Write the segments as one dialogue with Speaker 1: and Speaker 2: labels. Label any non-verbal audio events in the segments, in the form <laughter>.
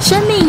Speaker 1: 就是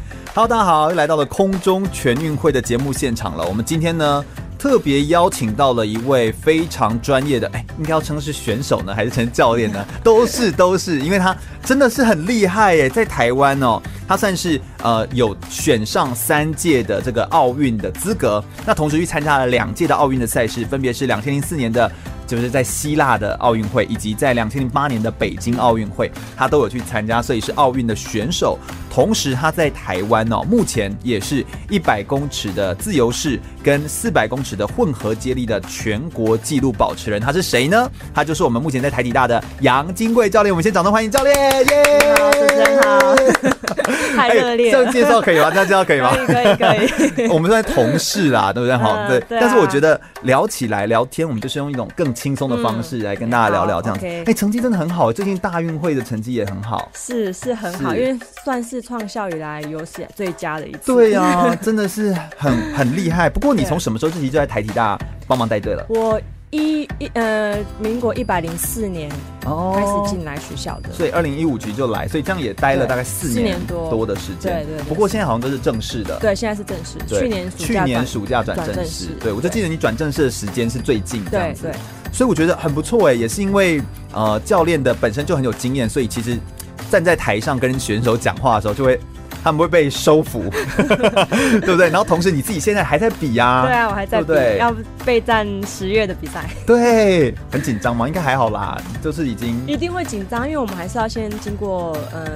Speaker 2: Hello，大家好，又来到了空中全运会的节目现场了。我们今天呢，特别邀请到了一位非常专业的，哎，应该要称是选手呢，还是称教练呢？ <laughs> 都是都是，因为他真的是很厉害耶，在台湾哦，他算是呃有选上三届的这个奥运的资格，那同时去参加了两届的奥运的赛事，分别是两千零四年的。就是在希腊的奥运会，以及在两千零八年的北京奥运会，他都有去参加，所以是奥运的选手。同时，他在台湾哦，目前也是一百公尺的自由式跟四百公尺的混合接力的全国纪录保持人。他是谁呢？他就是我们目前在台体大的杨金贵教练。我们先掌声欢迎教练！耶、哎
Speaker 3: 好主持
Speaker 2: <laughs>
Speaker 3: 人好太热烈
Speaker 2: 这
Speaker 3: 了
Speaker 2: 样介绍可以吗？这样介绍可以吗？哦
Speaker 3: 可以可以
Speaker 2: <laughs>
Speaker 3: 可以。
Speaker 2: 我们算同事啦，对不对？哈、
Speaker 3: 嗯
Speaker 2: 对。
Speaker 3: 对啊
Speaker 2: 但是我觉得聊起来聊天，我们就是用一种更轻松的方式来跟大家聊聊这样子。
Speaker 3: 好
Speaker 2: 哎、
Speaker 3: 嗯，OK
Speaker 2: 成绩真的很好，最近大运会的成绩也很
Speaker 3: <laughs>
Speaker 2: 好。
Speaker 3: 是是很好，
Speaker 2: 是
Speaker 3: 因为算是创校以来有史最佳的一次。
Speaker 2: 对呀、真的是很很厉害。不过你
Speaker 3: 对 <laughs>
Speaker 2: 从什么时候自己就在台体大帮忙带队了？
Speaker 3: 我一一呃，民国一百零四年
Speaker 2: 哦
Speaker 3: 开始进来学校的，
Speaker 2: 所以二零一五局就来，所以这样也待了
Speaker 3: 对
Speaker 2: 大概四
Speaker 3: 四
Speaker 2: 年
Speaker 3: 年多
Speaker 2: 的时间。
Speaker 3: 对对对
Speaker 2: 不过现在好像都是正式的。
Speaker 3: 对，现在是正式。
Speaker 2: 对。
Speaker 3: 去年暑
Speaker 2: 去
Speaker 3: 假
Speaker 2: 年
Speaker 3: 转
Speaker 2: 暑假转正
Speaker 3: 转正
Speaker 2: 式
Speaker 3: 式。
Speaker 2: 对，我就记得你转正式的时间是最近这样
Speaker 3: 对
Speaker 2: 子。
Speaker 3: 对
Speaker 2: 所以我觉得很不错哎，也是因为呃教练的本身就很有经验，所以其实站在台上跟选手讲话的时候，就会他们会被收服，对不对？然后同时你自己现在还在比啊，
Speaker 3: 对啊，我还在
Speaker 2: 对不对
Speaker 3: 比要备战十月的比赛，
Speaker 2: 对，很紧张吗？应该还好啦，就是已经
Speaker 3: 一定会紧张，因为我们还是要先经过呃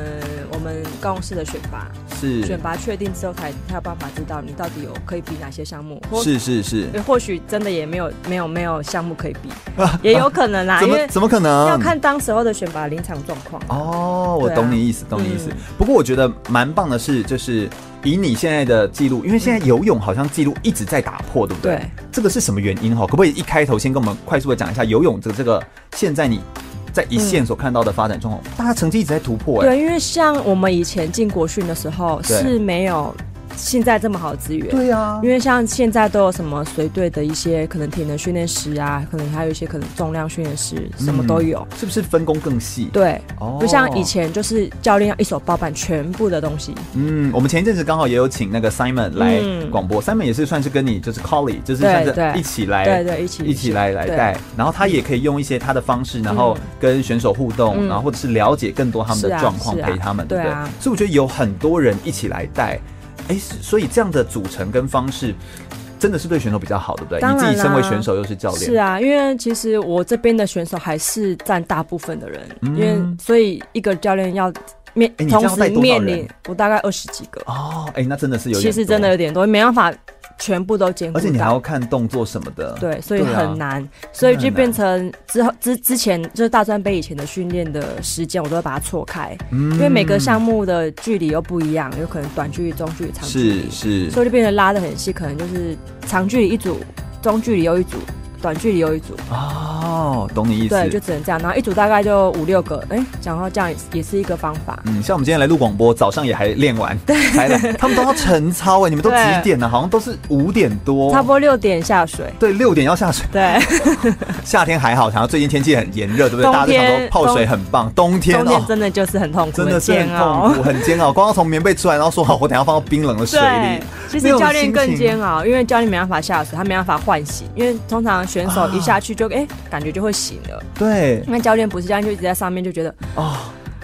Speaker 3: 我们办公室的选拔，
Speaker 2: 是
Speaker 3: 选拔确定之后才才有办法知道你到底有可以比哪些项目，或
Speaker 2: 是是是，
Speaker 3: 呃或许真的也没有没有没有项目可以比，也有可能啦，
Speaker 2: 啊怎
Speaker 3: 因
Speaker 2: 么
Speaker 3: 为
Speaker 2: 怎么嗯可能？
Speaker 3: 要看当时候的选拔临场状况。
Speaker 2: 哦，我
Speaker 3: 对啊
Speaker 2: 懂你意思，懂你意思
Speaker 3: 嗯。
Speaker 2: 不过我觉得蛮棒的是，就是以你现在的记录，因为现在游泳好像记录一直在打破，对不对？
Speaker 3: 对
Speaker 2: 这个是什么原因哈？可不可以一开头先跟我们快速的讲一下游泳这个这个现在你在一线所看到的发展状况？大家成绩一直在突破哎、
Speaker 3: 对，因为像我们以前进国训的时候
Speaker 2: 对
Speaker 3: 是没有现在这么好的资源。
Speaker 2: 对啊
Speaker 3: 因，为像现在都有什么随队的一些可能体能训练师啊，可能还有一些可能重量训练师，什么都有。
Speaker 2: 是不是分工更细？
Speaker 3: 对，
Speaker 2: 嗯哦
Speaker 3: 不像以前就是教练要一手包办全部的东西。
Speaker 2: 嗯，我们前一阵子刚好也有请那个 Simon 来
Speaker 3: 嗯
Speaker 2: 广播、s i m o n 也是算是跟你就是 colleague，就是
Speaker 3: 对
Speaker 2: 算
Speaker 3: 对
Speaker 2: 是一起来
Speaker 3: 对对，一起
Speaker 2: 一起来来
Speaker 3: 对
Speaker 2: 带，然后他也可以用一些他的方式，然后跟选手互动，
Speaker 3: 嗯
Speaker 2: 然后或者是了解更多他们的
Speaker 3: 是啊
Speaker 2: 状况，
Speaker 3: 是啊
Speaker 2: 陪他们，对不对？
Speaker 3: 对啊
Speaker 2: 所以我觉得有很多人一起来带，哎，所以这样的组成跟方式。真的是对选手比较好，对不对？
Speaker 3: 当
Speaker 2: 你
Speaker 3: 然
Speaker 2: 自
Speaker 3: 啦
Speaker 2: 己身为选手又是教练，
Speaker 3: 是啊，因为其实我这边的选手还是占大部分的人，因为所以一个教练要面、
Speaker 2: 嗯哎你这样
Speaker 3: 同
Speaker 2: 带
Speaker 3: 时
Speaker 2: 多少
Speaker 3: 面
Speaker 2: 人
Speaker 3: 临我大概二十几个，
Speaker 2: 哦，哎，那真的是有点
Speaker 3: 其
Speaker 2: 多，
Speaker 3: 实真的有点多，没办法全部都兼顾
Speaker 2: 而
Speaker 3: 到。
Speaker 2: 且你还要看动作什么的，
Speaker 3: 对，所以
Speaker 2: 对啊
Speaker 3: 很难，所以
Speaker 2: 真的
Speaker 3: 就
Speaker 2: 很
Speaker 3: 变成之后之之前就是大专杯以前的训练的时间，我都会把它错开，
Speaker 2: 嗯，
Speaker 3: 因为每个项目的距离又不一样，有可能短距离、中距离、长距
Speaker 2: 是
Speaker 3: 离，
Speaker 2: 是
Speaker 3: 所以就变成拉的很细，可能就是长距离一组，中距离又一组，短距离又一组，
Speaker 2: 哦，懂你意思，
Speaker 3: 对，就只能这样。然后一组大概就五六个，哎、讲到这样也也是一个方法。
Speaker 2: 嗯，像我们今天来录广播，早上也还练完，才
Speaker 3: <laughs>
Speaker 2: 来，他们都要晨操哎，你们都几
Speaker 3: 对
Speaker 2: 点呢、好像都是五点多，
Speaker 3: 差不多六点下水，
Speaker 2: 对，六点要下水。
Speaker 3: 对，
Speaker 2: 夏天还好，想要最近天气很炎热，对不对？大家
Speaker 3: 冬天
Speaker 2: 都想说泡水很棒。冬天
Speaker 3: <laughs> 冬天
Speaker 2: 哦，
Speaker 3: 真的就是很痛苦，
Speaker 2: 真的是很
Speaker 3: 煎熬
Speaker 2: 痛。
Speaker 3: <laughs>
Speaker 2: 苦，很煎熬。光要从棉被出来，然后说好，我等一下放到冰冷的水
Speaker 3: 对
Speaker 2: 里。，
Speaker 3: 其
Speaker 2: 那
Speaker 3: 实
Speaker 2: 种
Speaker 3: 教练更
Speaker 2: 心情
Speaker 3: 煎熬，因为教练没办法下水，他没办法唤醒，因为通常选手
Speaker 2: 啊
Speaker 3: 一下去就哎、感觉就会醒了，
Speaker 2: 对，
Speaker 3: 那教练不是教练就一直在上面就觉得
Speaker 2: 哦，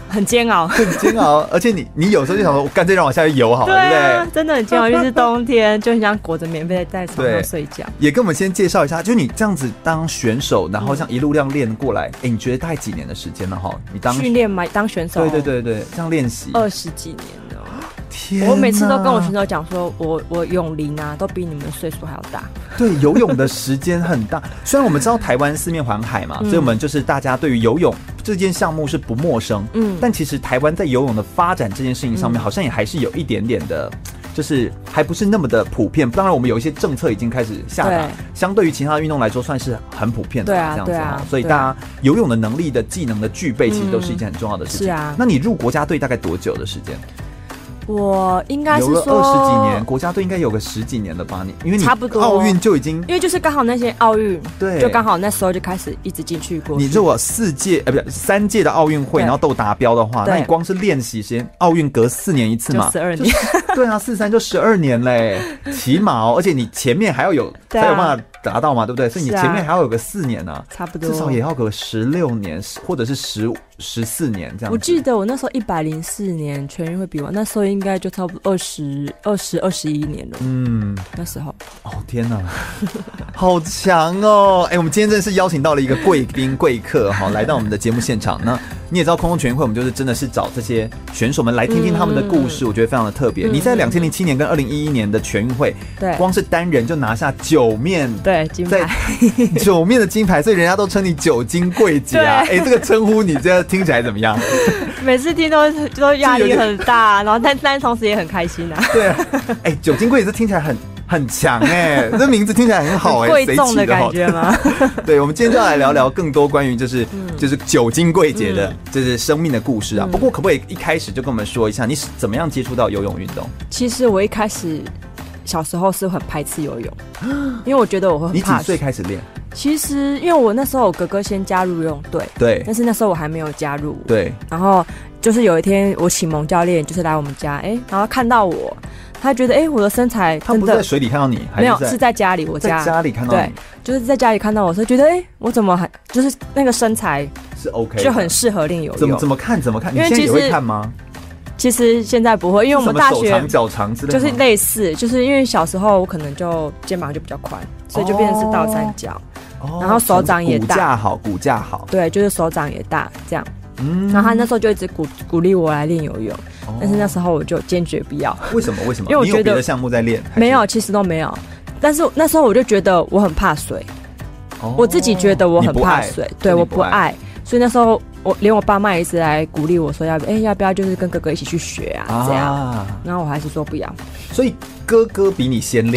Speaker 3: 很煎熬，
Speaker 2: 很煎
Speaker 3: <laughs>
Speaker 2: 熬。而且你，你有时候就想说，我干脆让我下去游好了，对
Speaker 3: 啊
Speaker 2: 不对？，
Speaker 3: 真的很煎熬，因为是冬天，就很想裹着棉被在床
Speaker 2: 对
Speaker 3: 上睡觉。
Speaker 2: 也跟我们先介绍一下，就你这样子当选手，然后这样一路这样练过来，哎，你觉得大概几年的时间了哈？你当
Speaker 3: 训练哦嘛，当选手，
Speaker 2: 对对，对对，这样练习，
Speaker 3: 二十几年了。哦
Speaker 2: 天哪，
Speaker 3: 我每次都跟我选手讲说，我我泳龄啊，都比你们岁数还要大。
Speaker 2: 对，游泳的时间很大。 <laughs> 虽然我们知道台湾四面环海嘛，
Speaker 3: 嗯
Speaker 2: 所以我们就是大家对于游泳这件项目是不陌生。嗯
Speaker 3: 嗯，
Speaker 2: 但其实台湾在游泳的发展这件事情上面，好像也还是有一点点的就是还不是那么的普遍。当然，我们有一些政策已经开始下达
Speaker 3: 对，
Speaker 2: 相对于其他运动来说，算是很普遍的
Speaker 3: 对
Speaker 2: 啦
Speaker 3: 啊
Speaker 2: 这样子
Speaker 3: 对
Speaker 2: 哈
Speaker 3: 啊。
Speaker 2: 所以大
Speaker 3: 对啊
Speaker 2: 家游泳的能力的技能的具备，其实都是一
Speaker 3: 嗯
Speaker 2: 件很重要的事情。
Speaker 3: 是啊
Speaker 2: 那你入国家队大概多久的时间？
Speaker 3: 我应该是
Speaker 2: 游了
Speaker 3: 说
Speaker 2: 二十几年，，国家队应该有个十几年了吧？你因为你
Speaker 3: 差不多
Speaker 2: 奥运就已经
Speaker 3: 因为就是刚好那些奥运，
Speaker 2: 对
Speaker 3: 就刚好那时候就开始一直进去过去。
Speaker 2: 你如果四届呃不是三届的奥运会，
Speaker 3: 对
Speaker 2: 然后都达标的话，
Speaker 3: 对
Speaker 2: 那你光是练习时间，奥运隔四年一次嘛，
Speaker 3: 就12年
Speaker 2: 就，对啊，四三就十二年嘞，
Speaker 3: <laughs>
Speaker 2: 起码哦，而且你前面还要有、
Speaker 3: 对啊
Speaker 2: 才有办法达到嘛，对不对？所以你
Speaker 3: 是啊
Speaker 2: 前面还要有个四年呢、啊，
Speaker 3: 差不多
Speaker 2: 至少也要个十六年或者是十十四年这样子。
Speaker 3: 我记得我那时候一百零四年全运会比完，那时候应该就差不多二十二十二十一年了。
Speaker 2: 嗯，
Speaker 3: 那时候
Speaker 2: 哦天哪， <laughs> 好强哦！哎、我们今天真的是邀请到了一个贵宾贵客哈、来到我们的节目现场。那你也知道，空中全运会我们就是真的是找这些选手们来听听他们的故
Speaker 3: 嗯
Speaker 2: 事，我觉得非常的特别。你在两千零七年跟二零一一年的全运会，
Speaker 3: 对
Speaker 2: 光是单人就拿下九面。
Speaker 3: 对金
Speaker 2: 在 <laughs>
Speaker 3: 牌，
Speaker 2: 九面的金牌，所以人家都称你九金贵姐啊！哎、这个称呼你这样听起来怎么
Speaker 3: <laughs>
Speaker 2: 样？
Speaker 3: <laughs> 每次听都都压
Speaker 2: 这有
Speaker 3: 力
Speaker 2: 点
Speaker 3: 很大，然后但但同时也很开心啊，
Speaker 2: 对啊，哎、九金贵姐这听起来很很强哎、这名字听起来很好哎、
Speaker 3: 贵
Speaker 2: 谁
Speaker 3: 重
Speaker 2: 起
Speaker 3: 的
Speaker 2: 的
Speaker 3: 感
Speaker 2: 好
Speaker 3: 觉吗？
Speaker 2: 对，我们今天就要来聊聊更多关于就是、
Speaker 3: 嗯
Speaker 2: 就是酒精柜姐的、就是生命的故事啊。不过可不可以一开始就跟我们说一下，你是怎么样接触到游泳运动？
Speaker 3: 其实我一开始小时候是很排斥游泳，因为我觉得我会很
Speaker 2: 你几
Speaker 3: 怕
Speaker 2: 岁开始练？
Speaker 3: 其实因为我那时候我哥哥先加入游泳队，
Speaker 2: 对
Speaker 3: 但是那时候我还没有加入。
Speaker 2: 对，
Speaker 3: 然后就是有一天我启蒙教练就是来我们家，哎、然后看到我，他觉得哎、诶我的身材
Speaker 2: 他
Speaker 3: 真
Speaker 2: 不是在
Speaker 3: 的
Speaker 2: 水里看到你，还
Speaker 3: 没有
Speaker 2: 在
Speaker 3: 是在家里我
Speaker 2: 在
Speaker 3: 家。
Speaker 2: 家里看到
Speaker 3: 对
Speaker 2: 你，
Speaker 3: 就是在家里看到我，所以觉得哎、诶我怎么还就是那个身材
Speaker 2: 是 OK，的
Speaker 3: 就很适合练游
Speaker 2: 怎么
Speaker 3: 泳。
Speaker 2: 怎么看怎么看？你
Speaker 3: 因为
Speaker 2: 现在也
Speaker 3: 其
Speaker 2: 会
Speaker 3: 实
Speaker 2: 看吗？
Speaker 3: 其实现在不会，因为我
Speaker 2: 什
Speaker 3: 们
Speaker 2: 么
Speaker 3: 大
Speaker 2: 手
Speaker 3: 学
Speaker 2: 长脚长之类
Speaker 3: 就
Speaker 2: 的吗，
Speaker 3: 是类似，就是因为小时候我可能就肩膀就比较宽，所以就变成是倒三角。
Speaker 2: 哦，
Speaker 3: 然后手掌也
Speaker 2: 骨
Speaker 3: 大
Speaker 2: 架好，骨架好，
Speaker 3: 对，就是手掌也大这样。
Speaker 2: 嗯
Speaker 3: 然后他那时候就一直鼓鼓励我来练游泳，
Speaker 2: 哦
Speaker 3: 但是那时候我就坚决不要，
Speaker 2: 为什么为什么？
Speaker 3: 因为我
Speaker 2: 你有
Speaker 3: 觉得
Speaker 2: 别的项目在练，还是
Speaker 3: 没有，，其实都没有。但是那时候我就觉得我很怕水，
Speaker 2: 哦
Speaker 3: 我自己觉得我很怕，水
Speaker 2: 你不爱，所
Speaker 3: 对，
Speaker 2: 以你
Speaker 3: 我
Speaker 2: 不
Speaker 3: 不
Speaker 2: 爱
Speaker 3: 爱，所以那时候我连我爸妈也一直来鼓励我说要，哎，要不要就是跟哥哥一起去学啊，这样。
Speaker 2: 啊，
Speaker 3: 然后我还是说不要，
Speaker 2: 所以哥哥比你先练，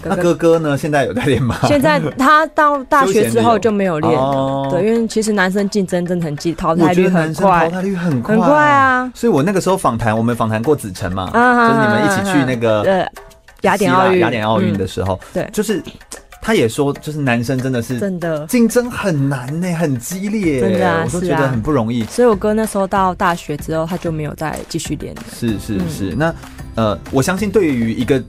Speaker 3: 对，
Speaker 2: 那哥哥呢？现在有在练吗？
Speaker 3: 现
Speaker 2: <laughs>
Speaker 3: 在他到大
Speaker 2: 休闲
Speaker 3: 学
Speaker 2: 的
Speaker 3: 之
Speaker 2: 有
Speaker 3: 后就没有练
Speaker 2: 哦
Speaker 3: 了，对，因为其实男生竞争真的很激，淘
Speaker 2: 我
Speaker 3: 汰
Speaker 2: 觉
Speaker 3: 率
Speaker 2: 得
Speaker 3: 很
Speaker 2: 男生淘
Speaker 3: 快，
Speaker 2: 汰率很快，
Speaker 3: 很快啊
Speaker 2: 所以我那个时候访谈，我们访谈过子晨嘛，
Speaker 3: 啊
Speaker 2: 就是你们一起去那个
Speaker 3: 呃，雅典奥
Speaker 2: 希
Speaker 3: 运，
Speaker 2: 腊雅典奥运
Speaker 3: 嗯
Speaker 2: 的时候，
Speaker 3: 对
Speaker 2: 就是他也说，就是男生真的是
Speaker 3: 真的。
Speaker 2: 竞争很难呢、很激烈、
Speaker 3: 真的啊
Speaker 2: 我都觉
Speaker 3: 是
Speaker 2: 得
Speaker 3: 啊
Speaker 2: 很不容易。
Speaker 3: 所以我哥那时候到大学之后，他就没有再继续练了。
Speaker 2: 是是
Speaker 3: 嗯
Speaker 2: 是，那呃，我相信对于一个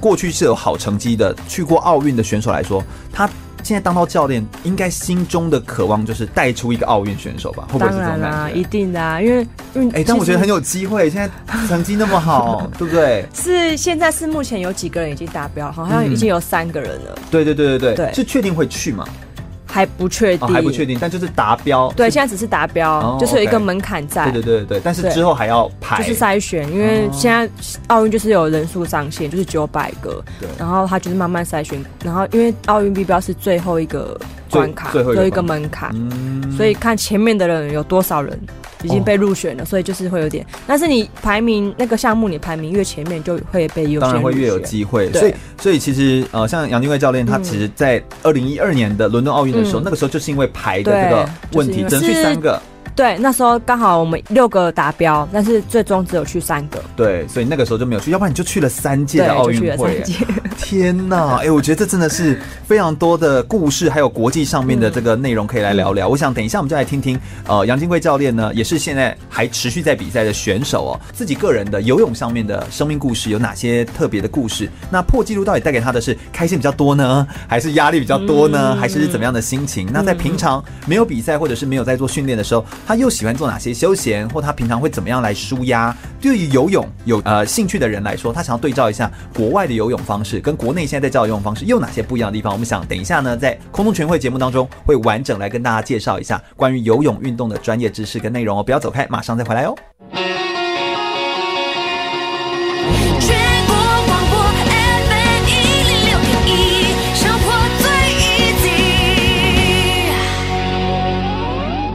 Speaker 2: 过去是有好成绩的、去过奥运的选手来说，他现在当到教练，应该心中的渴望就是带出一个奥运选手吧？会不会是
Speaker 3: 当
Speaker 2: 这
Speaker 3: 然
Speaker 2: 种
Speaker 3: 啦、
Speaker 2: 感觉？
Speaker 3: 一定的啊，因为嗯，
Speaker 2: 哎、但我觉得很
Speaker 3: 有
Speaker 2: 有机会，现在成绩那么
Speaker 3: <laughs>
Speaker 2: 好，对不对？
Speaker 3: 是现在是目前有几个人已经达标，好像
Speaker 2: 嗯
Speaker 3: 已经有三个人了，
Speaker 2: 对对对对对，
Speaker 3: 对
Speaker 2: 是确定会去吗？
Speaker 3: 还不确
Speaker 2: 哦，
Speaker 3: 定，
Speaker 2: 还不确。定，但就是达标。
Speaker 3: 对，
Speaker 2: 是
Speaker 3: 现在只是达标，
Speaker 2: 哦
Speaker 3: 就是有一
Speaker 2: OK
Speaker 3: 个门槛在。
Speaker 2: 对对对对对，但是
Speaker 3: 对
Speaker 2: 之后还要排，
Speaker 3: 就是筛选，因为
Speaker 2: 哦
Speaker 3: 现在奥运就是有人数上限，就是九百个
Speaker 2: 对，
Speaker 3: 然后他就是慢慢筛选，然后因为奥运目标是最后一个
Speaker 2: 最
Speaker 3: 关卡，
Speaker 2: 最后一个
Speaker 3: 一个
Speaker 2: 关
Speaker 3: 门槛，
Speaker 2: 嗯哦
Speaker 3: 所以看前面的人有多少人已经被入选了，所以就是会有点。但是你排名那个项目，你排名越前面就会被优先
Speaker 2: 当然会越有
Speaker 3: 入选
Speaker 2: 机会。
Speaker 3: 对
Speaker 2: 所以所以其实呃，像杨金贵教练，他其实在二零一二年的伦敦奥运的时候，
Speaker 3: 嗯
Speaker 2: 那个时候就是因为排的这个
Speaker 3: 对
Speaker 2: 问题，
Speaker 3: 就
Speaker 2: 只
Speaker 3: 是因为
Speaker 2: 能去三个。
Speaker 3: 对，那时候刚好我们六个达标，但是最终只有去三个，
Speaker 2: 对，所以那个时候就没有去，要不然你就去了三届
Speaker 3: 对
Speaker 2: 的，奥
Speaker 3: 就去
Speaker 2: 运
Speaker 3: 了
Speaker 2: 会
Speaker 3: 三。届。
Speaker 2: 天呐，哎、我觉得这真的是非常多的故事，还有国际上面的这个内容可以来聊聊。我想等一下我们就来听听，呃，杨金贵教练呢，也是现在还持续在比赛的选手哦，自己个人的游泳上面的生命故事有哪些特别的故事？那破纪录到底带给他的是开心比较多呢，还是压力比较多呢，还是怎么样的心情？那在平常没有比赛或者是没有在做训练的时候，他又喜欢做哪些休闲，或他平常会怎么样来舒压？对于游泳有呃兴趣的人来说，他想要对照一下国外的游泳方式跟国内现在在教的游泳方式又有哪些不一样的地方？我们想等一下呢，在空中全会节目当中会完整来跟大家介绍一下关于游泳运动的专业知识跟内容哦，不要走开，马上再回来哦。
Speaker 4: 全国广播 FM 一零六点一，生活最 easy。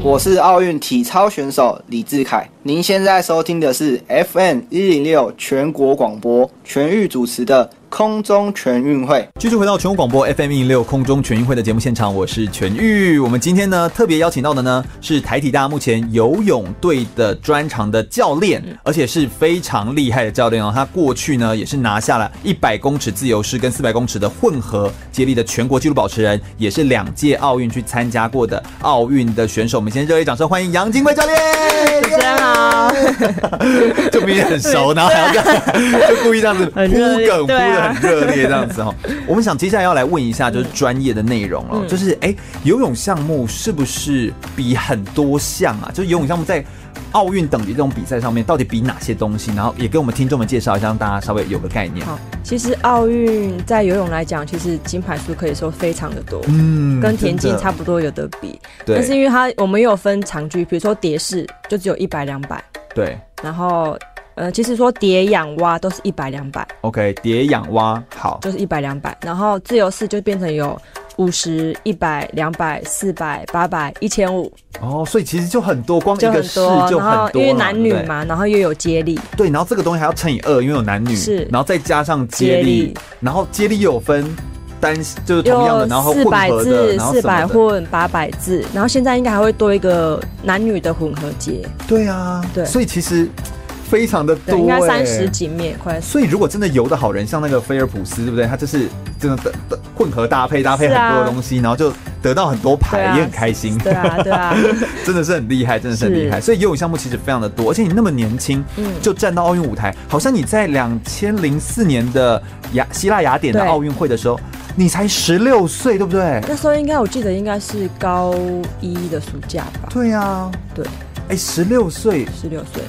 Speaker 5: 我是奥运体操选手李志凯。您现在收听的是 FM 一零六全国广播全域主持的空中全运会。
Speaker 2: 继续回到全国广播 FM 一零六空中全运会的节目现场，我是全玉。我们今天呢特别邀请到的呢是台体大目前游泳队的专长的教练，
Speaker 3: 嗯
Speaker 2: 而且是非常厉害的教练哦。他过去呢也是拿下了一百公尺自由式跟四百公尺的混合接力的全国纪录保持人，也是两届奥运去参加过的奥运的选手。我们先热烈掌声欢迎杨金贵教练。
Speaker 3: 主持人好，
Speaker 2: <laughs> 就明明很熟，然后还要这样，就故意这样子铺
Speaker 3: <laughs> 很热烈
Speaker 2: 梗铺
Speaker 3: 对
Speaker 2: 的
Speaker 3: 啊
Speaker 2: 很热烈这样子哈。 <laughs> 我们想接下来要来问一下，就是专业的内容
Speaker 3: 嗯
Speaker 2: 了，就是哎、游泳项目是不是比很多项啊？就是游泳项目在奥运等级这种比赛上面，到底比哪些东西？然后也跟我们听众们介绍一下，让大家稍微有个概念。
Speaker 3: <laughs> 好，其实奥运在游泳来讲，其实金牌数可以说非常的多，
Speaker 2: 嗯
Speaker 3: 跟田径差
Speaker 2: 不
Speaker 3: 不多有得比。
Speaker 2: 对
Speaker 3: 但是因为它我们也有分长距，比如说蝶式就只有一百两百，
Speaker 2: 对。
Speaker 3: 然后呃，其实说蝶仰蛙都是一百两百，
Speaker 2: OK，蝶仰蛙好，
Speaker 3: 就是一百两百，然后自由式就变成有五十、一百、两百、四百、八百、一千五，
Speaker 2: 哦，所以其实就很多，光一
Speaker 3: 就
Speaker 2: 个
Speaker 3: 很
Speaker 2: 式
Speaker 3: 多。
Speaker 2: 就
Speaker 3: 然后
Speaker 2: 很多
Speaker 3: 因为
Speaker 2: 了
Speaker 3: 男女，嘛，然后又有接力，
Speaker 2: 对，然后这个东西还要乘以二，因为有男女，
Speaker 3: 是
Speaker 2: 然后再加上接
Speaker 3: 接
Speaker 2: 力
Speaker 3: 力，
Speaker 2: 然后接力又有分单，就是同样的，
Speaker 3: 有
Speaker 2: 然后
Speaker 3: 四
Speaker 2: 混
Speaker 3: 百
Speaker 2: 合的，
Speaker 3: 字、
Speaker 2: 然后
Speaker 3: 四
Speaker 2: 什么
Speaker 3: 百
Speaker 2: 的，
Speaker 3: 混、八百字，然后现在应该还会多一个男女的混合节，
Speaker 2: 对啊，
Speaker 3: 对
Speaker 2: 所以其实非常的多、
Speaker 3: 对，应该三
Speaker 2: 哎
Speaker 3: 十几面，快
Speaker 2: 所以如果真的游的好人，像那个菲尔普斯，对不对？他就是真的的的混合搭配，搭配
Speaker 3: 是
Speaker 2: 很
Speaker 3: 啊
Speaker 2: 多的东西，然后就得到很多牌，
Speaker 3: 对啊
Speaker 2: 也很开心。
Speaker 3: 对啊，对啊，
Speaker 2: 真的是很厉害，真的是很厉害。所以游泳项目其实非常的多，而且你那么年轻、
Speaker 3: 嗯
Speaker 2: 就站到奥运舞台，好像你在两千零四年的雅希腊雅典的
Speaker 3: 对
Speaker 2: 奥运会的时候，你才十六岁，对不对？
Speaker 3: 那时候应该我记得应该是高一的暑假吧，
Speaker 2: 对呀、啊，
Speaker 3: 对，
Speaker 2: 哎，十六岁，
Speaker 3: 十六岁。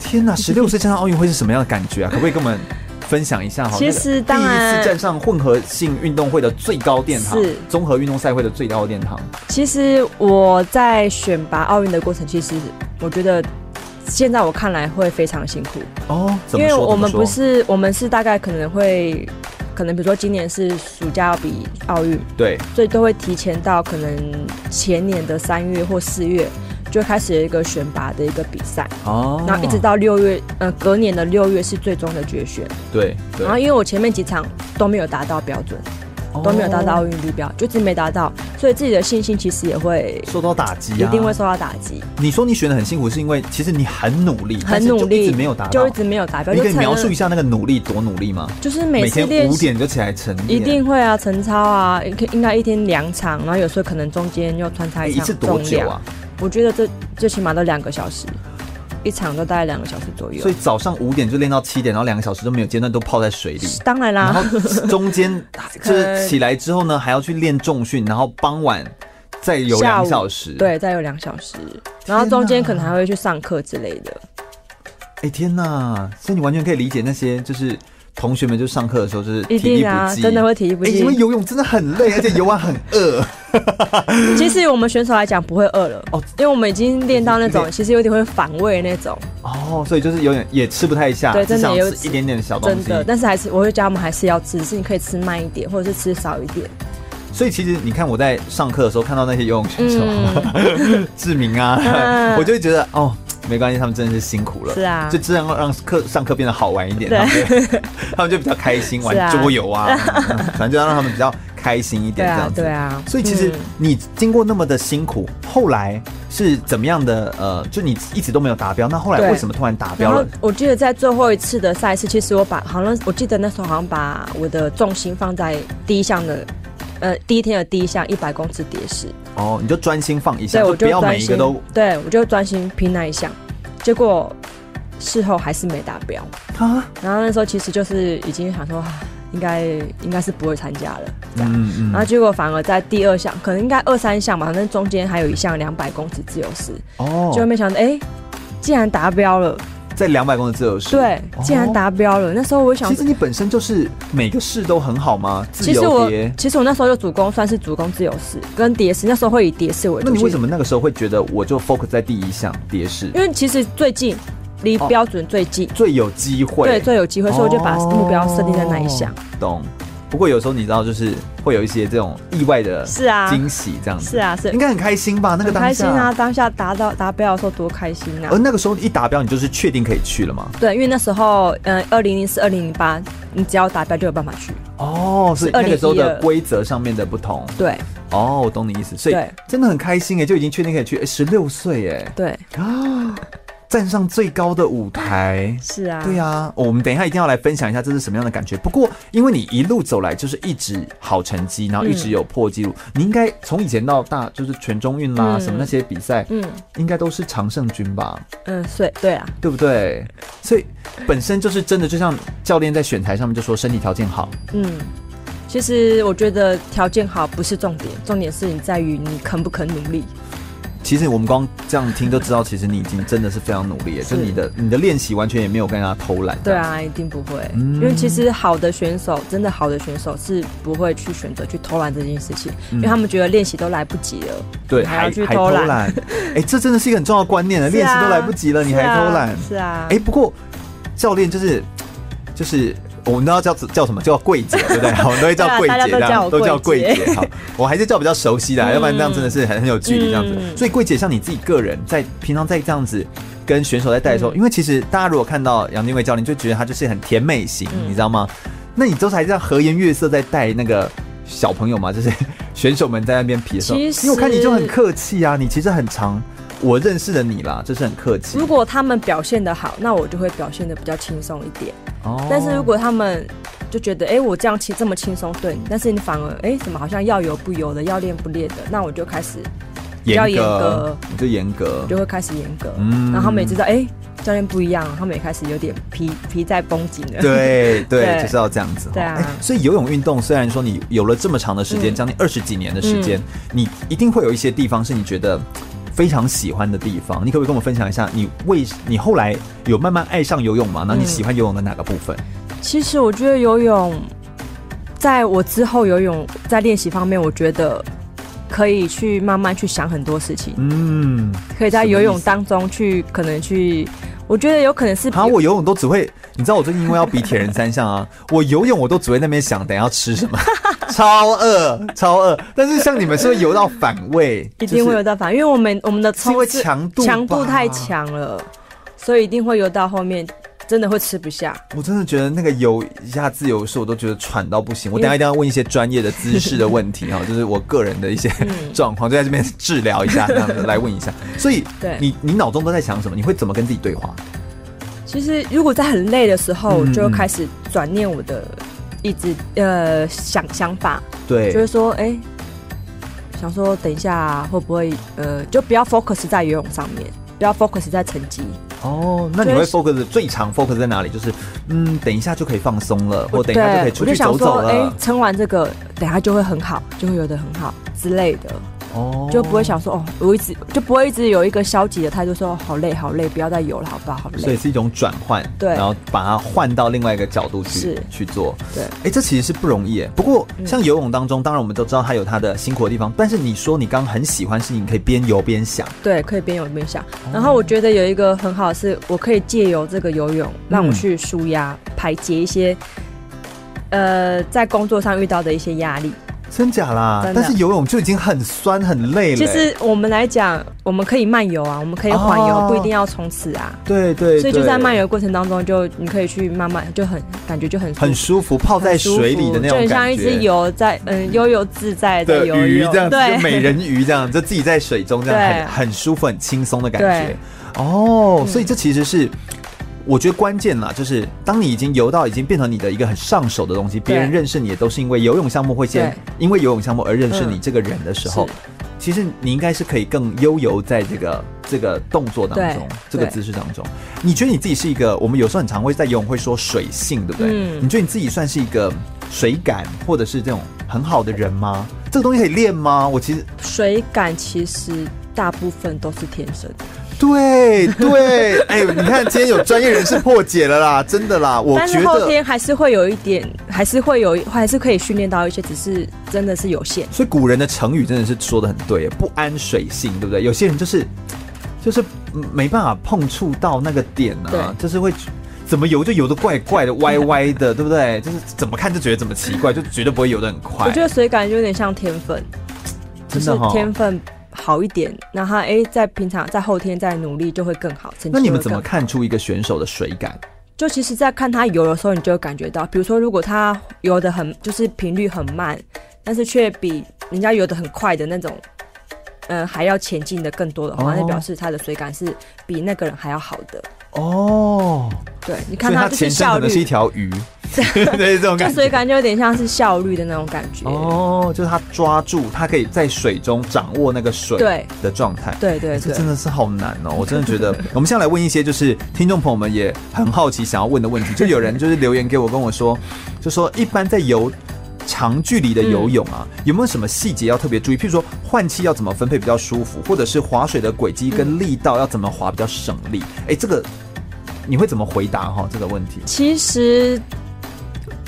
Speaker 2: 天哪，十六岁站上奥运会是什么样的感觉啊？可不可以跟我们分享一下哈？
Speaker 3: 其实
Speaker 2: 那个
Speaker 3: 当然
Speaker 2: 第一次站上混合性运动会的最高殿堂，
Speaker 3: 是
Speaker 2: 综合运动赛会的最高殿堂，
Speaker 3: 其实我在选拔奥运的过程，其实我觉得现在我看来会非常辛苦，
Speaker 2: 哦，怎
Speaker 3: 因
Speaker 2: 么
Speaker 3: 为
Speaker 2: 说？
Speaker 3: 我们
Speaker 2: 怎么
Speaker 3: 不
Speaker 2: 说
Speaker 3: 是我们是大概可能会，可能比如说今年是暑假要比奥运，
Speaker 2: 对
Speaker 3: 所以都会提前到可能前年的三月或四月就开始有一个选拔的一个比赛，
Speaker 2: 哦，
Speaker 3: 然后一直到六月，呃，隔年的六月是最终的决选。
Speaker 2: 对对
Speaker 3: 然后因为我前面几场都没有达到标准，都没有达到奥
Speaker 2: 哦
Speaker 3: 运目标，就只没达到，所以自己的信心其实也会。
Speaker 2: 受到打击
Speaker 3: 一
Speaker 2: 啊，
Speaker 3: 定会受到打击，
Speaker 2: 你说你选的很辛苦，是因为其实你很努力，但
Speaker 3: 很
Speaker 2: 是就
Speaker 3: 努力，
Speaker 2: 一直没有达到。
Speaker 3: 就一直没有达标。
Speaker 2: 你
Speaker 3: 就
Speaker 2: 可以
Speaker 3: 承认
Speaker 2: 描述一下那个努力多努力吗？
Speaker 3: 就是
Speaker 2: 每
Speaker 3: 每次
Speaker 2: 天
Speaker 3: 练
Speaker 2: 五
Speaker 3: 习
Speaker 2: 点就起来晨练，
Speaker 3: 一定会啊，晨操啊，应应该一天两场，然后有时候可能中间又穿插
Speaker 2: 哎
Speaker 3: 一
Speaker 2: 一
Speaker 3: 场
Speaker 2: 次
Speaker 3: 重
Speaker 2: 多久
Speaker 3: 量
Speaker 2: 啊？
Speaker 3: 我觉得这最起码都两个小时，一场都大概两个小时左右
Speaker 2: 所。以早上五点就练到七点，然后两个小时都没有间断，都泡在水里。
Speaker 3: 当然
Speaker 2: 然
Speaker 3: 啦，
Speaker 2: 后中间就
Speaker 3: 可
Speaker 2: 是起来之后呢，还要去练重训，然后傍晚再游
Speaker 3: 下
Speaker 2: 两
Speaker 3: 午
Speaker 2: 小时。，
Speaker 3: 对，再有两小时，然后中间可能还会去上课之类的。
Speaker 2: 哎天哪！所以你完全可以理解那些就是同学们就上课的时候就是
Speaker 3: 一
Speaker 2: 体力
Speaker 3: 定啊
Speaker 2: 不，济，
Speaker 3: 真的会体力不
Speaker 2: 哎，
Speaker 3: 济
Speaker 2: 因为。游泳真的很累，而且游完很饿。
Speaker 3: 其实我们选手来讲不会饿了，
Speaker 2: 哦
Speaker 3: 因为我们已经练到那种
Speaker 2: 练
Speaker 3: 其实有点会反胃那种，
Speaker 2: 哦，所以就是有点也吃不太下，
Speaker 3: 对
Speaker 2: 只
Speaker 3: 真的
Speaker 2: 想
Speaker 3: 也有
Speaker 2: 吃一点点小东
Speaker 3: 真
Speaker 2: 西。
Speaker 3: 的。但是还是我会教他们还是要吃，只是你可以吃慢一点，或者是吃少一点。
Speaker 2: 所以其实你看我在上课的时候看到那些游泳选手，啊 <laughs> 志明啊，
Speaker 3: 嗯
Speaker 2: 我就会觉得哦，没关系，他们真的是辛苦了。
Speaker 3: 是啊
Speaker 2: 就这样让课上课变得好玩一点，
Speaker 3: 对
Speaker 2: 他们就他们就比较开心
Speaker 3: 是
Speaker 2: 玩
Speaker 3: 啊
Speaker 2: 桌游
Speaker 3: <laughs>
Speaker 2: 啊，反正就要让他们比较开心一
Speaker 3: 对
Speaker 2: 点这
Speaker 3: 啊
Speaker 2: 样，子。
Speaker 3: 对啊。
Speaker 2: 所以其实
Speaker 3: 嗯
Speaker 2: 你经过那么的辛苦，后来是怎么样的？呃，就你一直都没有达标，那后来
Speaker 3: 对
Speaker 2: 为什么突然达
Speaker 3: 然
Speaker 2: 标
Speaker 3: 后
Speaker 2: 了？
Speaker 3: 我记得在最后一次的赛事，其实我把好像我记得那时候好像把我的重心放在第一项的，呃，第一天的第一项一百公尺蝶式，
Speaker 2: 哦，你就专心放一
Speaker 3: 对
Speaker 2: 下，
Speaker 3: 我
Speaker 2: 不
Speaker 3: 就
Speaker 2: 要
Speaker 3: 专
Speaker 2: 每一
Speaker 3: 心
Speaker 2: 个都，
Speaker 3: 对我就专心拼那一项，结果事后还是没达标。
Speaker 2: 啊，
Speaker 3: 然后那时候其实就是已经想说，啊应该应该是不会参加了，这样。
Speaker 2: 嗯
Speaker 3: 然后结果反而在第二项，可能应该二三项吧，反正中间还有一项两百公尺自由式，
Speaker 2: 哦，
Speaker 3: 就没想到哎、既然达标了，
Speaker 2: 在两百公尺自由式，
Speaker 3: 对，既然
Speaker 2: 哦
Speaker 3: 达标了，那时候我想
Speaker 2: 其实你本身就是每个市都很好吗？自
Speaker 3: 其实
Speaker 2: 由
Speaker 3: 我
Speaker 2: 蝶，
Speaker 3: 其实我那时候就主攻算是主攻自由式跟蝶式，那时候会以蝶式为主。
Speaker 2: 那你为什
Speaker 3: 么？
Speaker 2: 么那个时候会觉得我就 focus 在第一项蝶式
Speaker 3: 因为其实最近离
Speaker 2: 哦
Speaker 3: 标准最近，
Speaker 2: 最有机会？哦
Speaker 3: 对，最有机会，所以我就把目标设定在那一项。。
Speaker 2: 懂。不过有时候你知道，就是会有一些这种意外的
Speaker 3: 是啊
Speaker 2: 惊喜这样子，
Speaker 3: 是啊是
Speaker 2: 应该很开心吧？那个
Speaker 3: 很
Speaker 2: 当下
Speaker 3: 开心啊！当下达到达标的时候多开心啊
Speaker 2: 而！那个时候一达标，你就是确定可以去了吗？
Speaker 3: 对，因为那时候，嗯、呃，二零零四、二零零八，你只要达标就有办法去。
Speaker 2: 哦，所以那个时候的规则上面的不同。
Speaker 3: 对
Speaker 2: 哦，我懂你意思，所以
Speaker 3: 对
Speaker 2: 真的很开心哎，就已经确定可以去，十六岁
Speaker 3: <gasps>
Speaker 2: 哎，
Speaker 3: 对，
Speaker 2: 啊，站上最高的舞台。
Speaker 3: 是啊，
Speaker 2: 对啊，我们等一下一定要来分享一下这是什么样的感觉。不过，因为你一路走来就是一直好成绩，然后一
Speaker 3: 嗯
Speaker 2: 直有破纪录，你应该从以前到大就是全中运啦、
Speaker 3: 嗯
Speaker 2: 什么那些比赛，
Speaker 3: 嗯
Speaker 2: 应该都是常胜军吧，
Speaker 3: 嗯，对对啊，
Speaker 2: 对不对？所以本身就是真的，就像教练在选材上面就说身体条件好，
Speaker 3: 嗯。其实我觉得条件好不是重点，重点是你在于你肯不肯努力。
Speaker 2: 其实我们光这样听就知道，其实你已经真的是非常努力了，就是你的你的练习完全也没有跟人家偷懒。
Speaker 3: 对，啊，一定不会，
Speaker 2: 嗯
Speaker 3: 因为其实好的选手，真的好的选手是不会去选择去偷懒这件事情，
Speaker 2: 嗯
Speaker 3: 因为他们觉得练习都来不及了。
Speaker 2: 对，
Speaker 3: 啊还要
Speaker 2: 还
Speaker 3: 去
Speaker 2: 还
Speaker 3: 偷
Speaker 2: 偷
Speaker 3: 懒
Speaker 2: 懒，哎、这真的是一个很重要的观念呢，
Speaker 3: <laughs> 是
Speaker 2: 哎练
Speaker 3: 啊
Speaker 2: 习都来不及了，你还偷懒。
Speaker 3: 是啊，
Speaker 2: 哎、不过教练就是就是我们都要叫叫什么叫桂姐，对不
Speaker 3: <laughs>
Speaker 2: 对？我们都会叫
Speaker 3: 对啊
Speaker 2: 桂
Speaker 3: 大家
Speaker 2: 姐，
Speaker 3: 都
Speaker 2: 这
Speaker 3: 叫
Speaker 2: 样
Speaker 3: 我
Speaker 2: 都叫
Speaker 3: 桂
Speaker 2: 桂
Speaker 3: 姐 <laughs>
Speaker 2: 姐。好，我还是叫比较熟悉的啊，要不然这样真的是很很有距离这样子。
Speaker 3: 嗯
Speaker 2: 所以桂姐，像你自己个人在平常在这样子。跟选手在带的时
Speaker 3: 嗯
Speaker 2: 候，因为其实大家如果看到杨金伟教练，就觉得他就是很甜美型，
Speaker 3: 嗯
Speaker 2: 你知道吗？那你都是还这样和颜悦色在带那个小朋友嘛， <laughs> 就是选手们在那边皮的时候，
Speaker 3: 其
Speaker 2: 因
Speaker 3: 实
Speaker 2: 为我看你就很客气啊，你其实很常我认识的你啦，就是很客气
Speaker 3: 如。果他们表现得好，那我就会表现得比较轻松一点。
Speaker 2: 哦
Speaker 3: 但是如果他们就觉得，哎、我这样轻这么轻松对你，但是你反而，哎、怎么好像要油不油的，要练不练的，那我就开始比较
Speaker 2: 严
Speaker 3: 严
Speaker 2: 格
Speaker 3: 格，
Speaker 2: 你就严格
Speaker 3: 就。会开始严格，
Speaker 2: 嗯
Speaker 3: 然后他们也知道，哎、教练不一样，他们也开始有点皮皮在绷紧了。 <laughs>
Speaker 2: 对对，
Speaker 3: 对
Speaker 2: 就是要这样子。
Speaker 3: 对啊
Speaker 2: 哎所以游泳运动虽然说你有了这么长的时间，
Speaker 3: 嗯
Speaker 2: 将近二十几年的时间，你一定会有一些地方是你觉得非常喜欢的地方。你可不可以跟我们分享一下，你为你后来有慢慢爱上游泳
Speaker 3: 嗯
Speaker 2: 吗？那你喜欢游泳的哪个部分？
Speaker 3: 其实我觉得游泳，在我之后游泳在练习方面，我觉得可以去慢慢去想很多事情，
Speaker 2: 嗯，
Speaker 3: 可以在
Speaker 2: 什么
Speaker 3: 游
Speaker 2: 意
Speaker 3: 泳
Speaker 2: 思
Speaker 3: 当中去可能去，我觉得有可能是
Speaker 2: 好、我游泳都只会，你知道我最近因为要比铁人三项
Speaker 3: <laughs>
Speaker 2: 啊，我游泳我都只会那边想等一下要吃什么，超饿超饿。但是像你们是会游到反胃，
Speaker 3: <laughs> 一定会有到反，因为我们我们的
Speaker 2: 是因为
Speaker 3: 冲刺
Speaker 2: 强度
Speaker 3: 强度
Speaker 2: 吧
Speaker 3: 太强了，所以一定会游到后面真的会吃不下。
Speaker 2: 我真的觉得那个游一下自由式，我都觉得喘到不行。我等一下一定要问一些专业的姿势的问题
Speaker 3: <laughs>
Speaker 2: 哈，就是我个人的一些
Speaker 3: 嗯
Speaker 2: 状况，就在这边治疗一下，这样子来问一
Speaker 3: <laughs>
Speaker 2: 下。所以，
Speaker 3: 对
Speaker 2: 你你脑中都在想什么？你会怎么跟自己对话？
Speaker 3: 其实如果在很累的时候，
Speaker 2: 嗯
Speaker 3: 我就
Speaker 2: 嗯
Speaker 3: 开始转念我的一直呃想想法，就
Speaker 2: 对
Speaker 3: 是，说哎。想说等一下会不会呃，就不要 focus 在游泳上面，不要 focus 在成绩，
Speaker 2: 哦，那你会
Speaker 3: 就是
Speaker 2: focus 最常 focus 在哪里？就是嗯，等一下就可以放松了，或等
Speaker 3: 对，
Speaker 2: 一下就可以出
Speaker 3: 我就
Speaker 2: 去
Speaker 3: 想
Speaker 2: 走
Speaker 3: 说，哎
Speaker 2: 走了。
Speaker 3: 撑完这个，等下就会很好，就会游得很好之类的，
Speaker 2: 哦，
Speaker 3: 就不会。想说哦，我一直就不会一直有一个消极的态度说，哦好累好累，不要再游了，好不好？好
Speaker 2: 所以
Speaker 3: 累。
Speaker 2: 是一种转换，
Speaker 3: 对
Speaker 2: 然后把它换到另外一个角度去
Speaker 3: 是
Speaker 2: 去做，
Speaker 3: 对嗯
Speaker 2: 哎，这其实是不容易耶。不过像游泳当中，当然我们都知道它有它的辛苦的地方，但是你说你刚刚很喜欢是你可以边游边想，
Speaker 3: 对，可以边游边想。然后我觉得有一个很好的是，我可以借由这个游泳，
Speaker 2: 嗯
Speaker 3: 让我去舒压，排解一些呃在工作上遇到的一些压力。
Speaker 2: 真假啦？
Speaker 3: 真的
Speaker 2: 但是游泳就已经很酸很累了。
Speaker 3: 其实我们来讲，我们可以慢游啊，我们可以缓游，
Speaker 2: 哦
Speaker 3: 不一定要冲刺啊。
Speaker 2: 对对，
Speaker 3: 所以就
Speaker 2: 对
Speaker 3: 在漫游过程当中就，你可以去慢慢就很感觉就很舒服
Speaker 2: 很舒服，泡在水里的那
Speaker 3: 就
Speaker 2: 种感觉，
Speaker 3: 很像一只游在嗯悠悠自在的
Speaker 2: 的
Speaker 3: 游
Speaker 2: 鱼
Speaker 3: 泳，
Speaker 2: 这样子，就美
Speaker 3: 对，
Speaker 2: 人鱼这样，就自己在水中这样
Speaker 3: 对嗯
Speaker 2: 很很舒服、很轻松的感觉。哦，所以这其实是。我觉得关键啦，就是当你已经游到已经变成你的一个很上手的东西，别人认识你也都是因为游泳项目会先
Speaker 3: 对
Speaker 2: 因为游泳项目而认识你
Speaker 3: 嗯
Speaker 2: 这个人的时候
Speaker 3: 是，
Speaker 2: 其实你应该是可以更悠游在这个这个动作当中
Speaker 3: 对，
Speaker 2: 这个
Speaker 3: 对
Speaker 2: 姿势当中。你觉得你自己是一个，我们有时候很常会在游泳会说水性，对不对？
Speaker 3: 嗯
Speaker 2: 你觉得你自己算是一个水感或者是这种很好的人吗？这个东西可以练吗？我其实
Speaker 3: 水感其实大部分都是天生的，
Speaker 2: 对
Speaker 3: <laughs>
Speaker 2: 对，哎、你看今天有专业人士破解了啦，真的啦，我
Speaker 3: 但
Speaker 2: 觉
Speaker 3: 是后
Speaker 2: 得。
Speaker 3: 天还是会有一点，还是会有，还是可以训练到一些，只是真的是有限。
Speaker 2: 所以古人的成语真的是说的很对，不安水性，对不对？有嗯些人就是就是没办法碰触到那个点啊，
Speaker 3: 对
Speaker 2: 就是会怎么游就游的怪怪的、歪歪的，对不对？就是怎么看就觉得怎么奇怪，就绝对不会游的很快。
Speaker 3: 我觉得水感就有点像天分，就
Speaker 2: 哎真
Speaker 3: 是
Speaker 2: 的哈、
Speaker 3: 天分好一点，然后他哎、在平常在后天再努力就会更好，成绩
Speaker 2: 那你
Speaker 3: 就
Speaker 2: 们
Speaker 3: 会
Speaker 2: 怎么
Speaker 3: 更好？
Speaker 2: 看出一个选手的水感？
Speaker 3: 就其实，在看他游的时候，你就会感觉到，比如说，如果他游的很就是频率很慢，但是却比人家游的很快的那种。嗯，还要前进的更多的话，
Speaker 2: 哦
Speaker 3: 那表示他的水感是比那个人还要好的。
Speaker 2: 哦，
Speaker 3: 对，你
Speaker 2: 所
Speaker 3: 看
Speaker 2: 以
Speaker 3: 他
Speaker 2: 他
Speaker 3: 就是
Speaker 2: 前身
Speaker 3: 效
Speaker 2: 可能是一
Speaker 3: 率，
Speaker 2: 条
Speaker 3: <laughs>
Speaker 2: 鱼，对这种
Speaker 3: 就
Speaker 2: 感
Speaker 3: 水
Speaker 2: 觉。
Speaker 3: 感就有点像是效率的那种感觉。
Speaker 2: 哦，就是他抓住，他可以在水中掌握那个水
Speaker 3: 对
Speaker 2: 的状态。
Speaker 3: 对对
Speaker 2: 哎这
Speaker 3: 对
Speaker 2: 真，的是好难哦！我真的觉
Speaker 3: <laughs>
Speaker 2: 得，我们现在来问一些就是听众朋友们也很好奇想要问的问题，就有人就是留言给我跟我说，就说一般在游长距离的游泳啊，有没有什么细节要特别注意？譬如说换气要怎么分配比较舒服，或者是划水的轨迹跟力道要怎么划比较省力？哎，这个你会怎么回答哈、这个问题？
Speaker 3: 其实，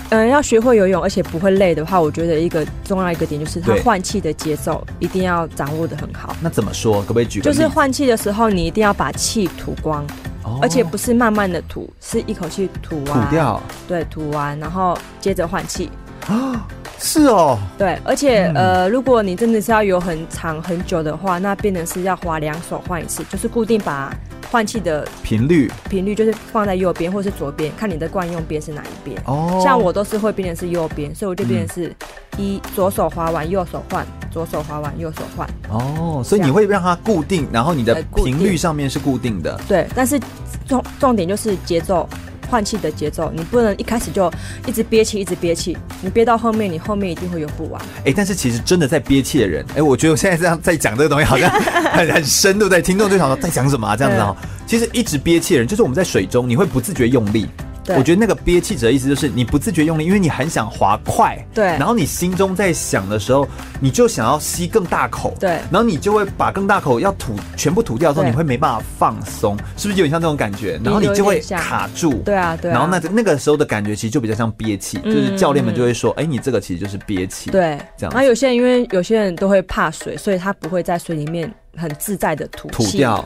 Speaker 3: 嗯，要学会游泳，而且不会累的话，我觉得一个重要一个点就是它
Speaker 2: 对
Speaker 3: 换气的节奏一定要掌握的很好。
Speaker 2: 那怎么说？可不可以举个
Speaker 3: 就
Speaker 2: 例？
Speaker 3: 是换气的时候，你一定要把气吐光，
Speaker 2: 哦
Speaker 3: 而且不是慢慢的吐，是一口气吐
Speaker 2: 吐
Speaker 3: 完，
Speaker 2: 掉
Speaker 3: 对，吐完，然后接着换气。
Speaker 2: 啊？是哦，
Speaker 3: 对，而且、
Speaker 2: 嗯
Speaker 3: 呃，如果你真的是要游很长很久的话，那变成是要划两手换一次，就是固定把换气的
Speaker 2: 频率
Speaker 3: 频率就是放在右边或是左边，看你的惯用边是哪一边。
Speaker 2: 哦，嗯
Speaker 3: 像我都是会变成是右边，所以我就变成是一、左手划完右手换，左手划完右手换。
Speaker 2: 哦，所以
Speaker 3: 这样
Speaker 2: 你会让它固定，然后你的
Speaker 3: 呃固定
Speaker 2: 频率上面是固定的。
Speaker 3: 对，但是重重点就是节奏，换气的节奏，你不能一开始就一直憋气，一直憋气，你憋到后面，你后面一定会游不完。
Speaker 2: 哎、但是其实真的在憋气的人，哎、我觉得我现在这样在讲这个东西，好
Speaker 3: <laughs>
Speaker 2: 像很很深，对不对？听众就想说在讲什么啊？这样子哦。其实一直憋气的人，就是我们在水中，你会不自觉用力。
Speaker 3: 对
Speaker 2: 我觉得那个憋气者的意思就是你不自觉用力，因为你很想滑快，
Speaker 3: 对
Speaker 2: 然后你心中在想的时候，你就想要吸更大口，
Speaker 3: 对
Speaker 2: 然后你就会把更大口要吐全部吐掉之后，
Speaker 3: 对
Speaker 2: 你会没办法放松，是不是有点像这种感觉？然后你就
Speaker 3: 有
Speaker 2: 会
Speaker 3: 点像
Speaker 2: 卡住，
Speaker 3: 对啊，对啊。嗯
Speaker 2: 然后那那个时候的感觉其实就比较像憋气，就是教练们就会说，哎、你这个其实就是憋气。
Speaker 3: 对，
Speaker 2: 这样
Speaker 3: 然后有些人因为有些人都会怕水，所以他不会在水里面很自在的吐
Speaker 2: 吐
Speaker 3: 气
Speaker 2: 掉。哦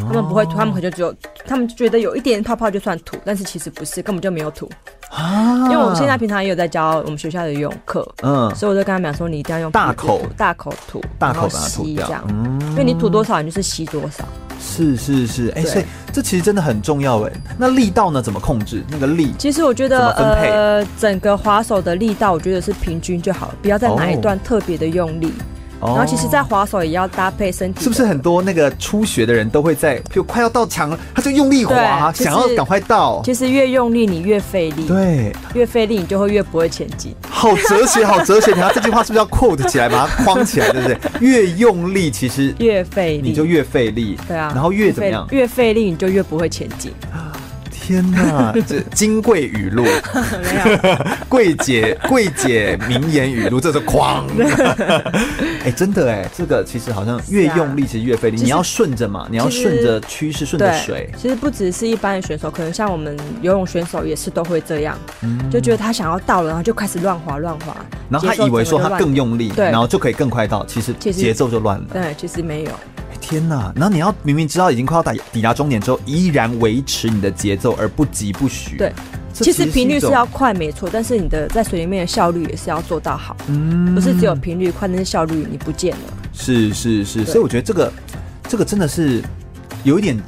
Speaker 3: 他们不会吐，他们可能就只有，他们觉得有一点泡泡就算吐，但是其实不是，根本就没有吐。
Speaker 2: 啊，
Speaker 3: 因为我们现在平常也有在教我们学校的游泳课，
Speaker 2: 嗯
Speaker 3: 所以我就跟他们讲说，你一定要用
Speaker 2: 大
Speaker 3: 鼻子
Speaker 2: 口
Speaker 3: 吐大口吐，
Speaker 2: 大口
Speaker 3: 然后
Speaker 2: 把它吐
Speaker 3: 吸
Speaker 2: 掉
Speaker 3: 这样，
Speaker 2: 嗯
Speaker 3: 因为你吐多少，你就是吸多少。
Speaker 2: 是是是，哎、
Speaker 3: 对
Speaker 2: 所以这其实真的很重要哎。那力道呢？怎么控制那个力？
Speaker 3: 其实我觉得，
Speaker 2: 怎么分配
Speaker 3: 呃，整个划手的力道，我觉得是平均就好了，不要在哪一
Speaker 2: 哦
Speaker 3: 段特别的用力。
Speaker 2: 哦
Speaker 3: 然后，其实，在划手也要搭配身体的，
Speaker 2: 是不哦是很多那个初学的人都会在，比如快要到墙了，他就用力滑，
Speaker 3: 对就是
Speaker 2: 想要赶快到。
Speaker 3: 其实越用力，你越费力，
Speaker 2: 对，啊
Speaker 3: 越费力，你就会越不会前进。
Speaker 2: 好哲学，好哲学。你要这句话是不是要 quote 起来，把它框起来，对不对？越用力，其实
Speaker 3: 越费力，
Speaker 2: 你就越费力。
Speaker 3: 对啊，
Speaker 2: 然后越怎么样
Speaker 3: 费？越费力，你就越不会前进。
Speaker 2: 天哪，这金贵语录，贵姐
Speaker 3: <laughs>
Speaker 2: 贵姐名言语录，这是哐。 <laughs> 哎、真的哎，这个其实好像越用力，其实越费力。
Speaker 3: 其实
Speaker 2: 你要顺着嘛，你要
Speaker 3: 啊其实
Speaker 2: 顺着趋势，顺着水。
Speaker 3: 其实不只是一般的选手，可能像我们游泳选手也是都会这样，就觉得他想要到了，然后就开始乱滑乱滑，
Speaker 2: 嗯然后他
Speaker 3: 节奏
Speaker 2: 以为
Speaker 3: 整
Speaker 2: 说
Speaker 3: 个就
Speaker 2: 他
Speaker 3: 乱
Speaker 2: 更用力，
Speaker 3: 对
Speaker 2: 然后就可以更快到，其实
Speaker 3: 其实
Speaker 2: 节奏就乱了。
Speaker 3: 对，其实没有，
Speaker 2: 哎天哪！然后你要明明知道已经快要打抵达终点之后，依然维持你的节奏而不急不徐。
Speaker 3: 对
Speaker 2: 这
Speaker 3: 其实频率
Speaker 2: 一
Speaker 3: 是
Speaker 2: 种
Speaker 3: 要快没错，但是你的在水里面的效率也是要做到好，
Speaker 2: 嗯
Speaker 3: 不是只有频率快，但是效率你不见了。
Speaker 2: 是是是，所以我觉得这个这个真的是有一点。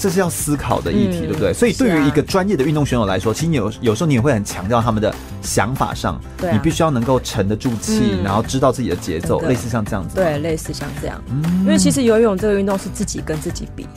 Speaker 2: 这是要思考的议题，
Speaker 3: 嗯
Speaker 2: 对不对？所以对
Speaker 3: 是
Speaker 2: 于
Speaker 3: 啊
Speaker 2: 一个专业的运动选手来说，其实你有有时候你也会很强调他们的想法上，
Speaker 3: 对啊
Speaker 2: 你必须要能够沉得住气，
Speaker 3: 嗯
Speaker 2: 然后知道自己的节奏，
Speaker 3: 真的
Speaker 2: 类似像这样子。，
Speaker 3: 对，类似像这样，
Speaker 2: 嗯
Speaker 3: 因为其实游泳这个运动是自己跟自己比，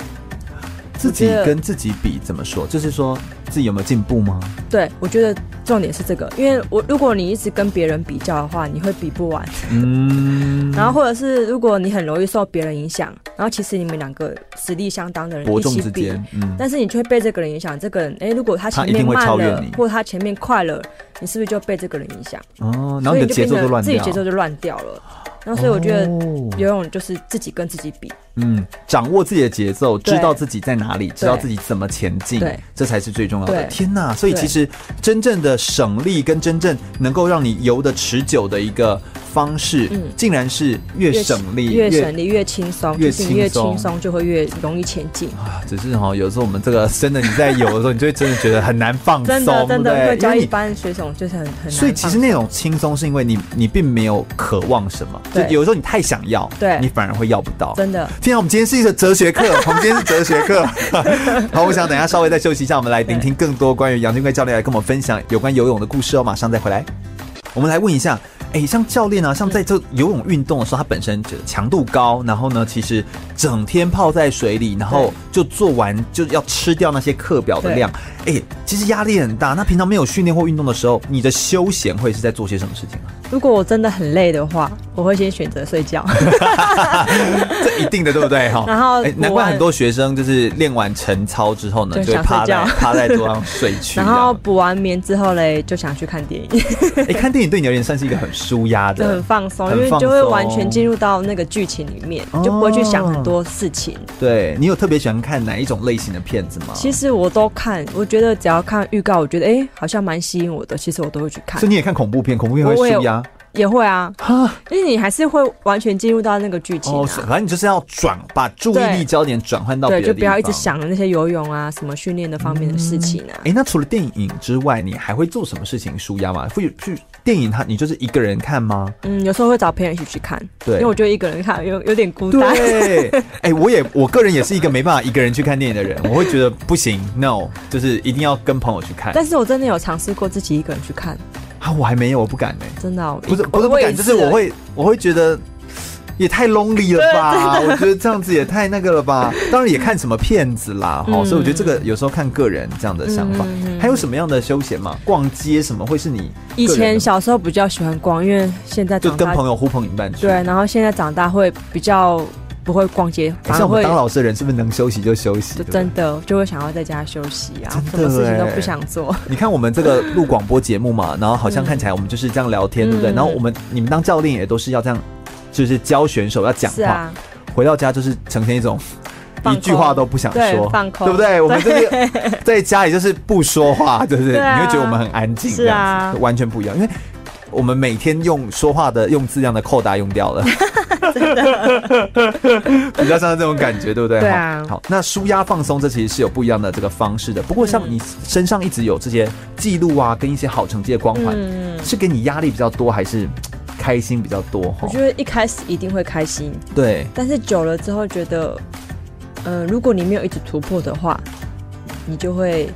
Speaker 2: 自己
Speaker 3: 我觉得
Speaker 2: 跟自己比怎么说？就是说自己有没有进步吗？
Speaker 3: 对我觉得重点是这个，因为我如果你一直跟别人比较的话，你会比不完。
Speaker 2: 嗯，
Speaker 3: 然后或者是如果你很容易受别人影响，然后其实你们两个实力相当的人
Speaker 2: 伯
Speaker 3: 一
Speaker 2: 仲
Speaker 3: 起
Speaker 2: 之
Speaker 3: 比，
Speaker 2: 间，嗯，
Speaker 3: 但是你却被这个人影响，这个人哎，如果他前
Speaker 2: 他一定
Speaker 3: 面
Speaker 2: 会
Speaker 3: 慢
Speaker 2: 超越
Speaker 3: 了
Speaker 2: 你，
Speaker 3: 或他前面快了，你是不是就被这个人影响？
Speaker 2: 哦，然
Speaker 3: 所
Speaker 2: 后
Speaker 3: 以
Speaker 2: 你的
Speaker 3: 就
Speaker 2: 节
Speaker 3: 变
Speaker 2: 奏就
Speaker 3: 成
Speaker 2: 乱
Speaker 3: 自己
Speaker 2: 掉，
Speaker 3: 节奏就乱掉了。然后所以我觉得
Speaker 2: 哦
Speaker 3: 游泳就是自己跟自己比，
Speaker 2: 嗯，掌握自己的节奏，
Speaker 3: 对
Speaker 2: 知道自己在哪里，知道自己怎么前进
Speaker 3: 对，
Speaker 2: 这才是最重要的。
Speaker 3: 对
Speaker 2: 天呐！所以
Speaker 3: 对
Speaker 2: 其实真正的省力跟真正能够让你游得持久的一个方式，
Speaker 3: 嗯
Speaker 2: 竟然是越省力
Speaker 3: 越省力越轻松，
Speaker 2: 越
Speaker 3: 就是你越
Speaker 2: 轻松
Speaker 3: 轻松就会越容易前进。
Speaker 2: 啊只是哈、有时候我们这个真的你在游的时候，你就会真的觉得很难放松，
Speaker 3: 真的真
Speaker 2: 对不
Speaker 3: 的
Speaker 2: 对
Speaker 3: 会教
Speaker 2: 因为
Speaker 3: 一
Speaker 2: 你
Speaker 3: 般水手就是很很难放松。
Speaker 2: 所以其实那种轻松是因为你你并没有渴望什么，就
Speaker 3: 对
Speaker 2: 有时候你太想要，
Speaker 3: 对
Speaker 2: 你反而会要不到。
Speaker 3: 真的
Speaker 2: 天啊，我们今天是一个哲学课，我们今天是哲学课。 <laughs> 好，我想等一下稍微再休息一下，我们来聆听更多关于杨俊贵教练来跟我们分享有关游泳的故事哦。马上再回来，我们来问一下。哎，像教练啊，像在这游泳运动的时候，他本身就强度高，然后呢，其实整天泡在水里，然后就做完就要吃掉那些课表的量，哎，其实压力很大。那平常没有训练或运动的时候，你的休闲会是在做些什么事情啊？
Speaker 3: 如果我真的很累的话，我会先选择睡觉。
Speaker 2: <laughs> 这一定的，对不对？哈，
Speaker 3: 然后
Speaker 2: 哎难
Speaker 3: 补
Speaker 2: 怪
Speaker 3: 完
Speaker 2: 很多学生就是练完晨操之后呢，
Speaker 3: 就
Speaker 2: 就会
Speaker 3: 想
Speaker 2: 趴
Speaker 3: 睡
Speaker 2: 在
Speaker 3: 觉
Speaker 2: 趴在桌上睡
Speaker 3: <laughs>
Speaker 2: 去。
Speaker 3: 然后补完眠之后嘞，就想去看电影，
Speaker 2: 这样，哎，看电影对你而言算是一个很舒压
Speaker 3: 就
Speaker 2: 的
Speaker 3: 很，放松，
Speaker 2: 很
Speaker 3: 因为
Speaker 2: 放
Speaker 3: 就会完全
Speaker 2: 松
Speaker 3: 进入到那个剧情里面
Speaker 2: 哦，
Speaker 3: 就不会去想很多事情。
Speaker 2: 对你有特别喜欢看哪一种类型的片子吗？
Speaker 3: 其实我都看，我觉得只要看预告，我觉得哎、好像蛮吸引我的，其实我都会去看
Speaker 2: 所以，你也看恐怖片，恐怖片会
Speaker 3: 啊我也
Speaker 2: 舒压
Speaker 3: 也会啊，
Speaker 2: 哈。
Speaker 3: 因为你还是会完全进入到那个剧情
Speaker 2: 哦，
Speaker 3: 啊。
Speaker 2: 反正你就是要转，把注意力
Speaker 3: 对
Speaker 2: 焦点转换到别
Speaker 3: 对，
Speaker 2: 的
Speaker 3: 就不要一直
Speaker 2: 地方。
Speaker 3: 想那些游泳啊、什么训练的方面的事情啊。
Speaker 2: 哎，那除了电影之外，你还会做什么事情舒压吗？会去电影它，你就是一个人看吗？
Speaker 3: 嗯，有时候会找朋友一起去看，
Speaker 2: 对
Speaker 3: 因为我觉得一个人看有有点孤单。
Speaker 2: 对，
Speaker 3: <laughs>
Speaker 2: 哎、我也我个人也是一个没办法一个人去看电影的人，我会觉得不行，no，就是一定要跟朋友去看。
Speaker 3: 但是我真的有尝试过自己一个人去看，
Speaker 2: 啊，我还没有，我不敢呢、
Speaker 3: 真的啊、我
Speaker 2: 不是不是不
Speaker 3: 我啊有
Speaker 2: 敢，
Speaker 3: 一
Speaker 2: 就是
Speaker 3: 次
Speaker 2: 我
Speaker 3: 而已
Speaker 2: 会我会觉得也太 lonely 了吧？我觉得这样子也太那个了吧？当然也看什么片子啦，哈、
Speaker 3: 嗯
Speaker 2: 所以我觉得这个有时候看个人这样的想法。
Speaker 3: 嗯嗯嗯
Speaker 2: 还有什么样的休闲吗？逛街什么会是你
Speaker 3: 以
Speaker 2: 个人
Speaker 3: 前
Speaker 2: 的
Speaker 3: 小时候比较喜欢逛，因为现在
Speaker 2: 就
Speaker 3: 长
Speaker 2: 跟
Speaker 3: 大
Speaker 2: 朋友呼朋引伴去？
Speaker 3: 对，然后现在长大会比较不会逛街，
Speaker 2: 哎。
Speaker 3: 反而
Speaker 2: 像我
Speaker 3: 会
Speaker 2: 们当老师的人，是不是能休息就休息？
Speaker 3: 就
Speaker 2: 对不对
Speaker 3: 真的就会想要在家休息啊，什
Speaker 2: 真的
Speaker 3: 么事情都
Speaker 2: 欸
Speaker 3: 不想做。
Speaker 2: 你看我们这个录广播节目嘛，然后好像看起来我们就是这样聊天，对不对？
Speaker 3: 嗯
Speaker 2: 然后我们你们当教练也都是要这样，就是教选手要讲
Speaker 3: 是
Speaker 2: 话，
Speaker 3: 啊，
Speaker 2: 回到家就是呈现一种。
Speaker 3: 放
Speaker 2: 一
Speaker 3: 空
Speaker 2: 句话都不想说，
Speaker 3: 对放空
Speaker 2: 对不
Speaker 3: <laughs>
Speaker 2: 对？我们这个在家里就是不说话，就是、
Speaker 3: 对啊
Speaker 2: 你会觉得我们很安静，
Speaker 3: 是啊
Speaker 2: 这样子完全不一样。因为我们每天用说话的用字量的扣打用掉
Speaker 3: <laughs>
Speaker 2: 了， <laughs> 比较像这种感觉，对不对？
Speaker 3: 对啊
Speaker 2: 好，好那舒压放松这其实是有不一样的这个方式的。不过
Speaker 3: 嗯
Speaker 2: 像你身上一直有这些记录啊，跟一些好成绩的光环，
Speaker 3: 嗯，
Speaker 2: 是给你压力比较多，还是开心比较多？哈
Speaker 3: 我觉，得一开始一定会开心，
Speaker 2: 对，
Speaker 3: 但是久了之后觉得，呃，如果你没有一直突破的话，你就会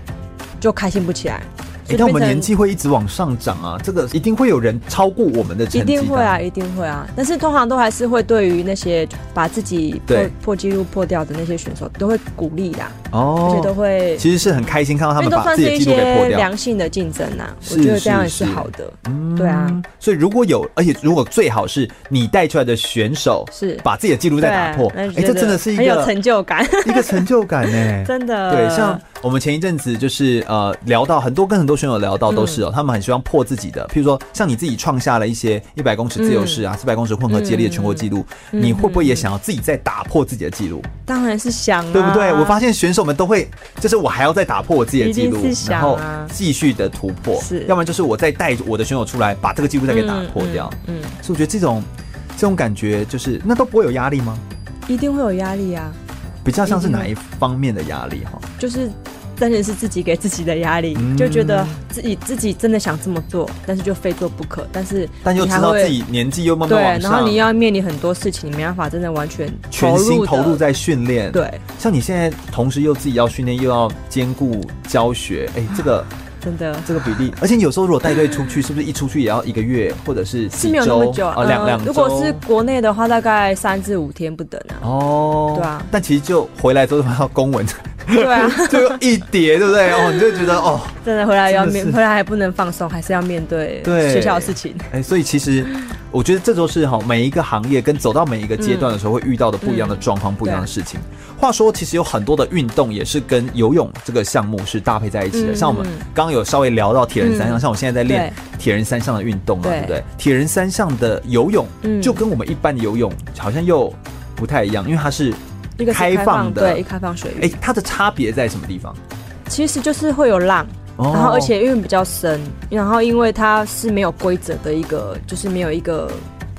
Speaker 3: 就开心不起来。
Speaker 2: 欸
Speaker 3: 就
Speaker 2: 但我
Speaker 3: 变
Speaker 2: 们
Speaker 3: 成
Speaker 2: 年纪会一直往上涨啊，这个一定会有人超过我们的成绩
Speaker 3: 一
Speaker 2: 的。
Speaker 3: 定会啊，一定会啊。但是通常都还是会对于那些把自己破
Speaker 2: 对
Speaker 3: 破纪录破掉的那些选手，都会鼓励啦，而且都
Speaker 2: 哦。
Speaker 3: 会，
Speaker 2: 其实是很开心看到他
Speaker 3: 因为
Speaker 2: 们
Speaker 3: 都
Speaker 2: 把
Speaker 3: 算
Speaker 2: 自己的
Speaker 3: 是一
Speaker 2: 记录给破
Speaker 3: 些
Speaker 2: 掉。
Speaker 3: 良性的竞争呐。
Speaker 2: 是
Speaker 3: 我觉得这样也
Speaker 2: 是嗯是
Speaker 3: 是好的，对啊，
Speaker 2: 所以如果有，而且如果最好是你带出来的选手
Speaker 3: 是
Speaker 2: 把自己的记录再打破，
Speaker 3: 对那
Speaker 2: 哎、
Speaker 3: 就觉
Speaker 2: 这
Speaker 3: 得
Speaker 2: 真的是一
Speaker 3: 很有
Speaker 2: 个
Speaker 3: 成就感， <laughs>
Speaker 2: <laughs> 一个成就感呢、
Speaker 3: 真的。
Speaker 2: 对，像我们前一阵子就是呃聊到很多跟很多选手聊到都
Speaker 3: 嗯
Speaker 2: 是哦，他们很希望破自己的，譬如说像你自己创下了一些一百公尺自由式
Speaker 3: 嗯
Speaker 2: 啊、四百公尺混合接力的全国纪录，你会不会也想要自己再打破自己的记录？
Speaker 3: 当然是想啊，
Speaker 2: 对不对？我发现选手们都会，就是我还要再打破我自己的记录
Speaker 3: 一定是，想
Speaker 2: 然
Speaker 3: 啊
Speaker 2: 后继续的突破，
Speaker 3: 是
Speaker 2: 要不然就是我再带我的选手出来，把这个记录再给打破掉。
Speaker 3: 嗯，嗯嗯
Speaker 2: 所以我觉得这种这种感觉就是，那都不会有压力吗？
Speaker 3: 一定会有压力啊，
Speaker 2: 比较像是哪一方面的压力哈？
Speaker 3: 就是。真的是自己给自己的压力，
Speaker 2: 嗯
Speaker 3: 就觉得自己自己真的想这么做，但是就非做不可。但是
Speaker 2: 但又
Speaker 3: 你
Speaker 2: 知
Speaker 3: 还
Speaker 2: 道
Speaker 3: 会
Speaker 2: 自己年纪又慢慢
Speaker 3: 对
Speaker 2: 往，
Speaker 3: 然后
Speaker 2: 上
Speaker 3: 你，要面临很多事情，你没办法真的完全
Speaker 2: 全心
Speaker 3: 的
Speaker 2: 投入在训练。，
Speaker 3: 对，
Speaker 2: 像你现在同时又自己要训练，又要兼顾教学，哎，这个
Speaker 3: 真的
Speaker 2: 这个比例，而且你有时候如果带队出去，是不是一出去也要一个月或者是
Speaker 3: 是
Speaker 2: 几
Speaker 3: 没有那
Speaker 2: 周
Speaker 3: 么久
Speaker 2: 啊？两
Speaker 3: 嗯
Speaker 2: 两周。
Speaker 3: 如果是国内的话，大概三至五天不等
Speaker 2: <laughs>
Speaker 3: 啊。
Speaker 2: 哦，
Speaker 3: 对啊
Speaker 2: 但其实就回来之后就看到公文， <laughs>
Speaker 3: 对啊，
Speaker 2: 就一叠，对不对？哦，你就觉得哦，
Speaker 3: 真的回来要
Speaker 2: 真的
Speaker 3: 面，
Speaker 2: 是
Speaker 3: 回来还不能放松，还是要面对
Speaker 2: 对
Speaker 3: 学校的事情。
Speaker 2: 哎，所以其实我觉得这就是哈，每一个行业跟走到每一个阶段的时候会遇到的不一样
Speaker 3: 嗯
Speaker 2: 的状况、不一样的事情。话说，其实有很多的运动也是跟游泳这个项目是搭配在一起的，
Speaker 3: 嗯
Speaker 2: 像我们刚刚有稍微聊到铁人三项，像我现在在练铁人三项的运动啊，
Speaker 3: 对
Speaker 2: 对不对？铁人三项的游泳
Speaker 3: 嗯
Speaker 2: 就跟我们一般的游泳好像又不太一样，因为它是
Speaker 3: 一个是
Speaker 2: 开放的，
Speaker 3: 对，一开放水域，
Speaker 2: 哎，它的差别在什么地方？
Speaker 3: 其实就是会有浪，
Speaker 2: 哦
Speaker 3: 然后而且因为比较深，然后因为它是没有规则的一个，就是没有一个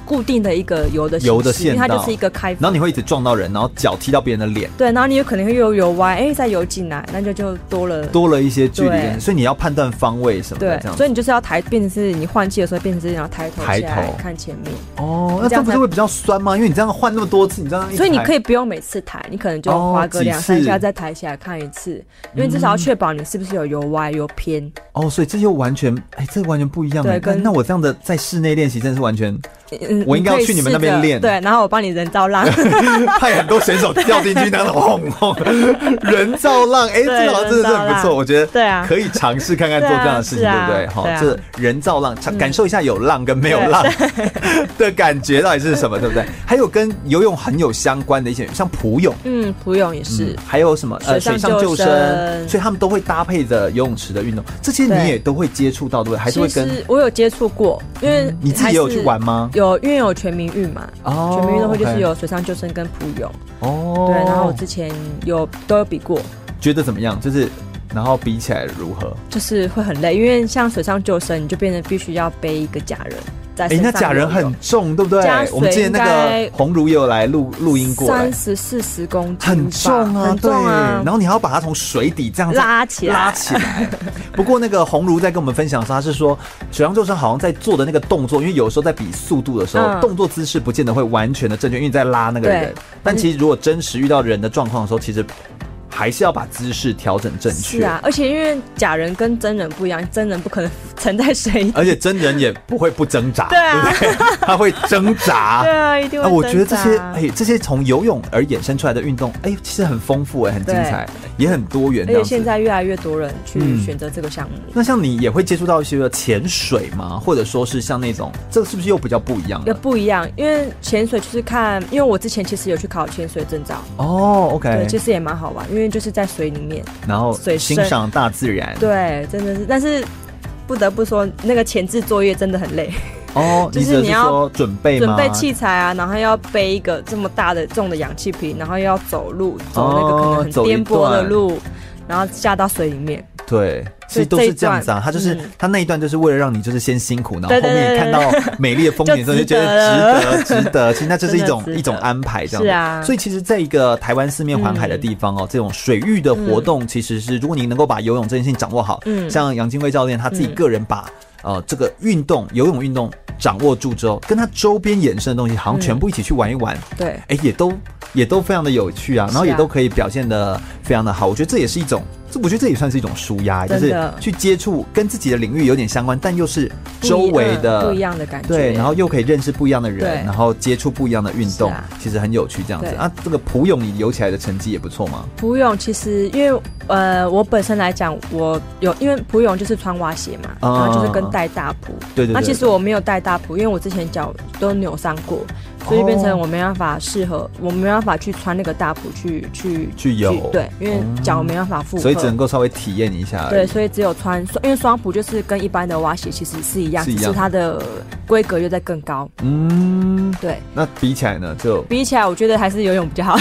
Speaker 3: 固定的一个游的形式
Speaker 2: 游的
Speaker 3: 因
Speaker 2: 线
Speaker 3: 为
Speaker 2: 道，
Speaker 3: 它就是一个开
Speaker 2: 然后
Speaker 3: 放。
Speaker 2: 你会一直撞到人，然后脚踢到别人的脸，
Speaker 3: 对，然后你有可能会又游歪，哎，再游进来，那就就多了。
Speaker 2: 多了一些距离
Speaker 3: 对
Speaker 2: 感，所以你要判断方位什么的
Speaker 3: 对
Speaker 2: 这，样子。
Speaker 3: 所以你就是要抬，变成是你换气的时候，变成是你要抬头
Speaker 2: 抬
Speaker 3: 起来
Speaker 2: 头
Speaker 3: 看前面。
Speaker 2: 哦，那
Speaker 3: 你
Speaker 2: 这
Speaker 3: 这
Speaker 2: 样
Speaker 3: 样
Speaker 2: 不
Speaker 3: 才
Speaker 2: 是会比较酸吗？因为你这样换那么多次，你这样一直
Speaker 3: 所以你
Speaker 2: 抬
Speaker 3: 可以不用每次抬，你可能就
Speaker 2: 哦
Speaker 3: 花个两
Speaker 2: 几次
Speaker 3: 三下再抬起来看一次，因为至少要确保你是不是
Speaker 2: 嗯
Speaker 3: 有游歪、游偏。
Speaker 2: 哦，所以这就完全哎，这完全不一样哎。
Speaker 3: 对
Speaker 2: 那
Speaker 3: 跟
Speaker 2: 那我这样的在室内练习真的是完全
Speaker 3: 嗯
Speaker 2: 我应该要
Speaker 3: 可以
Speaker 2: 去你们那
Speaker 3: 试
Speaker 2: 边
Speaker 3: 着
Speaker 2: 练
Speaker 3: 对，然后我帮你人
Speaker 2: <laughs>
Speaker 3: 造浪。
Speaker 2: 派很多选手掉进去，那样轰轰
Speaker 3: <laughs>
Speaker 2: 人造浪，哎，这
Speaker 3: 对
Speaker 2: 个好像真的是很不
Speaker 3: 人造
Speaker 2: 错，
Speaker 3: 浪
Speaker 2: 我觉得
Speaker 3: 对啊
Speaker 2: 可以尝试看看做
Speaker 3: 对啊
Speaker 2: 这样的事情，
Speaker 3: 是
Speaker 2: 对
Speaker 3: 啊
Speaker 2: 不对？好
Speaker 3: 对，啊嗯
Speaker 2: 这人造浪，尝感受一下有浪跟没有浪 <laughs> 的感觉到底是什么，对不对？还有跟游泳很有相关的一些，像普泳。
Speaker 3: 嗯，普泳也是。
Speaker 2: 嗯还有什么呃水
Speaker 3: 水
Speaker 2: 上
Speaker 3: 上
Speaker 2: 救
Speaker 3: 救
Speaker 2: 生，
Speaker 3: 生
Speaker 2: 所以他们都会搭配着游泳池的运动，这些你
Speaker 3: 对
Speaker 2: 也都会接触到，对不对？还是会
Speaker 3: 其
Speaker 2: 跟
Speaker 3: 实我有接触过，因为
Speaker 2: 你自己
Speaker 3: 还
Speaker 2: 也有
Speaker 3: 是
Speaker 2: 去玩吗
Speaker 3: 有，因为有全民运嘛，
Speaker 2: 哦
Speaker 3: 全民运动会就是
Speaker 2: OK
Speaker 3: 有水上救生跟普泳，
Speaker 2: 哦
Speaker 3: 对，然后我之前有都有比过，
Speaker 2: 觉得怎么样？就是然后比起来如何？
Speaker 3: 就是会很累，因为像水上救生，你就变得必须要背一个假人在
Speaker 2: 哎
Speaker 3: 身，上
Speaker 2: 那
Speaker 3: 游泳，
Speaker 2: 假人很重，对不对
Speaker 3: 加？水
Speaker 2: 我们之前那
Speaker 3: 应
Speaker 2: 个
Speaker 3: 该
Speaker 2: 红如也有来录录音过，哎
Speaker 3: 三十四十公斤吧，
Speaker 2: 很重啊，
Speaker 3: 很重啊
Speaker 2: 对，然，后你还要把它从水底这样子
Speaker 3: 拉起来
Speaker 2: 拉起来。不过那个红如在跟我们分享的时候，他是说水上救生好像在做的那个动作，因为有时候在比速度的时候，
Speaker 3: 嗯
Speaker 2: 动作姿势不见得会完全的正确，因为你在拉那个人
Speaker 3: 对。
Speaker 2: 但其实如果真实遇到人的状况的时候，其实还是要把姿势调整正确。
Speaker 3: 是啊，而且因为假人跟真人不一样，真人不可能 <laughs> 沉在水里，
Speaker 2: 而且真人也不会不挣扎，
Speaker 3: 对啊
Speaker 2: 对不对？他会挣扎。
Speaker 3: <laughs> 对啊，一定会
Speaker 2: 啊，
Speaker 3: 挣扎。
Speaker 2: 我觉得这些哎，这些从游泳而衍生出来的运动，哎，其实很丰富哎，很精彩，也很多元。这
Speaker 3: 而且
Speaker 2: 样
Speaker 3: 现
Speaker 2: 子。
Speaker 3: 在越来越多人去
Speaker 2: 嗯
Speaker 3: 选择这个项目。
Speaker 2: 那像你也会接触到一些潜水吗？或者说是像那种，这个是不是又比较不一样
Speaker 3: 也
Speaker 2: 了？
Speaker 3: 不一样，因为潜水就是看，因为我之前其实有去考潜水证照，
Speaker 2: 哦
Speaker 3: 对，
Speaker 2: ，OK，
Speaker 3: 其实也蛮好玩，因为就是在水里面，
Speaker 2: 然后
Speaker 3: 水
Speaker 2: 欣
Speaker 3: 深
Speaker 2: 赏大自然。，
Speaker 3: 对，真的是，但是不得不说，那个前置作业真的很累，
Speaker 2: 哦，
Speaker 3: 就是
Speaker 2: 你只
Speaker 3: 你
Speaker 2: 是
Speaker 3: 要
Speaker 2: 说准备吗？
Speaker 3: 准备器材啊，然后要背一个这么大的重的氧气瓶，然后又要走路，走那个可能
Speaker 2: 哦
Speaker 3: 很
Speaker 2: 走一
Speaker 3: 颠簸的
Speaker 2: 段
Speaker 3: 路，然后下到水里面，
Speaker 2: 对，其
Speaker 3: 所以
Speaker 2: 实都
Speaker 3: 这
Speaker 2: 是
Speaker 3: 一
Speaker 2: 这样子啊。
Speaker 3: 段
Speaker 2: 他就是
Speaker 3: 嗯
Speaker 2: 他那一段，就是为了让你就是先辛苦，然后
Speaker 3: 对
Speaker 2: 后
Speaker 3: 对
Speaker 2: 面
Speaker 3: 对
Speaker 2: 看到美丽的风景之后，就
Speaker 3: <laughs> 就
Speaker 2: 觉
Speaker 3: 值
Speaker 2: 得
Speaker 3: 得
Speaker 2: 值得，值得。其实那这是一种
Speaker 3: 真的值得
Speaker 2: 一种安排，这样子。
Speaker 3: 是嗯啊
Speaker 2: 所以其实，在一个台湾四面环海的地方哦，这种水域的活动，其实是如果你能够把游泳这件事情掌握好，
Speaker 3: 嗯
Speaker 2: 像杨金贵教练他自己
Speaker 3: 嗯
Speaker 2: 个人把呃这个运动游泳运动掌握住之后，跟他周边衍生的东西，好像
Speaker 3: 嗯
Speaker 2: 全部一起去玩一玩，
Speaker 3: 对。
Speaker 2: 哎、也都也都非常的有趣啊，然后
Speaker 3: 是啊
Speaker 2: 也都可以表现的非常的好。我觉得这也是一种，这我觉得这也算是一种舒压，就
Speaker 3: 真
Speaker 2: 是
Speaker 3: 的
Speaker 2: 去接触跟自己的领域有点相关，但又是
Speaker 3: 不一
Speaker 2: 周围
Speaker 3: 嗯
Speaker 2: 的
Speaker 3: 不一样的感觉，
Speaker 2: 对，然后又可以认识不一样的人，
Speaker 3: 对
Speaker 2: 然后接触不一样的运动，
Speaker 3: 是啊
Speaker 2: 其实很有趣这样子
Speaker 3: 对
Speaker 2: 啊。这个普泳你游起来的成绩也不错嘛，
Speaker 3: 普泳其实因为呃，我本身来讲，我有因为普泳就是穿蛙鞋嘛，
Speaker 2: 啊
Speaker 3: 然后就是跟带大蹼。
Speaker 2: 对对对
Speaker 3: 那其实我没有带大蹼，因为我之前脚都扭伤过，所以变成我没办法适合，我没办法去穿那个大蹼去去
Speaker 2: 去游
Speaker 3: 对，因为脚没办法负荷。
Speaker 2: 所以只能够稍微体验一下而已。
Speaker 3: 对，所以只有穿，因为双蹼就是跟一般的蛙鞋其实是一样，
Speaker 2: 是一样
Speaker 3: 只是它的规格又在更高。
Speaker 2: 嗯，
Speaker 3: 对，
Speaker 2: 那比起来呢，就
Speaker 3: 比起来我觉得还是游泳比
Speaker 2: <laughs>
Speaker 3: 较好，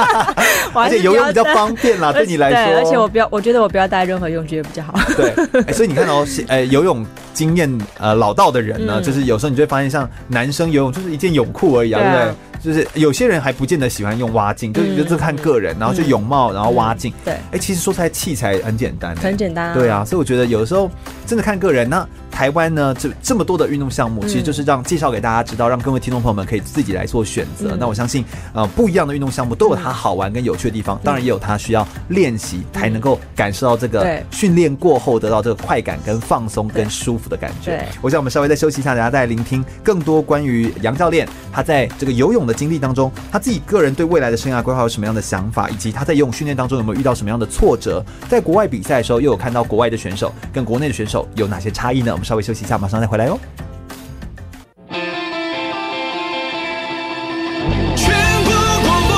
Speaker 3: 我
Speaker 2: 而
Speaker 3: 还是
Speaker 2: 且游泳比较
Speaker 3: 带
Speaker 2: 方便
Speaker 3: <laughs>
Speaker 2: 啦，对你来说，
Speaker 3: 而且我不要，我觉得我不要带任何用具也比较
Speaker 2: <laughs>
Speaker 3: 好。
Speaker 2: 对，哎所以你看哦，是呃，游泳经验呃老道的人呢，
Speaker 3: 嗯
Speaker 2: 就是有时候你就会发现，像男生游泳就是一件泳裤而已啊，对
Speaker 3: 对
Speaker 2: 不
Speaker 3: 啊
Speaker 2: 对？就是有些人还不见得喜欢用蛙镜，就是
Speaker 3: 嗯
Speaker 2: 就是看个人，然后就泳帽，然后蛙镜。
Speaker 3: 对，
Speaker 2: 哎，其实说出来器材很简单，
Speaker 3: 很简单啊。
Speaker 2: 对，啊，所以我觉得有的时候真的看个人。那台湾呢，这这么多的运动项目，
Speaker 3: 嗯
Speaker 2: 其实就是让介绍给大家知道，让各位听众朋友们可以自己来做选择。
Speaker 3: 嗯
Speaker 2: 那我相信，呃，不一样的运动项目都有它好玩跟有趣的地
Speaker 3: 嗯
Speaker 2: 方，当然也有它需要练习才能够感受到这个
Speaker 3: 对
Speaker 2: 训练过后得到这个快感、跟放松、跟舒服的感觉
Speaker 3: 对。
Speaker 2: 我想我们稍微再休息一下，大家再聆听更多关于杨教练他在这个游泳的经历当中，他自己个人对未来的生涯规划有什么样的想法，以及他在游泳训练当中有没有遇到什么样的挫折，在国外比赛的时候又有看到国外的选手跟国内的选手有哪些差异呢？我们稍微休息一下，马上再回来哦。
Speaker 6: 全国广播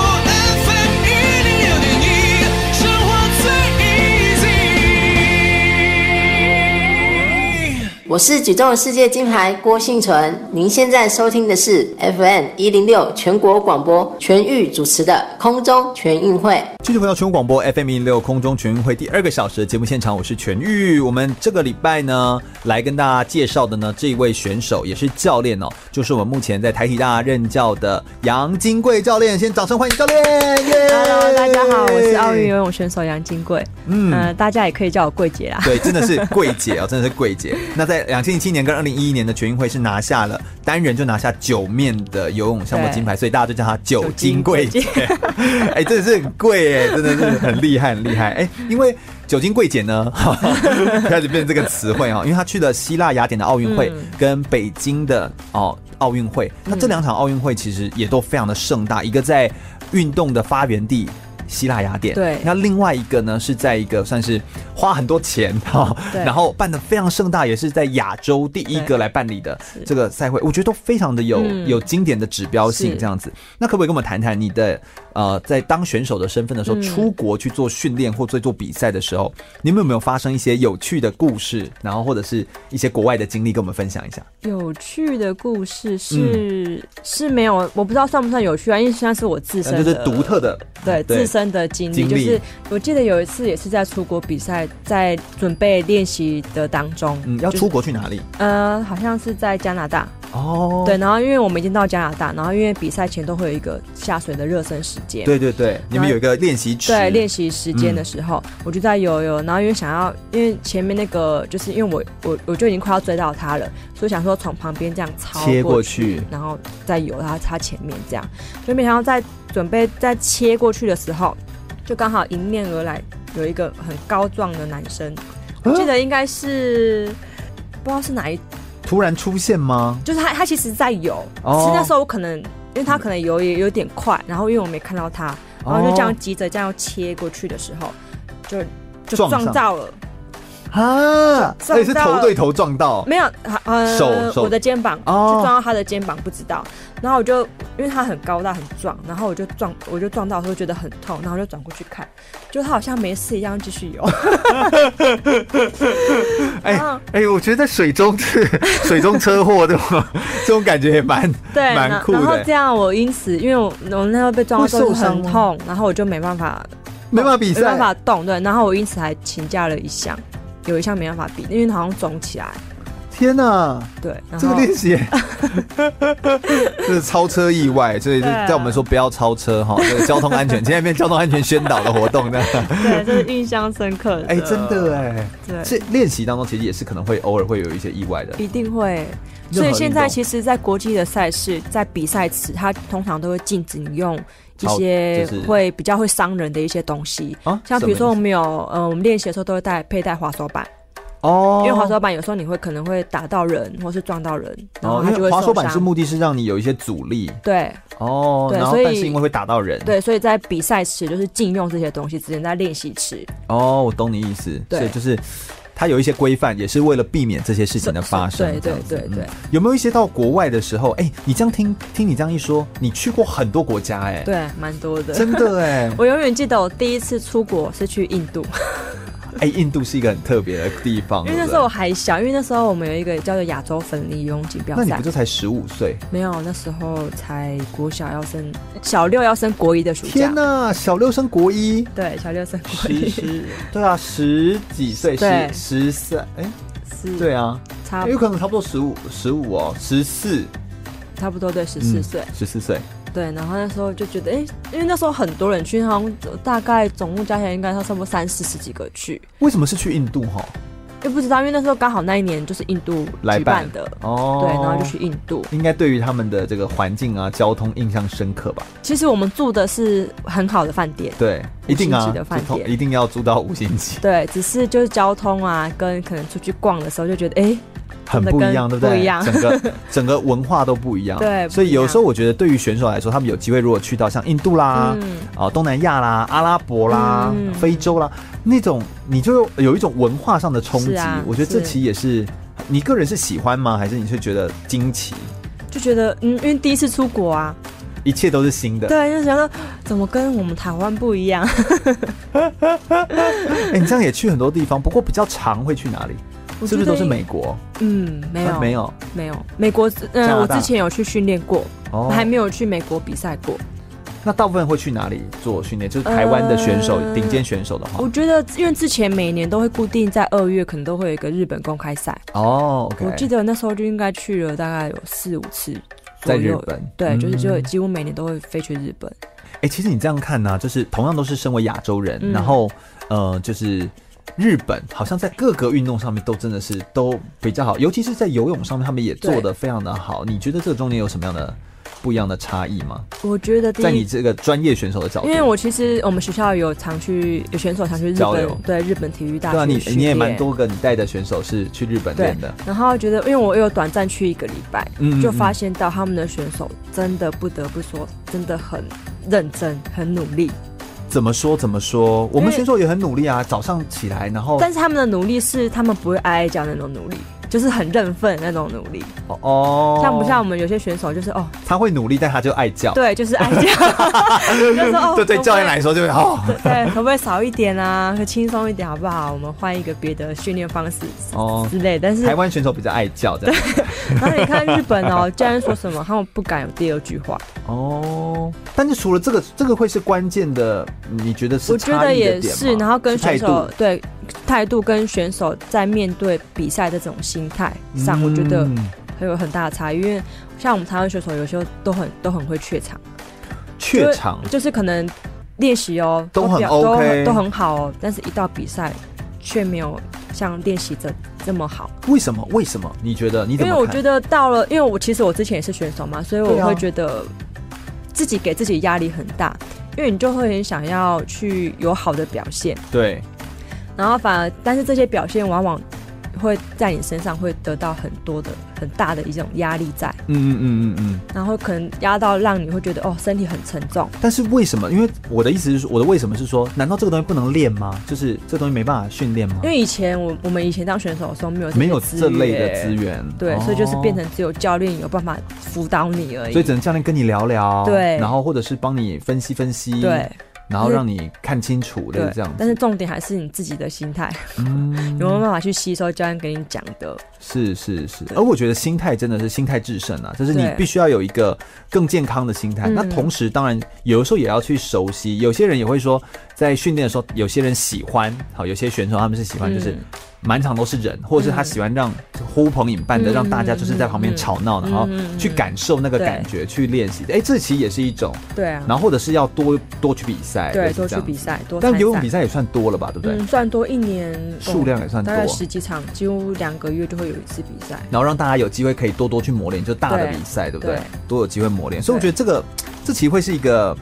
Speaker 6: FM 一零六点一，生活最 easy。
Speaker 7: 我是举重世界金牌郭幸存，您现在收听的是 FM 一零六全国广播全域主持的空中全运会。
Speaker 2: 继续回到全国广播 FM 一六空中全运会第二个小时的节目现场，我是全玉。我们这个礼拜呢，来跟大家介绍的呢，这一位选手也是教练哦，就是我们目前在台体大任教的杨金贵教练。先掌声欢迎教练！耶
Speaker 3: Hello，大家好，我是奥运游泳选手杨金贵。嗯、大家也可以叫我桂姐啦。
Speaker 2: 对，真的是桂姐哦，真的是桂姐。那在两千零七年跟二零一一年的全运会是拿下了单人就拿下九面的游泳项目
Speaker 3: 对
Speaker 2: 金牌，所以大家就叫她九金桂姐。 <laughs> 哎，真的是很贵哎，真的是很厉害，很厉害哎。因为酒精桂姐呢， <laughs> 开始变这个词汇哦，因为她去了希腊雅典的奥运会
Speaker 3: 嗯
Speaker 2: 跟北京的哦奥运会，那这两场奥运会其实也都非常的盛大，一个在运动的发源地。希腊雅典，
Speaker 3: 对
Speaker 2: 那另外一个呢是在一个算是花很多钱 <laughs> 哈、
Speaker 3: 对
Speaker 2: 然后办的非常盛大，也是在亚洲第一个
Speaker 3: 对
Speaker 2: 来办理的这个赛会，我觉得都非常的有、
Speaker 3: 嗯
Speaker 2: 有经典的指标性
Speaker 3: 是
Speaker 2: 这样子。那可不可以跟我们谈谈你的呃，在当选手的身份的时候，
Speaker 3: 嗯
Speaker 2: 出国去做训练或做做比赛的时候，你们有没有发生一些有趣的故事，然后或者是一些国外的经历，跟我们分享一下？
Speaker 3: 有趣的故事是、是没有，我不知道算不算有趣啊，因为算是我自
Speaker 2: 嗯
Speaker 3: 身
Speaker 2: 那
Speaker 3: 的
Speaker 2: 就是独特的，
Speaker 3: 对自身的经历，
Speaker 2: 经历
Speaker 3: 就是我记得有一次也是在出国比赛，在准备练习的当中，
Speaker 2: 嗯，要
Speaker 3: 就是
Speaker 2: 出国去哪里？
Speaker 3: 呃，好像是在加拿大，
Speaker 2: 哦，
Speaker 3: 对，然后因为我们已经到加拿大，然后因为比赛前都会有一个下水的热身时间，
Speaker 2: 对对对，你们有一个练习池，
Speaker 3: 对，练习时间的时候，
Speaker 2: 嗯
Speaker 3: 我就在游游，然后因为想要，因为前面那个就是因为我我我就已经快要追到他了，所以想说从旁边这样超
Speaker 2: 切过
Speaker 3: 过
Speaker 2: 去
Speaker 3: 然后再游他他前面这样，就没想到在准备在切过去的时候，就刚好迎面而来有一个很高壮的男生，我
Speaker 2: 啊
Speaker 3: 记得应该是。不知道是哪一，
Speaker 2: 突然出现吗？
Speaker 3: 就是他，他其实在游，
Speaker 2: 哦
Speaker 3: 是那时候我可能，因为他可能游也有点快，然后因为我没看到他，然后就
Speaker 2: 哦
Speaker 3: 这样急着这样切过去的时候，就就
Speaker 2: 撞上
Speaker 3: 撞到了，
Speaker 2: 啊，
Speaker 3: 撞到
Speaker 2: 而且是头对头撞到，
Speaker 3: 没有，呃，
Speaker 2: 手手
Speaker 3: 我的肩膀、
Speaker 2: 哦
Speaker 3: 就撞到他的肩膀，不知道。然后我就因为他很高大很壮，然后我就撞我就撞到的时候觉得很痛，然后我就转过去看，就他好像没事一样
Speaker 2: <laughs>
Speaker 3: 继续游。
Speaker 2: 哎
Speaker 3: 啊
Speaker 2: 哎，我觉得在水中水中车祸这
Speaker 3: <laughs>
Speaker 2: 种这种感觉也蛮
Speaker 3: 对，
Speaker 2: 蛮
Speaker 3: 然
Speaker 2: 酷
Speaker 3: 后然后
Speaker 2: 的
Speaker 3: 这，样我因此因为我我那时候被撞到
Speaker 2: 会
Speaker 3: 的时
Speaker 2: 受
Speaker 3: 候
Speaker 2: 伤
Speaker 3: 很
Speaker 2: 吗
Speaker 3: 痛，然后我就没办法
Speaker 2: 没办法比
Speaker 3: 没办
Speaker 2: 赛，
Speaker 3: 法动，对，然后我因此还请假了一项，有一项没办法比，因为好像肿起来，
Speaker 2: 天哪！
Speaker 3: 对，然
Speaker 2: 这个
Speaker 3: 后
Speaker 2: 练
Speaker 3: <laughs>
Speaker 2: 习，这是超车意外，所以就
Speaker 3: 对啊
Speaker 2: 叫我们说不要超车哈，这个交通安
Speaker 3: <laughs>
Speaker 2: 全，今天变交通安全宣导的活动呢。
Speaker 3: 对，这是印象深刻的，
Speaker 2: 哎，真的哎，
Speaker 3: 对，
Speaker 2: 这练习当中其实也是可能会偶尔会有一些意外的，
Speaker 3: 一定会。
Speaker 2: 任何
Speaker 3: 所以现
Speaker 2: 运动
Speaker 3: 在其实，在国际的赛事，在比赛时，它通常都会禁止你用一
Speaker 2: 超
Speaker 3: 些
Speaker 2: 就是
Speaker 3: 会比较会伤人的一些东西
Speaker 2: 啊，
Speaker 3: 像
Speaker 2: 什么
Speaker 3: 比如说
Speaker 2: 意
Speaker 3: 我
Speaker 2: 思
Speaker 3: 们有呃，我们练习的时候都会带佩戴滑手板，
Speaker 2: 哦
Speaker 3: 因为滑手板有时候你会可能会打到人或是撞到人，然后
Speaker 2: 哦，
Speaker 3: 它
Speaker 2: 因
Speaker 3: 就
Speaker 2: 为
Speaker 3: 会
Speaker 2: 滑手
Speaker 3: 受
Speaker 2: 板是
Speaker 3: 伤。
Speaker 2: 目的是让你有一些阻力
Speaker 3: 对
Speaker 2: 哦，
Speaker 3: 对
Speaker 2: 然后
Speaker 3: 所以
Speaker 2: 但是因为会打到人，
Speaker 3: 对，所以在比赛时就是禁用这些东西，只能在练习池。
Speaker 2: 哦，我懂你意思，
Speaker 3: 对
Speaker 2: 所以就是它有一些规范，也是为了避免这些事情的发生。
Speaker 3: 对
Speaker 2: 这样子嗯
Speaker 3: 对对对
Speaker 2: 有没有一些到国外的时候，哎、你这样听听你这样一说，你去过很多国家、哎，
Speaker 3: 对，蛮多的。
Speaker 2: 真的哎、
Speaker 3: <laughs> 我永远记得我第一次出国是去印度，
Speaker 2: 哎、印度是一个很特别的地方，
Speaker 3: 因为那时
Speaker 2: 对
Speaker 3: 候
Speaker 2: 不
Speaker 3: 我还小，因为那时候我们有一个叫做亚洲粉离游泳锦标
Speaker 2: 对那你
Speaker 3: 赛
Speaker 2: 不，就才十五岁？
Speaker 3: 没有，那时候才国小要升小六要升国一的暑假
Speaker 2: 天，哪，小六升国
Speaker 3: <laughs>
Speaker 2: 一，
Speaker 3: 对，小六升国
Speaker 2: 十
Speaker 3: 一
Speaker 2: 十，对啊，十几岁，
Speaker 3: 对
Speaker 2: 十十三，哎、
Speaker 3: 是，
Speaker 2: 对，啊，
Speaker 3: 差
Speaker 2: 有可能差不多十五十五哦，十四，
Speaker 3: 差不多对十
Speaker 2: 嗯
Speaker 3: 四岁，
Speaker 2: 十四岁，
Speaker 3: 对，然后那时候就觉得，哎、因为那时候很多人去，好像大概总共加起来应该要差不多三四十几个去，
Speaker 2: 为什么是去印度哈？
Speaker 3: 又不知道，因为那时候刚好那一年就是印度
Speaker 2: 来
Speaker 3: 举办的，
Speaker 2: 哦，
Speaker 3: 对，然后就去印度。
Speaker 2: 应该对于他们的这个环境啊、交通印象深刻吧？
Speaker 3: 其实我们住的是很好的饭店，
Speaker 2: 对，一定
Speaker 3: 五
Speaker 2: 啊
Speaker 3: 星级的，饭
Speaker 2: 就通
Speaker 3: 店
Speaker 2: 一定要住到五星级，
Speaker 3: 对，只是就是交通啊，跟可能出去逛的时候就觉得，哎、
Speaker 2: 很不一样，对
Speaker 3: 真的跟
Speaker 2: 对？
Speaker 3: 不一样
Speaker 2: 整个整个文化都不一样。
Speaker 3: 对不
Speaker 2: 所以
Speaker 3: 一样
Speaker 2: 有时候我觉得，对于选手来说，他们有机会如果去到像印度啦、
Speaker 3: 嗯，
Speaker 2: 啊东南亚啦、阿拉伯啦、
Speaker 3: 嗯
Speaker 2: 非洲啦那种，你就有一种文化上的冲击
Speaker 3: 是啊。
Speaker 2: 我觉得这
Speaker 3: 是
Speaker 2: 期也是。你个人是喜欢吗？还是你是觉得惊奇？
Speaker 3: 就觉得，嗯，因为第一次出国啊，
Speaker 2: 一切都是新的。
Speaker 3: 对，就觉得怎么跟我们台湾不
Speaker 2: <laughs>
Speaker 3: 一样？
Speaker 2: 哎、你这样也去很多地方，不过比较常会去哪里？
Speaker 3: 我
Speaker 2: 是不是
Speaker 3: 觉得
Speaker 2: 都是
Speaker 3: 应
Speaker 2: 美国？
Speaker 3: 嗯，没有、
Speaker 2: 啊没有
Speaker 3: 没有，美国
Speaker 2: 加
Speaker 3: 呃，
Speaker 2: 拿
Speaker 3: 我
Speaker 2: 大
Speaker 3: 之前有去训练过，
Speaker 2: 哦，
Speaker 3: 还没有去美国比赛过。
Speaker 2: 那大部分会去哪里做训练？就是台湾的选手，
Speaker 3: 呃
Speaker 2: 顶、尖选手的话
Speaker 3: 我，觉得因为之前每年都会固定在二月，可能都会有一个日本公开赛。
Speaker 2: 哦，OK，
Speaker 3: 呃我记得那时候就应该去了大概有四五次左
Speaker 2: 在日
Speaker 3: 右。
Speaker 2: 本，
Speaker 3: 对，就是
Speaker 2: 嗯
Speaker 3: 就几乎每年都会飞去日本。
Speaker 2: 哎、其实你这样看呢、就是同样都是身为亚洲人，
Speaker 3: 嗯
Speaker 2: 然后呃，就是日本好像在各个运动上面都真的是都比较好，尤其是在游泳上面，他们也做的非常的好。你觉得这个中间有什么样的不一样的差异吗？
Speaker 3: 我觉得第
Speaker 2: 在
Speaker 3: 一
Speaker 2: 你这个专业选手的角度，
Speaker 3: 因为我其实我们学校有常去有选手常去日
Speaker 2: 交流
Speaker 3: 本，对日本体育大
Speaker 2: 对啊，
Speaker 3: 学
Speaker 2: 你
Speaker 3: 训
Speaker 2: 你也蛮
Speaker 3: 练
Speaker 2: 多个你带的选手是去日本
Speaker 3: 对
Speaker 2: 练的，，
Speaker 3: 然后觉得因为我有短暂去一个礼拜，
Speaker 2: 嗯
Speaker 3: 就发现到他们的选手真的不得不说真的很认真、很努力，
Speaker 2: 怎么说怎么说，我们
Speaker 3: 因为
Speaker 2: 选手也很努力啊，早上起来然后
Speaker 3: 但是他们的努力是他们不会挨挨脚那种努力。就是很认份那种努力，
Speaker 2: 哦，
Speaker 3: 像不像我们有些选手就是哦，
Speaker 2: 他会努力，但他就爱叫，
Speaker 3: 对，就是挨
Speaker 2: <laughs>
Speaker 3: 脚，就说哦，
Speaker 2: 这对
Speaker 3: 可不可以
Speaker 2: 教练来说就会哦。
Speaker 3: 对，可不可以少一点啊？可轻松一点好不好？我们换一个别的训练方式
Speaker 2: 哦
Speaker 3: 之类。但是
Speaker 2: 台湾选手比较爱叫这样子
Speaker 3: 然后你看日本哦，教练说什么，他们不敢有第二句话。
Speaker 2: 哦，但是除了这个，这个会是关键的，你觉得是
Speaker 3: 我觉
Speaker 2: 差
Speaker 3: 得
Speaker 2: 异的
Speaker 3: 也
Speaker 2: 点吗
Speaker 3: 是，然后跟选
Speaker 2: 态
Speaker 3: 手
Speaker 2: 度
Speaker 3: 对态度跟选手在面对比赛的这种心态上，我觉得
Speaker 2: 嗯
Speaker 3: 会有很大的差异。因为像我们台湾选手，有时候都很都很会怯场，
Speaker 2: 怯场
Speaker 3: 就是可能练习哦
Speaker 2: 都很
Speaker 3: 表
Speaker 2: OK
Speaker 3: 都很好哦，但是一到比赛却没有像练习者这么好。
Speaker 2: 为什么？为什么？你觉得？你
Speaker 3: 因
Speaker 2: 怎
Speaker 3: 为
Speaker 2: 么
Speaker 3: 我
Speaker 2: 看？
Speaker 3: 觉得到了，因为我其实我之前也是选手嘛，所以
Speaker 2: 对
Speaker 3: 我
Speaker 2: 啊
Speaker 3: 会觉得自己给自己压力很大，因为你就会很想要去有好的表现，
Speaker 2: 对，
Speaker 3: 然后反而但是这些表现往往会在你身上会得到很多的很大的一种压力在，
Speaker 2: 嗯嗯嗯嗯嗯。
Speaker 3: 然后可能压到让你会觉得哦身体很沉重，
Speaker 2: 但是为什么？因为我的意思是说，我的为什么是说，难道这个东西不能练吗？就是这东西没办法训练吗
Speaker 3: 因？为以前我我们以前当选手的时候没有些
Speaker 2: 没有
Speaker 3: 资
Speaker 2: 这类的
Speaker 3: 源
Speaker 2: 资源，
Speaker 3: 对，所以就是
Speaker 2: 哦
Speaker 3: 变成只有教练有办法辅导你而已，
Speaker 2: 所以只能教练跟你聊聊，
Speaker 3: 对
Speaker 2: 然后或者是帮你分析分析，
Speaker 3: 对，
Speaker 2: 然后让你看清楚，类
Speaker 3: 对
Speaker 2: 似这样子。
Speaker 3: 但是重点还是你自己的心态。
Speaker 2: 嗯
Speaker 3: 有没有办法去吸收教练给你讲的？
Speaker 2: 是是是，而我觉得心态真的是心态制胜啊，就是你
Speaker 3: 对
Speaker 2: 必须要有一个更健康的心态。
Speaker 3: 嗯
Speaker 2: 那同时，当然有的时候也要去熟悉。有些人也会说，在训练的时候，有些人喜欢，好，有些选手他们是喜欢，
Speaker 3: 嗯
Speaker 2: 就是满场都是人，或者是他喜欢让呼朋引伴的，
Speaker 3: 嗯
Speaker 2: 让大家就是在旁边
Speaker 3: 嗯
Speaker 2: 吵闹，然后
Speaker 3: 嗯嗯
Speaker 2: 去感受那个感觉，去练习。哎，这其实也是一种，
Speaker 3: 对啊，
Speaker 2: 然后或者是要多多去比赛，类
Speaker 3: 对，
Speaker 2: 似
Speaker 3: 多
Speaker 2: 这
Speaker 3: 去
Speaker 2: 样
Speaker 3: 比
Speaker 2: 子。
Speaker 3: 赛，多参
Speaker 2: 但
Speaker 3: 赛。
Speaker 2: 游泳比赛也算多了吧，对不对？
Speaker 3: 嗯，算多一年
Speaker 2: 数量也算
Speaker 3: 哦
Speaker 2: 多
Speaker 3: 大概十几场，几乎两个月就会有一次比赛。
Speaker 2: 然后让大家有机会可以多多去磨练，就大的
Speaker 3: 对
Speaker 2: 比赛，对不对？
Speaker 3: 对
Speaker 2: 多有机会磨练，所以我觉
Speaker 3: 对
Speaker 2: 得这个这其实会是一个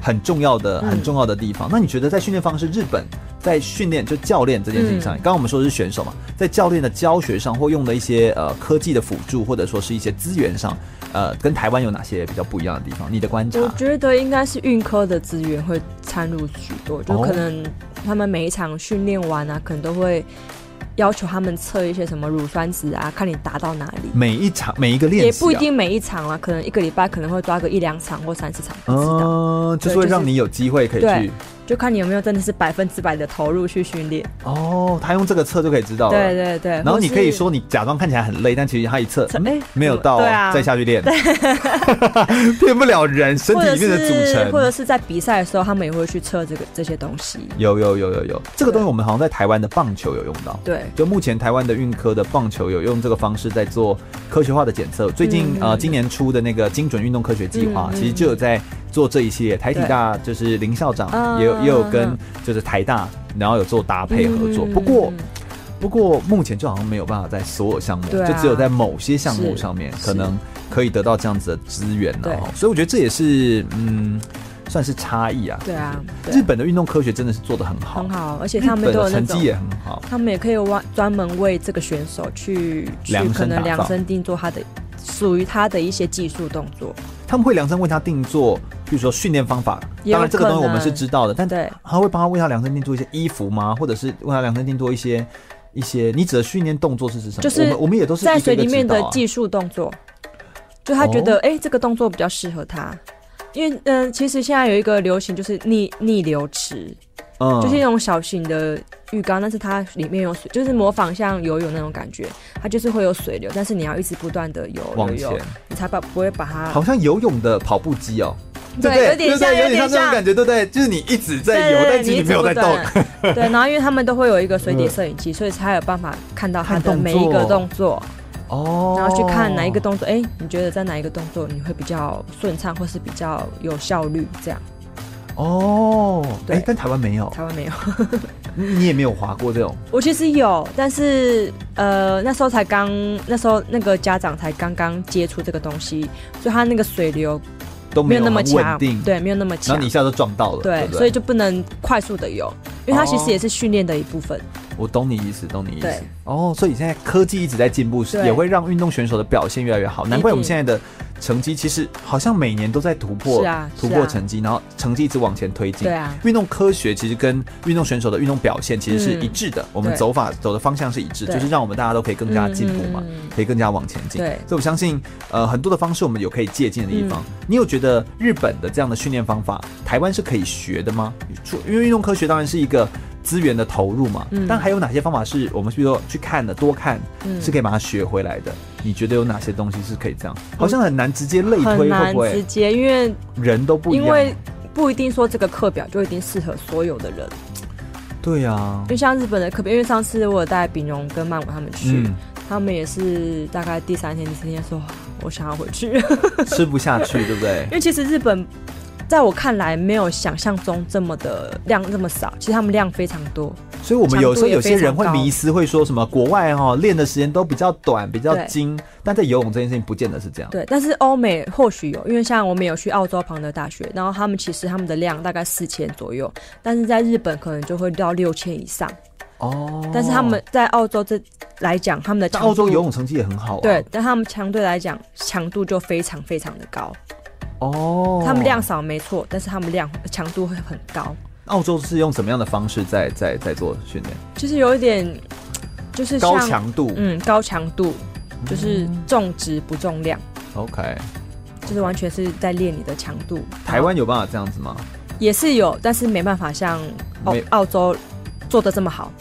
Speaker 2: 很重要的、
Speaker 3: 嗯
Speaker 2: 很重要的地方。那你觉得在训练方式，日本在训练就教练这件事情
Speaker 3: 嗯
Speaker 2: 上，刚刚我们说的是选手嘛，在教练的教学上或用的一些呃科技的辅助，或者说是一些资源上，呃，跟台湾有哪些比较不一样的地方？你的观察
Speaker 3: 我？觉得应该是运科的资源会掺入许多，就
Speaker 2: 哦
Speaker 3: 可能他们每一场训练完啊，可能都会要求他们测一些什么乳酸值啊，看你达到哪里。
Speaker 2: 每一场每一个练
Speaker 3: 也
Speaker 2: 习、啊、
Speaker 3: 不一定每一场啊，可能一个礼拜可能会抓个一两场或三四场，不知道。
Speaker 2: 嗯，就是会
Speaker 3: 对就是
Speaker 2: 让你有机会可以
Speaker 3: 对
Speaker 2: 去。
Speaker 3: 就看你有没有真的是百分之百的投入去训练。
Speaker 2: 哦，他用这个测就可以知道了。
Speaker 3: 对对对，
Speaker 2: 然后你可以
Speaker 3: 或是
Speaker 2: 说你假装看起来很累，但其实他一测，
Speaker 3: 哎
Speaker 2: 嗯没有到哦，
Speaker 3: 对啊
Speaker 2: 再下去练， <laughs> 骗不了人，身
Speaker 3: 或
Speaker 2: 体
Speaker 3: 者
Speaker 2: 里面的组
Speaker 3: 是或者
Speaker 2: 成。
Speaker 3: 是在比赛的时候，他们也会去测这个这些东西。
Speaker 2: 有有有有有，这个东西我们好像在台湾的棒球有用到。
Speaker 3: 对
Speaker 2: 就目前台湾的运科的棒球有用这个方式在做科学化的检测。最近、
Speaker 3: 嗯
Speaker 2: 呃，今年出的那个精准运动科学计划，
Speaker 3: 嗯嗯
Speaker 2: 其实就有在做这一系列。台体大就是林校长
Speaker 3: 嗯
Speaker 2: 也有也有
Speaker 3: 嗯
Speaker 2: 跟
Speaker 3: 嗯
Speaker 2: 就是台大，然后有做搭配合作。
Speaker 3: 嗯
Speaker 2: 不过不过目前就好像没有办法在所有项目，
Speaker 3: 对啊
Speaker 2: 就只有在某些项目
Speaker 3: 是
Speaker 2: 上面
Speaker 3: 是
Speaker 2: 可能可以得到这样子的资源呢、
Speaker 3: 对
Speaker 2: 哦所以我觉得这也是嗯，算是差异啊。
Speaker 3: 对啊，对
Speaker 2: 日本的运动科学真的是做的很好，
Speaker 3: 很好，而且
Speaker 2: 日
Speaker 3: 他
Speaker 2: 本
Speaker 3: 们都有
Speaker 2: 的
Speaker 3: 那
Speaker 2: 成绩
Speaker 3: 种，
Speaker 2: 也很好。
Speaker 3: 他们也可以挖专门为这个选手去去
Speaker 2: 量身
Speaker 3: 可
Speaker 2: 打
Speaker 3: 能
Speaker 2: 造
Speaker 3: 量身定做他的属于他的一些技术动作。
Speaker 2: 他们会量身为他定做，比如说训练方法，
Speaker 3: 也有
Speaker 2: 当然这个
Speaker 3: 可
Speaker 2: 东西我们
Speaker 3: 能
Speaker 2: 是知道的，但
Speaker 3: 对
Speaker 2: 他会帮他为他量身定做一些衣服吗？或者是为他量身定做一些一些你指的训练动作是指什么？
Speaker 3: 就是
Speaker 2: 我们我们也都是
Speaker 3: 在
Speaker 2: 一个
Speaker 3: 水
Speaker 2: 一个
Speaker 3: 里面
Speaker 2: 指导
Speaker 3: 的
Speaker 2: 啊哦
Speaker 3: 技术动作，就他觉得哎、诶这个动作比较适合他，因为嗯、其实现在有一个流行就是逆逆流池，
Speaker 2: 嗯
Speaker 3: 就是那种小型的浴缸，但是它里面有水，就是模仿像游泳那种感觉，它就是会有水流，但是你要一直不断的游
Speaker 2: 往
Speaker 3: 游游
Speaker 2: 前，
Speaker 3: 你才把不会把它
Speaker 2: 好像游泳的跑步机哦，对不
Speaker 3: 对
Speaker 2: 对？
Speaker 3: 有点
Speaker 2: 对
Speaker 3: 像
Speaker 2: 不对有
Speaker 3: 有点
Speaker 2: 像这种
Speaker 3: 像
Speaker 2: 感觉，对不对？就是你一直在游，
Speaker 3: 对对
Speaker 2: 但其实你没有在动。嗯
Speaker 3: 动。对，然后因为他们都会有一个水底摄影机，所以才有办法看到他
Speaker 2: 看动
Speaker 3: 的
Speaker 2: 作
Speaker 3: 每一个动作，
Speaker 2: 哦
Speaker 3: 然后去看哪一个动作，哎、你觉得在哪一个动作你会比较顺畅，或是比较有效率？这样
Speaker 2: 哦，
Speaker 3: 对
Speaker 2: 哎，但台湾没有，
Speaker 3: 台湾没有， <laughs>
Speaker 2: 你你也没有滑过这种
Speaker 3: 我其实有，但是呃那时候才刚，那时候那个家长才刚刚接触这个东西，所以他那个水流
Speaker 2: 都
Speaker 3: 没有
Speaker 2: 有
Speaker 3: 那么
Speaker 2: 很稳
Speaker 3: 强
Speaker 2: 定，，
Speaker 3: 对，没有那么
Speaker 2: 然
Speaker 3: 强
Speaker 2: 后你一。下就撞到了，对
Speaker 3: 对
Speaker 2: 不，对，
Speaker 3: 所以就不能快速的游，因为它其
Speaker 2: 哦
Speaker 3: 实也是训练的一部分。
Speaker 2: 我懂你意思，懂你意思
Speaker 3: 对。
Speaker 2: 哦，所以现在科技一直在进步，
Speaker 3: 对
Speaker 2: 也会让运动选手的表现越来越好。难怪我们现在的成绩其实好像每年都在突破，
Speaker 3: 是啊
Speaker 2: 突
Speaker 3: 是
Speaker 2: 破
Speaker 3: 啊
Speaker 2: 成绩，然后成绩一直往前推进。
Speaker 3: 对啊
Speaker 2: 运动科学其实跟运动选手的运动表现其实是
Speaker 3: 嗯
Speaker 2: 一致的，我们
Speaker 3: 对
Speaker 2: 走法走的方向是一致，
Speaker 3: 对
Speaker 2: 就是让我们大家都可以更加进步嘛，
Speaker 3: 嗯嗯嗯
Speaker 2: 可以更加往前进。
Speaker 3: 对
Speaker 2: 所以我相信，呃，很多的方式我们有可以借鉴的地方。
Speaker 3: 嗯
Speaker 2: 你有觉得日本的这样的训练方法，台湾是可以学的吗？因为运动科学当然是一个资源的投入嘛，
Speaker 3: 嗯
Speaker 2: 但还有哪些方法是我们比如说去看的、多看，
Speaker 3: 嗯
Speaker 2: 是可以把它学回来的？你觉得有哪些东西是可以这样？好像很难直接类
Speaker 3: 很
Speaker 2: 推，会
Speaker 3: 难
Speaker 2: 不
Speaker 3: 直
Speaker 2: 会
Speaker 3: 接，因为
Speaker 2: 人都不一
Speaker 3: 因
Speaker 2: 样？
Speaker 3: 为不一定说这个课表就一定适合所有的人，
Speaker 2: 对啊
Speaker 3: 因，为像日本的课表，因为上次我有带炳荣跟曼谷他们去，
Speaker 2: 嗯，
Speaker 3: 他们也是大概第三天、第四天说，我想要回去， <laughs>
Speaker 2: 吃不下去，对不对
Speaker 3: 因？为其实日本。在我看来，没有想象中这么的量这么少，其实他们量非常多。
Speaker 2: 所以我们有时候
Speaker 3: 强度也
Speaker 2: 有些人会
Speaker 3: 非常高
Speaker 2: 迷失，会说什么国外哈、哦、练的时间都比较短、比较
Speaker 3: 对
Speaker 2: 精，但在游泳这件事情不见得是这样。
Speaker 3: 对，但是欧美或许有，因为像我们有去澳洲旁的大学，然后他们其实他们的量大概四千左右，但是在日本可能就会到六千以上。
Speaker 2: 哦，
Speaker 3: 但是他们在澳洲这来讲，他们的
Speaker 2: 在
Speaker 3: 强
Speaker 2: 澳洲
Speaker 3: 度
Speaker 2: 游泳成绩也很好、啊，
Speaker 3: 对，但他们相对来讲强度就非常非常的高。
Speaker 2: 哦，
Speaker 3: 他们量少没错，但是他们量强度会很高，
Speaker 2: 澳洲是用什么样的方式在在在做训练？
Speaker 3: 就是有一点，就是像
Speaker 2: 高强度、嗯
Speaker 3: 嗯高强度，就是重质不重量，
Speaker 2: o k
Speaker 3: 就是完全是在练你的强度。
Speaker 2: 台湾有办法这样子吗？
Speaker 3: 也是有，但是没办法像澳
Speaker 2: 没
Speaker 3: 澳洲做的这么好。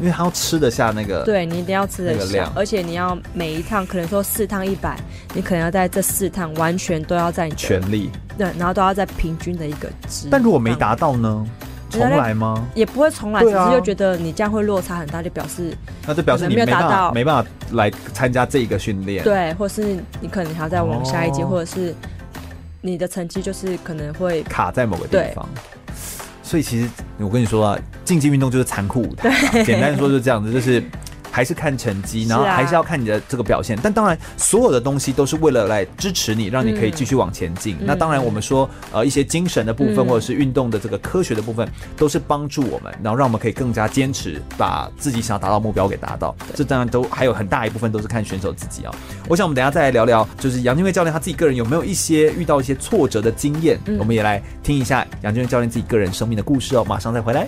Speaker 2: 因为他要吃得下那个，，
Speaker 3: 对你一定要吃
Speaker 2: 呃那
Speaker 3: 得
Speaker 2: 个
Speaker 3: 下
Speaker 2: 量，
Speaker 3: 而且你要每一趟可能说四趟一百，你可能要在这四趟完全都要在你的
Speaker 2: 权力。
Speaker 3: 对，然后都要在平均的一个值。
Speaker 2: 但如果没达，到呢？重来吗？
Speaker 3: 也不会重嗯来，只
Speaker 2: 对啊
Speaker 3: 是就觉得你这样会落差很大，就表示
Speaker 2: 那就表示你
Speaker 3: 可能没有
Speaker 2: 办
Speaker 3: 达
Speaker 2: 法，
Speaker 3: 到
Speaker 2: 没办法来参加这个训练。，
Speaker 3: 对，或是你可能还要再往下一级，
Speaker 2: 哦
Speaker 3: 或者是你的成绩就是可能会
Speaker 2: 卡在某个地方。所以其实我跟你说啊，竞技运动就是残酷舞台啊、简单说就是这样子，就是。还是看成绩，然后
Speaker 3: 是啊
Speaker 2: 还是要看你的这个表现。但当然，所有的东西都是为了来支持你，让你可以继续往前进。那当然，我们说呃一些精神的部分，
Speaker 3: 嗯
Speaker 2: 或者是运动的这个科学的部分，都是帮助我们，然后让我们可以更加坚持，把自己想要达到目标给达到。这当然都还有很大一部分都是看选手自己啊、我想我们等一下再来聊聊，就是杨俊卫教练他自己个人有没有一些遇到一些挫折的经验，我们也来听一下杨俊卫教练自己个人生命的故事哦。马上再回来。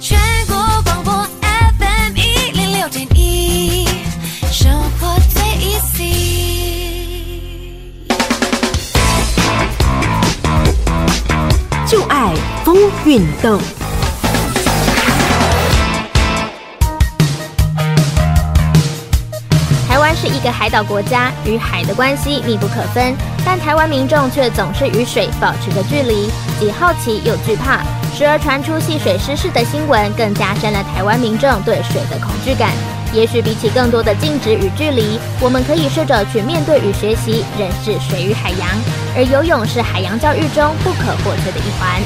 Speaker 4: 全国广播 FM 一零六点一，生活最 easy。
Speaker 1: 就爱风运动。
Speaker 8: 台湾是一个海岛国家，与海的关系密不可分，但台湾民众却总是与水保持着距离，既好奇又惧怕，时而传出戏水失事的新闻，更加深了台湾民众对水的恐惧感。也许比起更多的禁止与距离，我们可以试着去面对与学习认识水与海洋，而游泳是海洋教育中不可或缺的一环。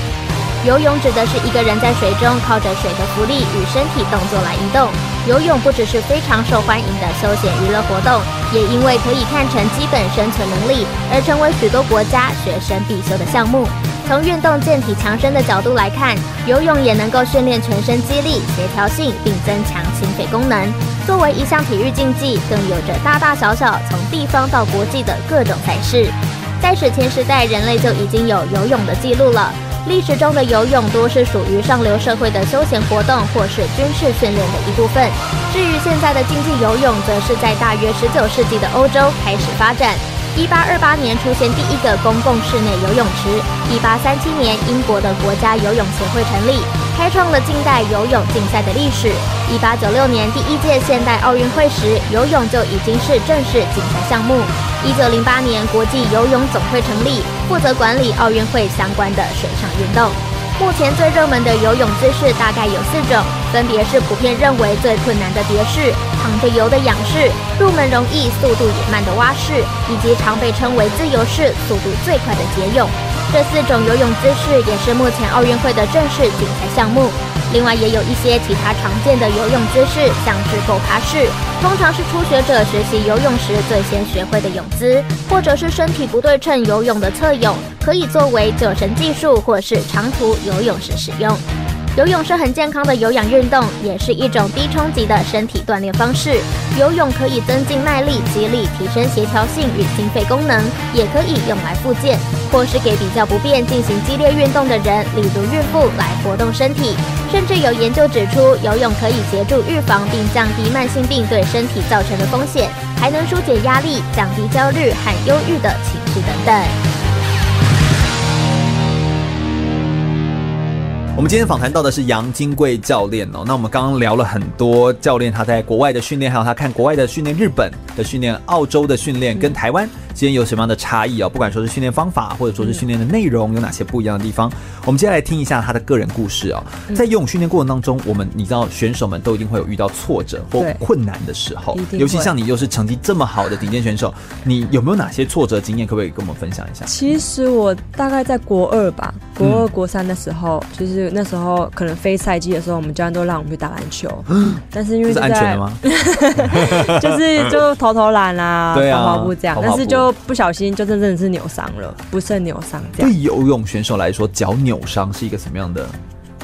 Speaker 8: 游泳指的是一个人在水中靠着水的浮力与身体动作来移动。游泳不只是非常受欢迎的休闲娱乐活动，也因为可以看成基本生存能力，而成为许多国家学生必修的项目。从运动健体强身的角度来看，游泳也能够训练全身肌力、协调性，并增强心肺功能。作为一项体育竞技，更有着大大小小从地方到国际的各种赛事。在史前时代，人类就已经有游泳的记录了。历史中的游泳多是属于上流社会的休闲活动或是军事训练的一部分。至于现在的竞技游泳，则是在大约19世纪的欧洲开始发展。一八二八年出现第一个公共室内游泳池，一八三七年英国的国家游泳协会成立，开创了近代游泳竞赛的历史。一八九六年第一届现代奥运会时，游泳就已经是正式竞赛项目。一九零八年国际游泳总会成立，负责管理奥运会相关的水上运动。目前最热门的游泳姿势大概有四种，分别是普遍认为最困难的蝶式、躺着游的仰式、入门容易、速度也慢的蛙式，以及常被称为自由式、速度最快的蝶泳。这四种游泳姿势也是目前奥运会的正式竞赛项目。另外，也有一些其他常见的游泳姿势，像是狗爬式，通常是初学者学习游泳时最先学会的泳姿，或者是身体不对称游泳的侧泳，可以作为救生技术或是长途游泳时使用。游泳是很健康的有氧运动，也是一种低冲击的身体锻炼方式。游泳可以增进耐力、肌力，提升协调性与心肺功能，也可以用来复健，或是给比较不便进行激烈运动的人，例如孕妇来活动身体。甚至有研究指出，游泳可以协助预防并降低慢性病对身体造成的风险，还能疏解压力、降低焦虑和忧郁的情绪等等。
Speaker 2: 我们今天访谈到的是杨金贵教练哦，那我们刚刚聊了很多教练他在国外的训练，还有他看国外的训练、日本的训练、澳洲的训
Speaker 3: 嗯
Speaker 2: 练跟台湾之间有什么样的差异哦，不管说是训练方法，或者说是训练的内容有哪些不一样的地方，我们接下来听一下他的个人故事哦。
Speaker 3: 嗯
Speaker 2: 在游泳训练过程当中，我们你知道选手们都一定会有遇到挫折或
Speaker 3: 对
Speaker 2: 困难的时候
Speaker 3: 一，定会
Speaker 2: 尤其像你又是成绩这么好的顶尖选手，你有没有哪些挫折经验？可不可以跟我们分享一下？
Speaker 3: 其实我大概在国二吧，国
Speaker 2: 嗯
Speaker 3: 二、国三的时候，其实那时候可能非赛季的时候，我们教练都让我们去打篮
Speaker 2: <gasps>
Speaker 3: 球，但是因
Speaker 2: 这是
Speaker 3: 为就
Speaker 2: 安全的
Speaker 3: 在
Speaker 2: 吗？
Speaker 3: <laughs> 就是就投投篮啦、
Speaker 2: <laughs> 对啊
Speaker 3: 跑跑步这样
Speaker 2: 跑，跑步
Speaker 3: 但是就不小心就真正是扭伤了，不慎扭伤
Speaker 2: <laughs>
Speaker 3: 这样
Speaker 2: 对。游泳选手来说，脚扭伤是一个什么样的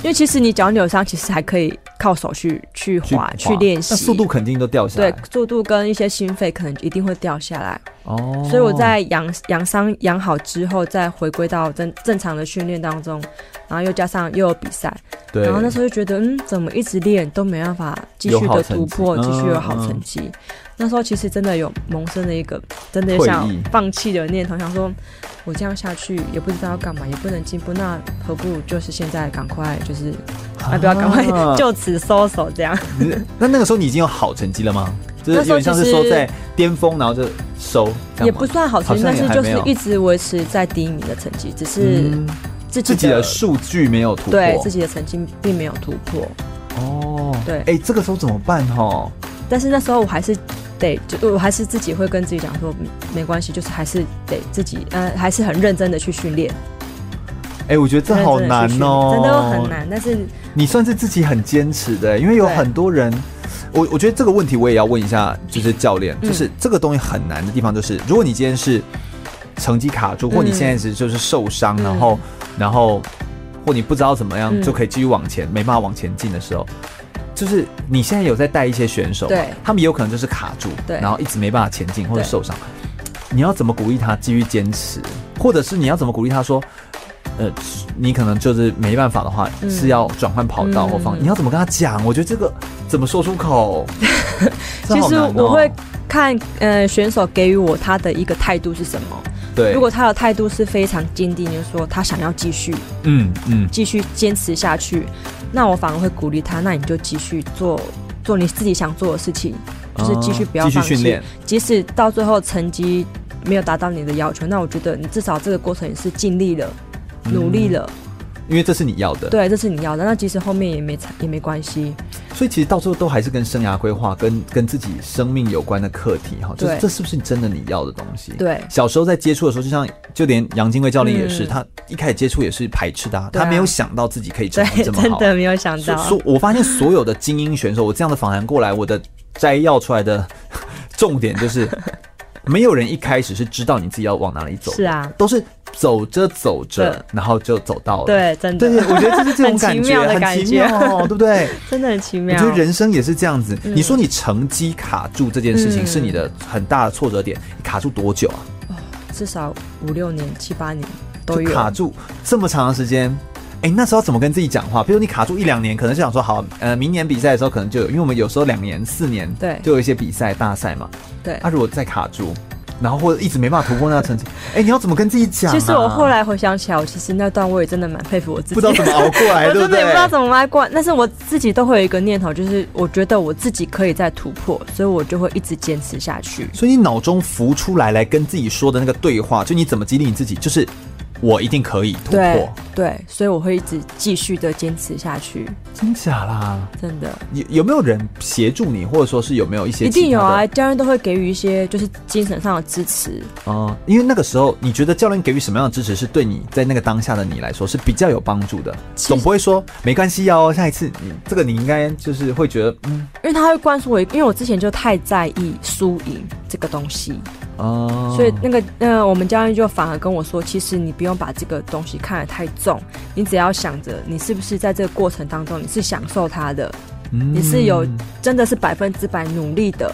Speaker 3: 因为其实你脚扭伤，其实还可以靠手去去滑
Speaker 2: 划
Speaker 3: 去练习，
Speaker 2: 那速度肯定都掉下来。
Speaker 3: 对速度跟一些心肺可能一定会掉下来。
Speaker 2: 哦，
Speaker 3: 所以我在养养伤养好之后，再回归到正正常的训练当中，然后又加上又有比赛，
Speaker 2: 对，
Speaker 3: 然后那时候就觉得，嗯，怎么一直练都没办法继续
Speaker 2: 有好
Speaker 3: 的
Speaker 2: 成
Speaker 3: 突破，
Speaker 2: 绩
Speaker 3: 继续有好
Speaker 2: 嗯嗯
Speaker 3: 成绩。那时候其实真的有萌生了一个真的
Speaker 2: 退
Speaker 3: 想
Speaker 2: 役
Speaker 3: 放弃的念头，想说我这样下去也不知道要干嘛，也不能进步，那何不就是现在赶快就是啊，不要赶快就此收手这样。
Speaker 2: 你那那个时候你已经有好成绩了
Speaker 3: <laughs>
Speaker 2: 吗？就是有
Speaker 3: 那时候
Speaker 2: 点
Speaker 3: 其
Speaker 2: 像是说
Speaker 3: 实
Speaker 2: 在巅峰，然后就收，这样吗
Speaker 3: 也不算好成绩，
Speaker 2: 好像也
Speaker 3: 但是
Speaker 2: 还
Speaker 3: 就
Speaker 2: 没
Speaker 3: 是
Speaker 2: 有
Speaker 3: 一直维持在第一名的成绩，只是
Speaker 2: 嗯
Speaker 3: 自己
Speaker 2: 自己的数据没有突破，
Speaker 3: 对自己的成绩并没有突破。
Speaker 2: 哦，
Speaker 3: 对
Speaker 2: 哎，这个时候怎么办哦哈？
Speaker 3: 但是那时候我还是得，就我还是自己会跟自己讲说，嗯没关系，就是还是得自己，呃，还是很认真的去训练，
Speaker 2: 哎，我觉得这好
Speaker 3: 认真地
Speaker 2: 难
Speaker 3: 去训练
Speaker 2: 哦，
Speaker 3: 真的很。难。但是
Speaker 2: 你算是自己很坚持的，因为有
Speaker 3: 对
Speaker 2: 很多人，我我觉得这个问题我也要问一下，就是教练，
Speaker 3: 嗯
Speaker 2: 就是这个东西很难的地方，就是如果你今天是成绩卡
Speaker 3: 嗯
Speaker 2: 住，或你现在是就是受伤，然后然后或你不知道怎么样
Speaker 3: 嗯
Speaker 2: 就可以继续往前，没办法往前进的时候。就是你现在有在带一些选手嘛，
Speaker 3: 对
Speaker 2: 他们也有可能就是卡住，
Speaker 3: 对
Speaker 2: 然后一直没办法前进或者
Speaker 3: 对
Speaker 2: 受伤。你要怎么鼓励他继续坚持，或者是你要怎么鼓励他说，呃，你可能就是没办法的话，
Speaker 3: 嗯
Speaker 2: 是要转换跑道或方，
Speaker 3: 嗯
Speaker 2: 你要怎么跟他讲？我觉得这个怎么说出
Speaker 3: <laughs>
Speaker 2: 口，这
Speaker 3: 其
Speaker 2: 好
Speaker 3: 实
Speaker 2: 难哦
Speaker 3: 我会看，呃，选手给予我他的一个态度是什么。
Speaker 2: 对，
Speaker 3: 如果他的态度是非常坚定，就是说他想要继续
Speaker 2: 嗯嗯
Speaker 3: 继续坚持下去，那我反而会鼓励他，那你就继续做做你自己想做的事情，就是继续不要
Speaker 2: 哦继续
Speaker 3: 放弃。
Speaker 2: 训练，
Speaker 3: 即使到最后成绩没有达到你的要求，那我觉得你至少这个过程也是尽力了。
Speaker 2: 嗯
Speaker 3: 努力了，
Speaker 2: 因为这是你要的，，
Speaker 3: 对，这是你要的。那即使后面也没成也没关系，
Speaker 2: 所以其实到最后都还是跟生涯规划、跟跟自己生命有关的课题哈，就是
Speaker 3: 对
Speaker 2: 这是不是真的你要的东西？。
Speaker 3: 对
Speaker 2: 小时候在接触的时候，就像就连杨金贵教练也是，
Speaker 3: 嗯
Speaker 2: 他一开始接触也是排斥的啊、
Speaker 3: 对啊
Speaker 2: 他没有想到自己可以成
Speaker 3: 对
Speaker 2: 为这，么
Speaker 3: 真
Speaker 2: 好，
Speaker 3: 的没有想
Speaker 2: 所
Speaker 3: 到，
Speaker 2: 所 <laughs> 我发现所有的精英选手，我这样的访谈过来，我的摘要出来的 <laughs> 重点
Speaker 3: <laughs>
Speaker 2: 就是，没有人一开始是知道你自己要往哪里走的，
Speaker 3: 是啊
Speaker 2: 都是走着走着
Speaker 3: 对，
Speaker 2: 然后就走到了。
Speaker 3: 对，真的
Speaker 2: 哦对，，我觉得就是这种感
Speaker 3: 很奇
Speaker 2: 觉，
Speaker 3: 妙的
Speaker 2: 很
Speaker 3: 感
Speaker 2: 奇
Speaker 3: 觉
Speaker 2: 妙哦，对不对？
Speaker 3: <laughs> 真的很奇
Speaker 2: 我
Speaker 3: 妙
Speaker 2: 觉。得人生也是这样子。你说你成绩卡住这件事情
Speaker 3: 嗯
Speaker 2: 是你的很大的挫折点，你卡住多久啊？
Speaker 3: 至少五六年、七八年
Speaker 2: 就
Speaker 3: 都有
Speaker 2: 卡住这么长的时间。哎、那时候怎么跟自己讲话？比如你卡住一两年，可能就想说好，呃，明年比赛的时候可能就有，因为我们有时候两年、四年
Speaker 3: 对
Speaker 2: 就有一些比赛大赛嘛。啊
Speaker 3: 对
Speaker 2: 那、如果再卡住，然后或者一直没办法突破那个
Speaker 3: <laughs>
Speaker 2: 成绩。哎、你要怎么跟自己讲、啊？
Speaker 3: 其实我后来回想起来，我其实那段我也真的蛮佩服我自己，
Speaker 2: 不知道怎么熬过来，
Speaker 3: 我
Speaker 2: 对对？
Speaker 3: 真的也不知道怎么来过来，但是我自己都会有一个念头，就是我觉得我自己可以再突破，所以我就会一直坚持下去。
Speaker 2: 所以你脑中浮出来来跟自己说的那个对话，就你怎么激励你自己，就是我一定可以突
Speaker 3: 对
Speaker 2: 破，
Speaker 3: 对，所以我会一直继续的坚持下去，
Speaker 2: 真假啦？
Speaker 3: 真的。
Speaker 2: 有有没有人协助你，或者说是有没有一些
Speaker 3: 一定有啊，
Speaker 2: 其
Speaker 3: 教练都会给予一些就是精神上的支持。
Speaker 2: 他的？哦、因为那个时候你觉得教练给予什么样的支持是对你在那个当下的你来说是比较有帮助的，总不会说没关系哦，下一次你这个你应该就是会觉得嗯
Speaker 3: 因为他会灌输我，因为我之前就太在意输赢这个东西，
Speaker 2: 哦，
Speaker 3: 所以那个呃，我们教练就反而跟我说，其实你不用把这个东西看得太重，你只要想着你是不是在这个过程当中你是享受它的，
Speaker 2: 嗯
Speaker 3: 你是有真的是百分之百努力的。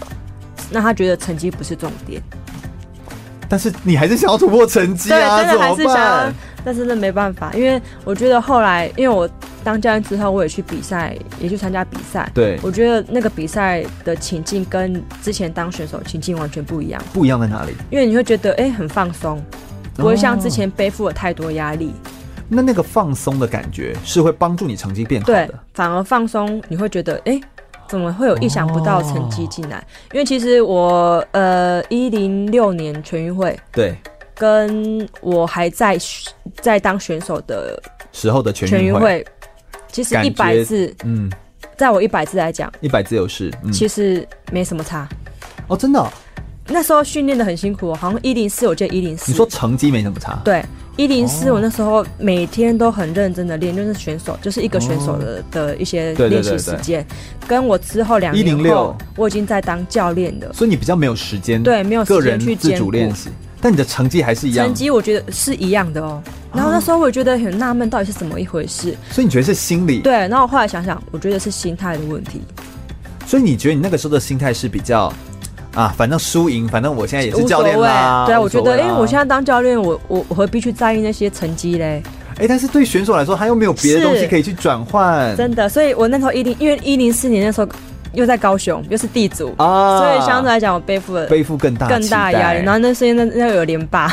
Speaker 3: 那他觉得成绩不是重点，
Speaker 2: 但是你还是想要突破成绩啊，
Speaker 3: 对，真
Speaker 2: 怎
Speaker 3: 的还
Speaker 2: 么
Speaker 3: 是想要
Speaker 2: 办？，
Speaker 3: 但是那没办法，因为我觉得后来，因为我当教练之后，我也去比赛，也去参加比赛，
Speaker 2: 对，
Speaker 3: 我觉得那个比赛的情境跟之前当选手情境完全不一样，
Speaker 2: 不一样在哪里？
Speaker 3: 因为你会觉得哎、诶很放松，不会像之前背负了太多压力，
Speaker 2: 哦那那个放松的感觉是会帮助你成绩变好
Speaker 3: 对
Speaker 2: 的。，
Speaker 3: 反而放松，你会觉得哎、诶怎么会有意想不到的成绩进
Speaker 2: 哦
Speaker 3: 来？因为其实我呃一零六年全运会
Speaker 2: 对，
Speaker 3: 跟我还在学在当选手的
Speaker 2: 时候的全
Speaker 3: 全
Speaker 2: 运
Speaker 3: 运
Speaker 2: 会，
Speaker 3: 会，其实
Speaker 2: 感觉
Speaker 3: 一百字，
Speaker 2: 嗯，
Speaker 3: 在我一百字来讲，
Speaker 2: 一百自由式，嗯，
Speaker 3: 其实没什么差。
Speaker 2: 哦，真的哦、
Speaker 3: 那时候训练的很辛苦哦，好像一零四，我记得一零四。
Speaker 2: 你说成绩没什么差，，
Speaker 3: 对，一零
Speaker 2: 哦
Speaker 3: 四，我那时候每天都很认真的练，就是选手，就是一个选手的、的一些
Speaker 2: 哦对对
Speaker 3: 练
Speaker 2: 对
Speaker 3: 习
Speaker 2: 对
Speaker 3: 时间。跟我之后两年
Speaker 2: 106
Speaker 3: 后，我已经在当教练了。
Speaker 2: 所以你比较没有时间，
Speaker 3: 对没有时间
Speaker 2: 个人
Speaker 3: 去
Speaker 2: 自
Speaker 3: 兼
Speaker 2: 主
Speaker 3: 顾
Speaker 2: 练习，但你的成绩还是一样
Speaker 3: 成，绩我觉得是一样的哦。然后那时候我觉得很纳闷，到底是怎么一回事？
Speaker 2: 所以你觉得是心理，，
Speaker 3: 对，然后我后来想想，我觉得是心态的问题。
Speaker 2: 所以你觉得你那个时候的心态是比较啊，反正输赢，反正我现在也是
Speaker 3: 无
Speaker 2: 教
Speaker 3: 所谓，
Speaker 2: 练啦，
Speaker 3: 对啊，我觉得，
Speaker 2: 哎、
Speaker 3: 因为我现在当教练，我我我何必去在意那些成绩嘞？
Speaker 2: 在，哎、但是对选手来说，他又没有别的
Speaker 3: 是
Speaker 2: 东西可以去转换，
Speaker 3: 真的，所以我那时候一零，因为一零四年那时候又在高雄，又是地主，
Speaker 2: 啊
Speaker 3: 所以相对来讲，我背负了
Speaker 2: 背负更大的
Speaker 3: 更大
Speaker 2: 期待
Speaker 3: 压力。然后那时间那那有连
Speaker 2: <laughs>
Speaker 3: 霸，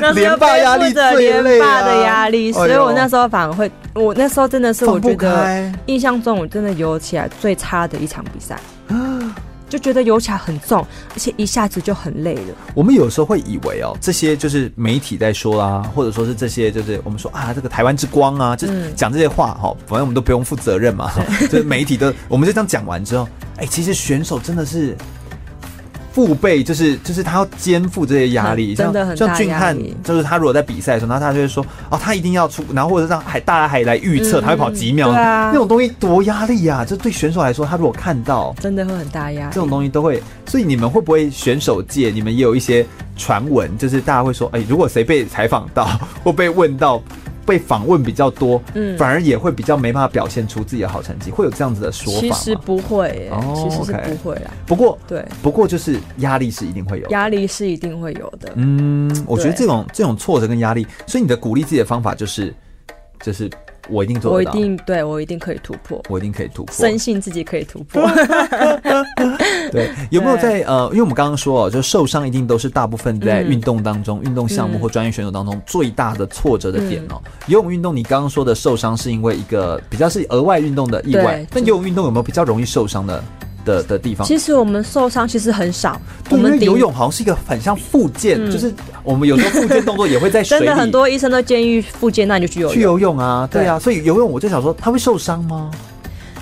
Speaker 3: 那时候
Speaker 2: 连霸压力
Speaker 3: 背负着
Speaker 2: 最累
Speaker 3: 连
Speaker 2: 啊
Speaker 3: 霸的压力，所以我
Speaker 2: 哎呦
Speaker 3: 那时候反而会，我那时候真的是我
Speaker 2: 放
Speaker 3: 觉
Speaker 2: 不
Speaker 3: 得
Speaker 2: 开，
Speaker 3: 印象中我真的游起来最差的一场比
Speaker 2: <gasps>
Speaker 3: 赛，就觉得游起来很重，而且一下子就很累了。
Speaker 2: 我们有时候会以为哦，这些就是媒体在说啦，或者说是这些就是我们说啊，这个台湾之光啊，就是
Speaker 3: 嗯
Speaker 2: 讲这些话哈、哦，反正我们都不用负责任
Speaker 3: <laughs>
Speaker 2: 嘛，就是媒体的，我们就这样讲完之后，哎、其实选手真的是父辈，就是就是他要肩负这些压力，
Speaker 3: 很真的很
Speaker 2: 像像
Speaker 3: 大
Speaker 2: 俊
Speaker 3: 压
Speaker 2: 汉
Speaker 3: 力，
Speaker 2: 就是他如果在比赛的时候，然后他就会说哦，他一定要出，然后或者让还大家还来预测、
Speaker 3: 嗯
Speaker 2: 他会跑几秒，
Speaker 3: 对啊
Speaker 2: 那种东西多压力呀、这对选手来说，他如果看到。
Speaker 3: 真的会很大压力。
Speaker 2: 这种东西都会，所以你们会不会选手界，你们也有一些传闻，就是大家会说，哎、如果谁被采访到或被问到，被访问比较多，
Speaker 3: 嗯
Speaker 2: 反而也会比较没办法表现出自己的好成绩，会有这样子的说
Speaker 3: 其
Speaker 2: 法
Speaker 3: 实
Speaker 2: 吗？
Speaker 3: 不会、耶
Speaker 2: 哦
Speaker 3: 其实是
Speaker 2: OK
Speaker 3: 不会啦。
Speaker 2: 不过，
Speaker 3: 对，
Speaker 2: 不过就是压力是一定会有的。
Speaker 3: 压力是一定会有的。
Speaker 2: 嗯，我觉得
Speaker 3: 对
Speaker 2: 这种这种挫折跟压力，所以你的鼓励自己的方法就是，就是我一定做
Speaker 3: 我
Speaker 2: 得
Speaker 3: 一
Speaker 2: 到，
Speaker 3: 定对我一定可以突破，
Speaker 2: 我一定可以突破。
Speaker 3: 深信自己可以突破。
Speaker 2: <laughs> 对，有没有在
Speaker 3: 对
Speaker 2: 呃，因为我们刚刚说哦，就受伤一定都是大部分在
Speaker 3: 嗯
Speaker 2: 运动当中、运动项目
Speaker 3: 嗯
Speaker 2: 或专业选手当中最大的挫折的点哦。游泳运动，你刚刚说的受伤是因为一个比较是额外运动的意外
Speaker 3: 对，
Speaker 2: 但
Speaker 3: 就
Speaker 2: 游泳运动有没有比较容易受伤的的的地方？
Speaker 3: 其实我们受伤其实很少，我
Speaker 2: 对，因为
Speaker 3: 们顶
Speaker 2: 游泳好像是一个很像复健，
Speaker 3: 嗯
Speaker 2: 就是我们有时候复健动作也会在水
Speaker 3: <laughs> 真
Speaker 2: 里
Speaker 3: 的很多医生都建议复健，那你就去游
Speaker 2: 去
Speaker 3: 泳。
Speaker 2: 游泳啊，对啊，所以游泳我就想说，它会受伤吗？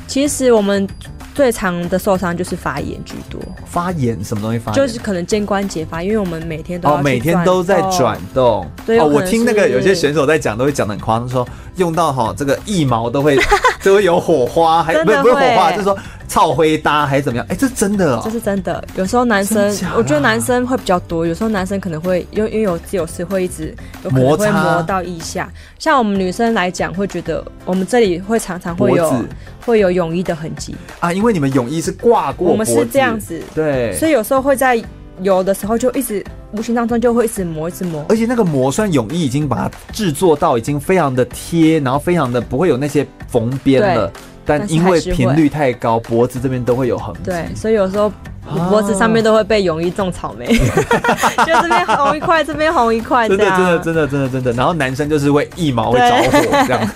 Speaker 3: 其实我们最常的受伤就是发炎居多，
Speaker 2: 发炎什么东西发炎？
Speaker 3: 就是可能肩关节发炎，因为我们每天都要
Speaker 2: 哦，
Speaker 3: 去
Speaker 2: 每天都在转动。
Speaker 3: 对
Speaker 2: 哦，
Speaker 3: 有可
Speaker 2: 我
Speaker 3: 能
Speaker 2: 听那个
Speaker 3: 是
Speaker 2: 有些选手在讲，都会讲的很夸张，说用到哈这个腋毛都
Speaker 3: <laughs>
Speaker 2: 会都会有火花，还
Speaker 3: 真
Speaker 2: 不
Speaker 3: 的
Speaker 2: 是不是火花，
Speaker 3: 会
Speaker 2: 就是说草灰搭还是怎么样？哎，这真的哦。
Speaker 3: 这是真的，有时候男生
Speaker 2: 真假啦，
Speaker 3: 我觉得男生会比较多，有时候男生可能会因为因为有自由式会一直有可能
Speaker 2: 摩
Speaker 3: 会
Speaker 2: 擦
Speaker 3: 磨到腋下，像我们女生来讲，会觉得我们这里会常常会
Speaker 2: 脖
Speaker 3: 有
Speaker 2: 子
Speaker 3: 会有泳衣的痕迹，
Speaker 2: 啊，因为你们泳衣是挂过
Speaker 3: 我们
Speaker 2: 脖
Speaker 3: 是
Speaker 2: 子
Speaker 3: 这样，子，
Speaker 2: 对，
Speaker 3: 所以有时候会在游的时候就一直无形当中就会一直磨一直磨
Speaker 2: 而，且那个膜虽然泳衣已经把它制作到已经非常的贴，然后非常的不会有那些缝边了
Speaker 3: 对，
Speaker 2: 但
Speaker 3: 但是
Speaker 2: 因为
Speaker 3: 还是会
Speaker 2: 频率太高，脖子这边都会有痕迹。
Speaker 3: 对，所以有时候我脖子上面都会被泳衣种草莓， <laughs> 就这边红一块，这边红一块，
Speaker 2: 哦真
Speaker 3: 这
Speaker 2: 的
Speaker 3: 样
Speaker 2: 真的真的真的真的，然后男生就是会一毛会着火这样，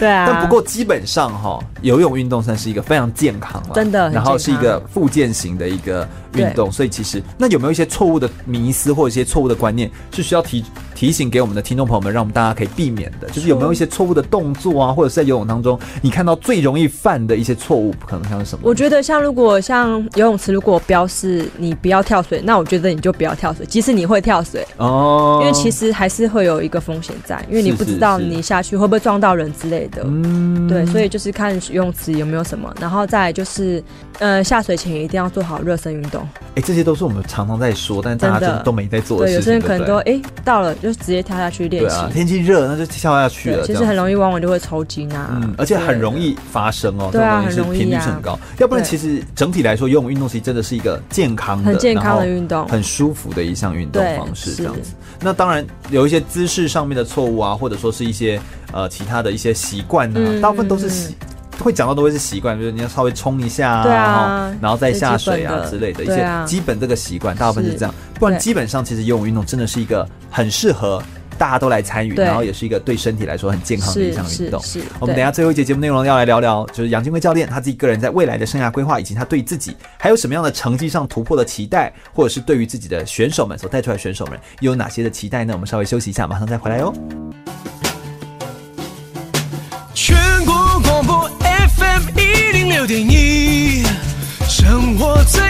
Speaker 3: 对啊。
Speaker 2: 但不过基本上哈、游泳运动算是一个非常健康了，
Speaker 3: 真的很
Speaker 2: 然后是一
Speaker 3: 健
Speaker 2: 个
Speaker 3: 康
Speaker 2: 复健型的一个运
Speaker 3: 对
Speaker 2: 动，所以其实那有没有一些错误的迷思或者一些错误的观念是需要提提醒给我们的听众朋友们，让我们大家可以避免的？就是有没有一些错误的动作啊，或者是在游泳当中你看到最容易犯的一些错误，可能像是什么？
Speaker 3: 我觉得像如果像游泳池，如果标示你不要跳水，那我觉得你就不要跳水，即使你会跳水，
Speaker 2: 哦，
Speaker 3: 因为其实还是会有一个风险在，因为你
Speaker 2: 是
Speaker 3: 不
Speaker 2: 是
Speaker 3: 知道
Speaker 2: 是
Speaker 3: 你下去会不会撞到人之类的。
Speaker 2: 嗯
Speaker 3: 对，所以就是看游泳池有没有什么，然后再来就是，呃，下水前一定要做好热身运动。
Speaker 2: 哎、这些都是我们常常在说，但是大家
Speaker 3: 真
Speaker 2: 真
Speaker 3: 的
Speaker 2: 的都没在做的
Speaker 3: 对，
Speaker 2: 事
Speaker 3: 有
Speaker 2: 情。
Speaker 3: 些人可
Speaker 2: 对
Speaker 3: 能
Speaker 2: 不
Speaker 3: 都
Speaker 2: 对
Speaker 3: 哎、到了就直接跳下去练
Speaker 2: 对
Speaker 3: 习。
Speaker 2: 啊，天气热那就跳下去了，
Speaker 3: 其
Speaker 2: 这
Speaker 3: 实
Speaker 2: 样
Speaker 3: 很
Speaker 2: 子
Speaker 3: 容易忘我就会抽筋啊，
Speaker 2: 嗯，而且很容易发生哦，这
Speaker 3: 对
Speaker 2: 种
Speaker 3: 啊
Speaker 2: 东西是
Speaker 3: 很容易
Speaker 2: 频率
Speaker 3: 啊
Speaker 2: 是很高。要不然，
Speaker 3: 对
Speaker 2: 其实整体来说，游泳运动其实真的是一个健康的、
Speaker 3: 很健康
Speaker 2: 然
Speaker 3: 的
Speaker 2: 后
Speaker 3: 运动
Speaker 2: 很舒服的一项运动
Speaker 3: 对
Speaker 2: 方式，
Speaker 3: 是
Speaker 2: 这样子。那当然有一些姿势上面的错误啊，或者说是一些呃其他的一些习惯啊，
Speaker 3: 嗯
Speaker 2: 大部分都是习。会讲到都会是习惯，就是你要稍微冲一下
Speaker 3: 对啊
Speaker 2: 然后然后再
Speaker 3: 最
Speaker 2: 下
Speaker 3: 基本
Speaker 2: 水啊
Speaker 3: 的
Speaker 2: 之类的一
Speaker 3: 对
Speaker 2: 些
Speaker 3: 啊
Speaker 2: 基本这个习惯，大部分是
Speaker 3: 是
Speaker 2: 这样。不然
Speaker 3: 对
Speaker 2: 基本上其实游泳运动真的是一个很适合大家都来参与，
Speaker 3: 对
Speaker 2: 然后也是一个对身体来说很健康的一
Speaker 3: 是
Speaker 2: 项运
Speaker 3: 是
Speaker 2: 动。
Speaker 3: 是，
Speaker 2: 我们
Speaker 3: 对
Speaker 2: 等一下最后一节节目内容要来聊聊，就是杨金贵教练他自己个人在未来的生涯规划，以及他对自己还有什么样的成绩上突破的期待，或者是对于自己的选手们所带出来的选手们又有哪些的期待呢？我们稍微休息一下，马上再回来哦哟。
Speaker 6: 全国广播 FM 一零六点一，生活最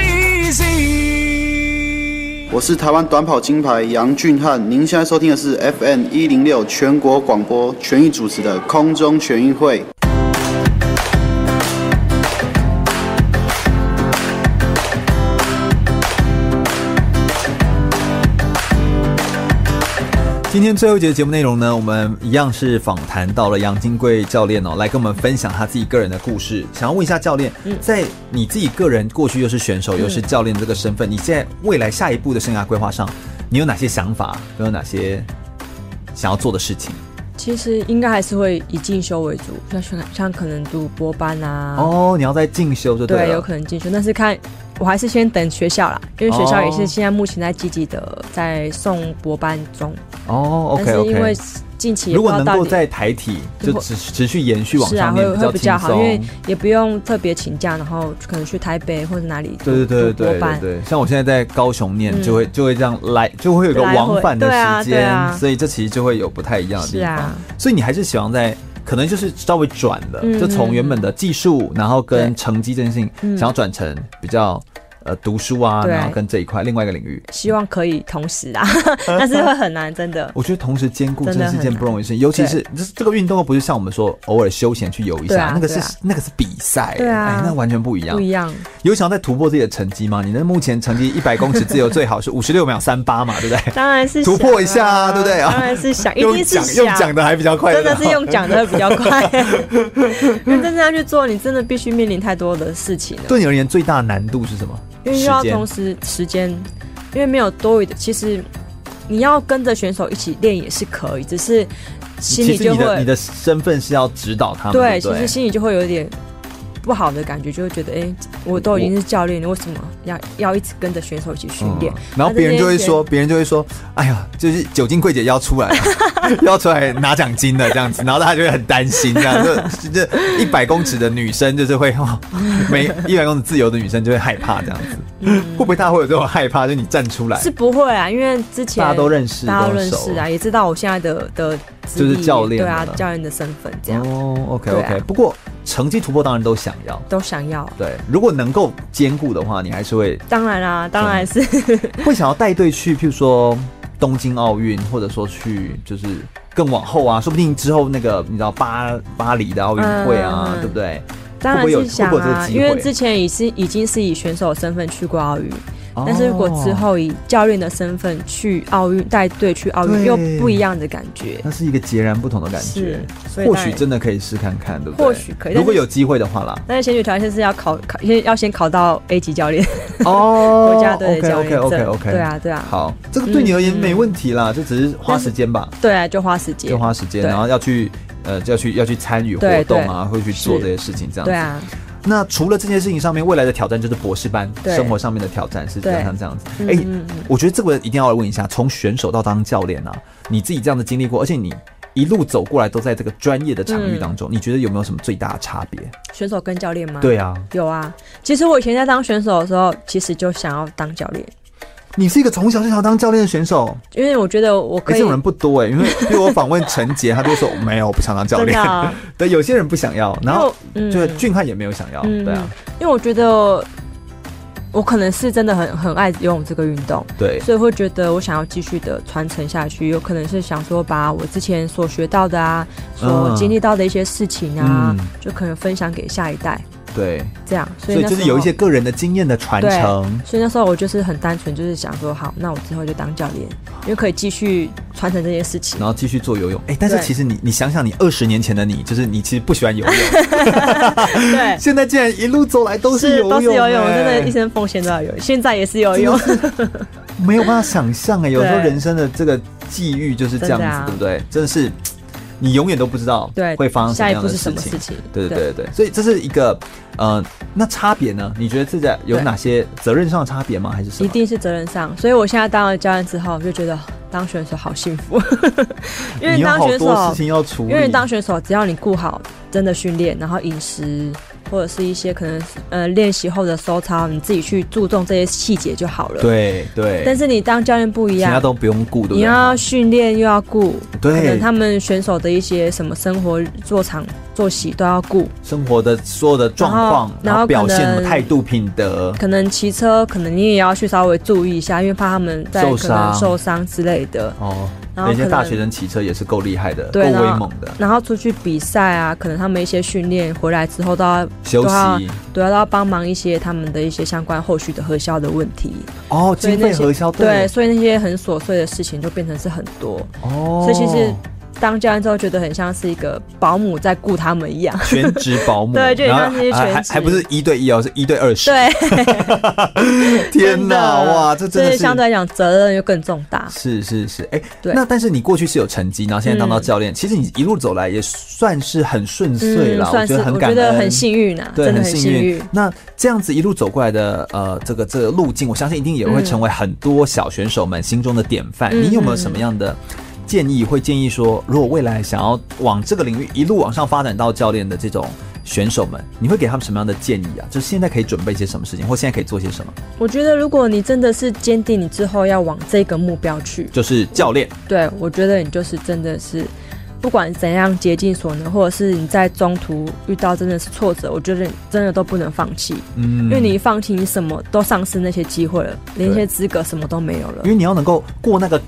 Speaker 6: easy。
Speaker 9: 我是台湾短跑金牌杨俊翰，您现在收听的是 FM 一零六全国广播全域主持的空中全运会。
Speaker 2: 今天最后一节的节目内容呢，我们一样是访谈到了杨金贵教练哦，来跟我们分享他自己个人的故事。想要问一下教练，在你自己个人过去又是选手又是教练这个身份，你现在未来下一步的生涯规划上，你有哪些想法？有哪些想要做的事情？
Speaker 3: 其实应该还是会以进修为主，像像像可能读博班啊，
Speaker 2: 哦，啊你要在进修就
Speaker 3: 对，
Speaker 2: 了。
Speaker 3: 有可能进修，但是看我还是先等学校啦，因为学校也
Speaker 2: 哦
Speaker 3: 是现在目前在积极的在送博班中，
Speaker 2: 哦，OK
Speaker 3: 但是因为
Speaker 2: OK。
Speaker 3: 近期也
Speaker 2: 如
Speaker 3: 不
Speaker 2: 果
Speaker 3: 知道
Speaker 2: 能
Speaker 3: 到
Speaker 2: 够
Speaker 3: 底
Speaker 2: 在台体就
Speaker 3: 如果
Speaker 2: 持持续延续往
Speaker 3: 是
Speaker 2: 上
Speaker 3: 啊，
Speaker 2: 面，
Speaker 3: 会会比较
Speaker 2: 轻
Speaker 3: 好，因为
Speaker 2: 松。
Speaker 3: 也不用特别请假，然后可能去台北或者哪里
Speaker 2: 对对对
Speaker 3: 读读
Speaker 2: 对
Speaker 3: 博
Speaker 2: 对
Speaker 3: 班，
Speaker 2: 对，像我现在在高雄念，
Speaker 3: 嗯
Speaker 2: 就会就会这样来，就会有一个
Speaker 3: 来回
Speaker 2: 往返的
Speaker 3: 对啊
Speaker 2: 时
Speaker 3: 对
Speaker 2: 间，
Speaker 3: 啊
Speaker 2: 所以这其实就会有不太一样的地
Speaker 3: 是
Speaker 2: 方。
Speaker 3: 啊
Speaker 2: 所以你还是喜欢在。可能就是稍微转了，
Speaker 3: 嗯
Speaker 2: 就从原本的技术，然后跟
Speaker 3: 对
Speaker 2: 成绩这件事情，
Speaker 3: 嗯
Speaker 2: 想要转成比较呃读书啊，
Speaker 3: 对
Speaker 2: 然后跟这一块另外一个领域。
Speaker 3: 希望可以同时
Speaker 2: <laughs>
Speaker 3: 啊，但是会很难，真的。
Speaker 2: 我觉得同时兼顾真的
Speaker 3: 真的
Speaker 2: 是件
Speaker 3: 很
Speaker 2: 不容易的事情，尤其是这这个运动又不是像我们说偶尔休闲去游一
Speaker 3: 对
Speaker 2: 下
Speaker 3: 啊，
Speaker 2: 那个是
Speaker 3: 对啊
Speaker 2: 那个是比赛，
Speaker 3: 对啊
Speaker 2: 哎那完全不一样
Speaker 3: 不。一样，
Speaker 2: 有想要再突破自己的成绩吗？你的目前成绩一百公尺自
Speaker 3: <laughs>
Speaker 2: 由最好是五十六秒三八嘛，对不对？
Speaker 3: 当然是
Speaker 2: 突
Speaker 3: 想
Speaker 2: 破一下啊对不对啊
Speaker 3: 当然是想，
Speaker 2: <laughs>
Speaker 3: 一
Speaker 2: 用
Speaker 3: 定是
Speaker 2: 讲
Speaker 3: 想，
Speaker 2: 用讲的还比较快，
Speaker 3: 真的
Speaker 2: 对
Speaker 3: 是
Speaker 2: 吧
Speaker 3: 用讲的比较
Speaker 2: <laughs>
Speaker 3: 快，因为真正要去做，你真的必须面临太多的事情了，
Speaker 2: 对你而言最大的难度是什么？
Speaker 3: 因为又
Speaker 2: 时
Speaker 3: 要
Speaker 2: 间
Speaker 3: 同时时间，因为没有多余的，其实你要跟着选手一起练也是可以，只是心
Speaker 2: 其
Speaker 3: 里
Speaker 2: 实
Speaker 3: 就
Speaker 2: 你的你
Speaker 3: 会
Speaker 2: 的身份是要指导他们，对不
Speaker 3: 对，其实
Speaker 2: 对，
Speaker 3: 心里就会有点。不好的感觉就会觉得，哎、我都已经是教练，你为什么要要一直跟着选手一起训练、
Speaker 2: 嗯然后
Speaker 3: 那这
Speaker 2: 别人就会
Speaker 3: 些
Speaker 2: 说，别人就会说，哎呀，就是酒精柜姐要出来了， <laughs> 要出来拿奖金了这样子，然后大家就会很担心，这样就就一百公尺的女生就是会，哦、
Speaker 3: 嗯
Speaker 2: 每一百公尺自由的女生就会害怕这样子，会不会大家会有这种害怕？就你站出来，
Speaker 3: 是不会啊，因为之前
Speaker 2: 大家都认识
Speaker 3: 大家
Speaker 2: 都
Speaker 3: 都认
Speaker 2: 熟
Speaker 3: 识啊，也知道我现在的的资
Speaker 2: 就是
Speaker 3: 历
Speaker 2: 教练
Speaker 3: 对啊
Speaker 2: 了，
Speaker 3: 教练的身份这样、
Speaker 2: 哦，OK
Speaker 3: 对
Speaker 2: OK，、
Speaker 3: 啊
Speaker 2: 不过成绩突破当然都想要。
Speaker 3: 都想要。啊
Speaker 2: 对，如果能够兼顾的话，你还是会
Speaker 3: 当然啦、当然是
Speaker 2: 会想要带队去，譬如说东京奥运，或者说去就是更往后啊，说不定之后那个你知道巴巴黎的奥运会啊，
Speaker 3: 嗯
Speaker 2: 对不对？
Speaker 3: <laughs> 当
Speaker 2: 会不
Speaker 3: 然
Speaker 2: 会有
Speaker 3: 是想
Speaker 2: 会不会有这个
Speaker 3: 啊，
Speaker 2: 机
Speaker 3: 因
Speaker 2: 会
Speaker 3: 为之前已是已经是以选手的身份去过奥运，
Speaker 2: 哦
Speaker 3: 但是如果之后以教练的身份去奥运带队去奥
Speaker 2: 对
Speaker 3: 运，又不一样的感觉。
Speaker 2: 那是一个截然不同的感觉
Speaker 3: 是，所以
Speaker 2: 或
Speaker 3: 当
Speaker 2: 许
Speaker 3: 然
Speaker 2: 真的可以试看看，对不对？
Speaker 3: 或许可以但是
Speaker 2: 如果有机会的话啦。
Speaker 3: 但是前提条件是要考考，先要先考到 A 级教练， <laughs>
Speaker 2: 哦
Speaker 3: <laughs> 国家队的教
Speaker 2: OK
Speaker 3: 练
Speaker 2: OK
Speaker 3: 证
Speaker 2: OK，
Speaker 3: 对啊对啊
Speaker 2: 好，这个对你而言
Speaker 3: 嗯嗯
Speaker 2: 没问题啦，这只是花时间吧。
Speaker 3: 对啊，就花时间，
Speaker 2: 要花时间，
Speaker 3: 对
Speaker 2: 然后要去呃，就要去要去参与活
Speaker 3: 对
Speaker 2: 动啊，会去做
Speaker 3: 是
Speaker 2: 这些事情，这样子。
Speaker 3: 对啊，
Speaker 2: 那除了这件事情上面，未来的挑战就是博士班
Speaker 3: 对
Speaker 2: 生活上面的挑战是这
Speaker 3: 对嗯
Speaker 2: 样这样子。哎、我觉得这个一定要问一下，从选手到当教练啊，你自己这样的经历过，而且你一路走过来都在这个专业的场域当中，
Speaker 3: 嗯
Speaker 2: 你觉得有没有什么最大的差别？
Speaker 3: 选手跟教练吗？，
Speaker 2: 对啊，
Speaker 3: 有啊。其实我以前在当选手的时候，其实就想要当教练，
Speaker 2: 你是一个从小就想当教练的选手，
Speaker 3: 因为我觉得我
Speaker 2: 哎、
Speaker 3: 可以。
Speaker 2: 这种人不多哎、因
Speaker 3: <laughs>
Speaker 2: 为比如我访问陈杰，他就说没有，我不想当教
Speaker 3: 真
Speaker 2: 练。
Speaker 3: 的、啊，
Speaker 2: 对，有些人不想要，然后
Speaker 3: 因为我
Speaker 2: 就
Speaker 3: 嗯
Speaker 2: 俊汉也没有想要，
Speaker 3: 嗯
Speaker 2: 对啊，
Speaker 3: 因为我觉得我可能是真的很很爱游泳这个运动，
Speaker 2: 对，
Speaker 3: 所以会觉得我想要继续的传承下去，有可能是想说把我之前所学到的啊，所
Speaker 2: 嗯
Speaker 3: 经历到的一些事情啊，
Speaker 2: 嗯
Speaker 3: 就可能分享给下一代，
Speaker 2: 对，
Speaker 3: 这样。所
Speaker 2: 所
Speaker 3: 以
Speaker 2: 以
Speaker 3: 那
Speaker 2: 就是
Speaker 3: 时候
Speaker 2: 有一些。个人的经验的传
Speaker 3: 对
Speaker 2: 承。
Speaker 3: 所以那时候我就是很单纯，就是想说，好，那我之后就当教练，因为可以继续传承这件事情
Speaker 2: 然。后继续做游泳，哎，但是
Speaker 3: 对
Speaker 2: 其实你，你想想，你二十年前的你，就是你其实不喜欢游
Speaker 3: <laughs>
Speaker 2: 泳，
Speaker 3: 对，
Speaker 2: 现在竟然一路走来都是游泳，
Speaker 3: 都是游泳，
Speaker 2: 哎
Speaker 3: 真的，一身风险都要游泳，现在也是游
Speaker 2: 真
Speaker 3: 泳
Speaker 2: 的。
Speaker 3: <laughs>
Speaker 2: 没有办法想象哎，有时候
Speaker 3: 对
Speaker 2: 人生的这个际遇就是这样
Speaker 3: 真
Speaker 2: 子，
Speaker 3: 的啊
Speaker 2: 对不对？真的是，你永远都不知道
Speaker 3: 对，
Speaker 2: 会发生什
Speaker 3: 下
Speaker 2: 么
Speaker 3: 一
Speaker 2: 样
Speaker 3: 步
Speaker 2: 的
Speaker 3: 是
Speaker 2: 事
Speaker 3: 什么
Speaker 2: 情
Speaker 3: 事，情？
Speaker 2: 对对对对，所以这是一个，呃，那差别呢？你觉得这在有
Speaker 3: 对
Speaker 2: 哪些责任上的差别吗？还是什
Speaker 3: 一
Speaker 2: 么？
Speaker 3: 定是责任上。所以我现在当了教练之后，就觉得当选手好幸福， <laughs> 因为
Speaker 2: 你有
Speaker 3: 当
Speaker 2: 好
Speaker 3: 选
Speaker 2: 多
Speaker 3: 手
Speaker 2: 事，情要处理，
Speaker 3: 因为当选手，只要你顾好真的训练，然后饮食或者是一些可能呃练习后的收操，你自己去注重这些细节就好了。。
Speaker 2: 对对，
Speaker 3: 但是你当教练不一
Speaker 2: 其他
Speaker 3: 样，
Speaker 2: 都不用顾，对不对？
Speaker 3: 你要训练又要顾，可
Speaker 2: 对
Speaker 3: 能他们选手的一些什么生活、坐场、作息都要顾。
Speaker 2: 生活的所有的状况，
Speaker 3: 然后然后
Speaker 2: 表现
Speaker 3: 可
Speaker 2: 什
Speaker 3: 能
Speaker 2: 么态度、品德，
Speaker 3: 可能骑车，可能你也要去稍微注意一下，因为怕他们在
Speaker 2: 受
Speaker 3: 可能
Speaker 2: 伤
Speaker 3: 受伤之类的。
Speaker 2: 哦，
Speaker 3: 然
Speaker 2: 那
Speaker 3: 后
Speaker 2: 些
Speaker 3: 可能
Speaker 2: 大学生骑车也是够厉害的，够
Speaker 3: 对
Speaker 2: 威
Speaker 3: 然后
Speaker 2: 猛的，
Speaker 3: 然后出去比赛啊，可能他们一些训练回来之后都要
Speaker 2: 休
Speaker 3: 都要
Speaker 2: 息
Speaker 3: 对啊都要帮忙一些他们的一些相关后续的核销的问题，
Speaker 2: 哦，
Speaker 3: 所以
Speaker 2: 经
Speaker 3: 那
Speaker 2: 费
Speaker 3: 些
Speaker 2: 核销
Speaker 3: 对，所以那些很琐碎的事情就变成是很多，
Speaker 2: 哦，
Speaker 3: 所以其实当教练之后觉得很像是一个保姆在顾他们一样，
Speaker 2: 全职保姆，
Speaker 3: <laughs> 对就
Speaker 2: 然后啊
Speaker 3: 像是全
Speaker 2: 还还
Speaker 3: 职
Speaker 2: 还不是一对一哦，是一对二十，
Speaker 3: 对，
Speaker 2: 天哪，
Speaker 3: 真的
Speaker 2: 哇，这真
Speaker 3: 所
Speaker 2: 的
Speaker 3: 以
Speaker 2: 是
Speaker 3: 相对来讲责任又更重大，
Speaker 2: 是是是，哎、
Speaker 3: 对嗯
Speaker 2: 那但是你过去是有成绩，然后现在当到教练，其实你一路走来也算是很顺遂了、
Speaker 3: 嗯算是
Speaker 2: 我觉得很
Speaker 3: 我
Speaker 2: 感
Speaker 3: 觉得
Speaker 2: 恩，
Speaker 3: 很幸运啊，
Speaker 2: 对，
Speaker 3: 真的
Speaker 2: 很
Speaker 3: 很幸
Speaker 2: 运。那这样子一路走过来的，呃，这个这个路径，我相信一定也会成为很多小选手们心中的典范。
Speaker 3: 嗯
Speaker 2: 你有没有什么样的建议？会建议说，如果未来想要往这个领域一路往上发展到教练的这种选手们，你会给他们什么样的建议啊？就是现在可以准备些什么事情，或现在可以做些什么？
Speaker 3: 我觉得如果你真的是坚定你之后要往这个目标去，
Speaker 2: 就是教练，
Speaker 3: 对，我觉得你就是真的是，不管怎样竭尽所能，或者是你在中途遇到真的是挫折，我觉得你真的都不能放弃，
Speaker 2: 嗯，
Speaker 3: 因为你一放弃，你什么都丧失那些机会了，连一些资格什么都没有了
Speaker 2: 因。为你要能够过那个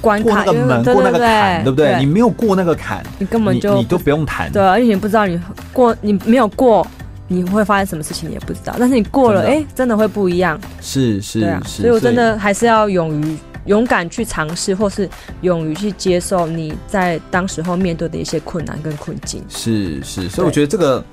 Speaker 3: 关
Speaker 2: 过
Speaker 3: 卡
Speaker 2: 那个
Speaker 3: 因为
Speaker 2: 门，
Speaker 3: 对
Speaker 2: 过那
Speaker 3: 对
Speaker 2: 个坎，对不对？你
Speaker 3: 你
Speaker 2: 没有过那个坎，
Speaker 3: 你根本
Speaker 2: 你
Speaker 3: 就
Speaker 2: 你都不用谈，
Speaker 3: 对，啊而且你不知道你过，你没有过。你会发生什么事情你也不知道，但是你过了，
Speaker 2: 真的
Speaker 3: 哎、真的会不一样，
Speaker 2: 是
Speaker 3: 对
Speaker 2: 是
Speaker 3: 啊，
Speaker 2: 是，
Speaker 3: 所以我真的还是要勇于、勇敢去尝试，或是勇于去接受你在当时候面对的一些困难跟困境。
Speaker 2: 是是，所以我
Speaker 3: 对
Speaker 2: 觉得这个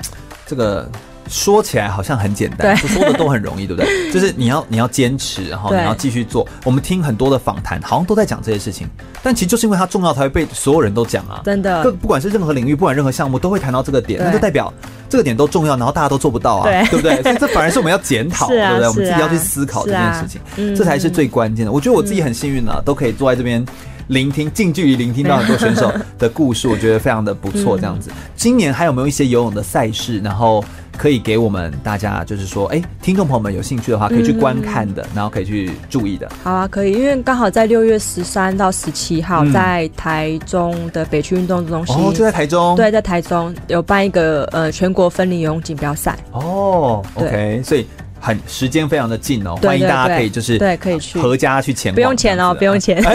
Speaker 2: 这个说起来好像很简单，说的都很容易，对不
Speaker 3: <laughs>
Speaker 2: 对？就是你要你要坚持，然后你
Speaker 3: 对
Speaker 2: 要继续做。我们听很多的访谈，好像都在讲这些事情，但其实就是因为它重要，才会被所有人都讲啊。
Speaker 3: 真的
Speaker 2: 各，不管是任何领域，不管任何项目，都会谈到这个点，
Speaker 3: 对
Speaker 2: 那就代表这个点都重要，然后大家都做不到啊，
Speaker 3: 对
Speaker 2: 不对？所以这反而是我们要检讨，
Speaker 3: 是啊
Speaker 2: 对不对？我们
Speaker 3: 是
Speaker 2: 自
Speaker 3: 啊
Speaker 2: 己要去思考这件事情，
Speaker 3: 是啊嗯
Speaker 2: 这才是最关键的。我觉得我自己很幸运啊，都可以坐在这边。聆听近距离聆听到很多选手的故事，我觉得非常的不
Speaker 3: 嗯
Speaker 2: 错。这样子，今年还有没有一些游泳的赛事，然后可以给我们大家，就是说，哎、听众朋友们有兴趣的话，可以
Speaker 3: 嗯
Speaker 2: 去观看的，然后可以去注意的。
Speaker 3: 好啊，可以，因为刚好在六月十三到十七号，
Speaker 2: 嗯
Speaker 3: 在台中的北区运动中心，
Speaker 2: 哦，就在台中。
Speaker 3: 对，在台中有办一个呃全国分离游泳锦标赛，
Speaker 2: 哦
Speaker 3: 对
Speaker 2: ，OK，所以很时间非常的近哦，
Speaker 3: 对
Speaker 2: 欢迎大家
Speaker 3: 对
Speaker 2: 可以就是
Speaker 3: 对可以去
Speaker 2: 合家去前往，
Speaker 3: 不用钱哦，不用钱， <laughs> 不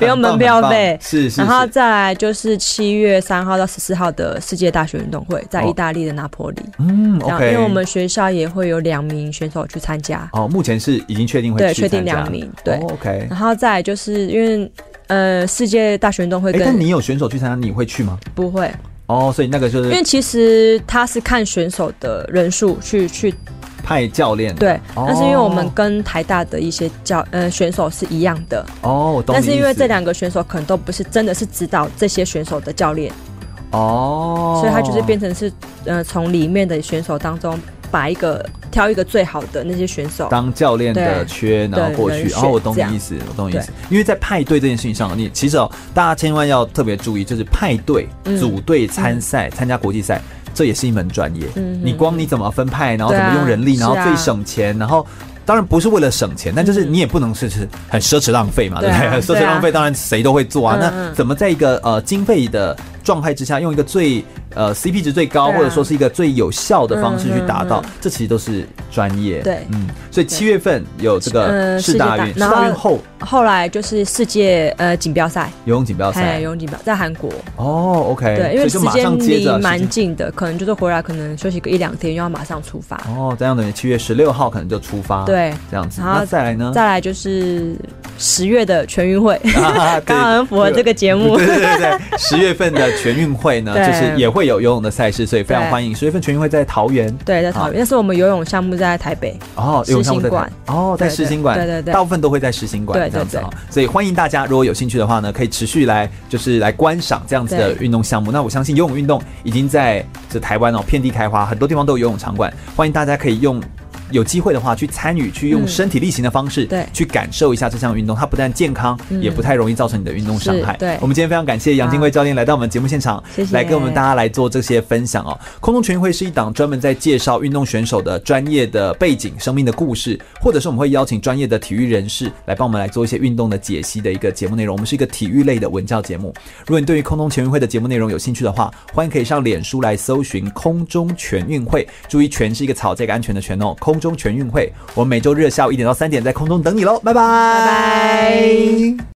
Speaker 2: 这样子啊，
Speaker 3: 用
Speaker 2: 很
Speaker 3: 门
Speaker 2: 棒
Speaker 3: 票
Speaker 2: 很棒
Speaker 3: 费。
Speaker 2: 是是，
Speaker 3: 然后
Speaker 2: 是
Speaker 3: 再来就是七月三号到十四号的世界大学运动会，在意大利的拿坡里。
Speaker 2: 嗯
Speaker 3: 然后
Speaker 2: 哦
Speaker 3: 因
Speaker 2: ，OK，
Speaker 3: 为我们学校也会有两名选手去参加，
Speaker 2: 哦，目前是已经确定会
Speaker 3: 对
Speaker 2: 去
Speaker 3: 确定
Speaker 2: 参加
Speaker 3: 两名对
Speaker 2: 哦，OK。
Speaker 3: 然后再来就是因为呃世界大学运动会
Speaker 2: 哎，但
Speaker 3: 跟
Speaker 2: 你有选手去参加，你会去吗？
Speaker 3: 不会，
Speaker 2: 哦，所以那个就
Speaker 3: 因为
Speaker 2: 是
Speaker 3: 其实他是看选手的人数去去
Speaker 2: 派教练，
Speaker 3: 对，
Speaker 2: 哦
Speaker 3: 但是因为我们跟台大的一些教呃选手是一样的，
Speaker 2: 哦，我懂你
Speaker 3: 但
Speaker 2: 意思。
Speaker 3: 是因为这两个选手可能都不是真的是指导这些选手的教练，
Speaker 2: 哦，
Speaker 3: 所以他就是变成是呃从里面的选手当中把一个挑一个最好的那些选手。
Speaker 2: 当教练的
Speaker 3: 对
Speaker 2: 缺，然后过
Speaker 3: 对
Speaker 2: 去
Speaker 3: 人，选
Speaker 2: 哦，我懂
Speaker 3: 这样
Speaker 2: 你意思，我懂你意思
Speaker 3: 对。
Speaker 2: 因为在派对这件事情上，你其实哦，大家千万要特别注意，就是派对、
Speaker 3: 嗯
Speaker 2: 组队参赛、参加国际赛，这也是一门专业。
Speaker 3: 嗯
Speaker 2: 你光你怎么分派，然后
Speaker 3: 对
Speaker 2: 怎么
Speaker 3: 啊
Speaker 2: 用人力，然后
Speaker 3: 是啊嗯
Speaker 2: 最省钱，然后。当然不是为了省钱，但就是你也不能是是很奢侈浪费嘛，对
Speaker 3: 对
Speaker 2: 不
Speaker 3: 啊
Speaker 2: 对？ <laughs> 奢侈
Speaker 3: 对啊
Speaker 2: 浪费当然谁都会做啊。
Speaker 3: 嗯
Speaker 2: 那
Speaker 3: 嗯
Speaker 2: 怎么在一个呃经费的状态之下，用一个最呃 CP 值最高，
Speaker 3: 对啊
Speaker 2: 或者说是一个最有效的方式去
Speaker 3: 嗯嗯
Speaker 2: 达到
Speaker 3: 嗯，
Speaker 2: 这其实都是专业。
Speaker 3: 对
Speaker 2: 嗯，所以七月份有这个
Speaker 3: 嗯
Speaker 2: 世大运，世
Speaker 3: 世大
Speaker 2: 大运
Speaker 3: 然
Speaker 2: 后
Speaker 3: 后来就是世界呃锦标赛，
Speaker 2: 游泳锦标
Speaker 3: 哎，
Speaker 2: 赛
Speaker 3: 游。泳锦标在韩国，
Speaker 2: 哦，OK，
Speaker 3: 对，因为
Speaker 2: 所以就
Speaker 3: 时
Speaker 2: 马上
Speaker 3: 间
Speaker 2: 接
Speaker 3: 离
Speaker 2: 着
Speaker 3: 蛮
Speaker 2: 时间
Speaker 3: 近的，可能就是回来可能休息个一两天，又要马上出发。
Speaker 2: 哦，这样等于七月十六号可能就出发，，
Speaker 3: 对，
Speaker 2: 这样子。
Speaker 3: 然后
Speaker 2: 那再来呢？
Speaker 3: 再来就是十月的全
Speaker 2: <laughs>
Speaker 3: 运会，
Speaker 2: 啊 <laughs> 对
Speaker 3: <laughs> 刚好很符合这个节目
Speaker 2: 对。对对对，对十月份的全运会呢，
Speaker 3: <laughs> 对
Speaker 2: 就是也会有游泳的赛事，所以非常欢迎。十月份全运会在桃园，
Speaker 3: 对，在桃园，但是我们游泳项目在台北。
Speaker 2: 哦，游泳项目在
Speaker 3: 世新馆
Speaker 2: 哪哦，在
Speaker 3: 对对
Speaker 2: 世新馆，
Speaker 3: 对对对
Speaker 2: 大部分都会在世新馆
Speaker 3: 对对
Speaker 2: 这样子哦，所以欢迎大家，如果有兴趣的话呢，可以持续来就是来观赏这样子的
Speaker 3: 对
Speaker 2: 运动项目。那我相信游泳运动已经在这台湾哦遍地开花，很多地方都有游泳场馆，欢迎大家可以用。有机会的话，去参与，去用
Speaker 3: 嗯
Speaker 2: 身体力行的方式，
Speaker 3: 对嗯
Speaker 2: 去感受一下这项运动。它不但健康，也不太容易造成你的运动伤害。
Speaker 3: 是对
Speaker 2: 我们今天非常感谢杨金贵教练来到我们节目现场，
Speaker 3: 谢谢
Speaker 2: 来跟我们大家来做这些分享哦。空中全运会是一档专门在介绍运动选手的专业的背景、生命的故事，或者是我们会邀请专业的体育人士来帮我们来做一些运动的解析的一个节目内容。我们是一个体育类的文教节目。如果你对于空中全运会的节目内容有兴趣的话，欢迎可以上脸书来搜寻“空中全运会”，注意“全”是一个草这个安全的“全”哦，“空中全运会”。我们每周日下午一点到三点在空中等你喽，拜拜，拜
Speaker 3: 拜。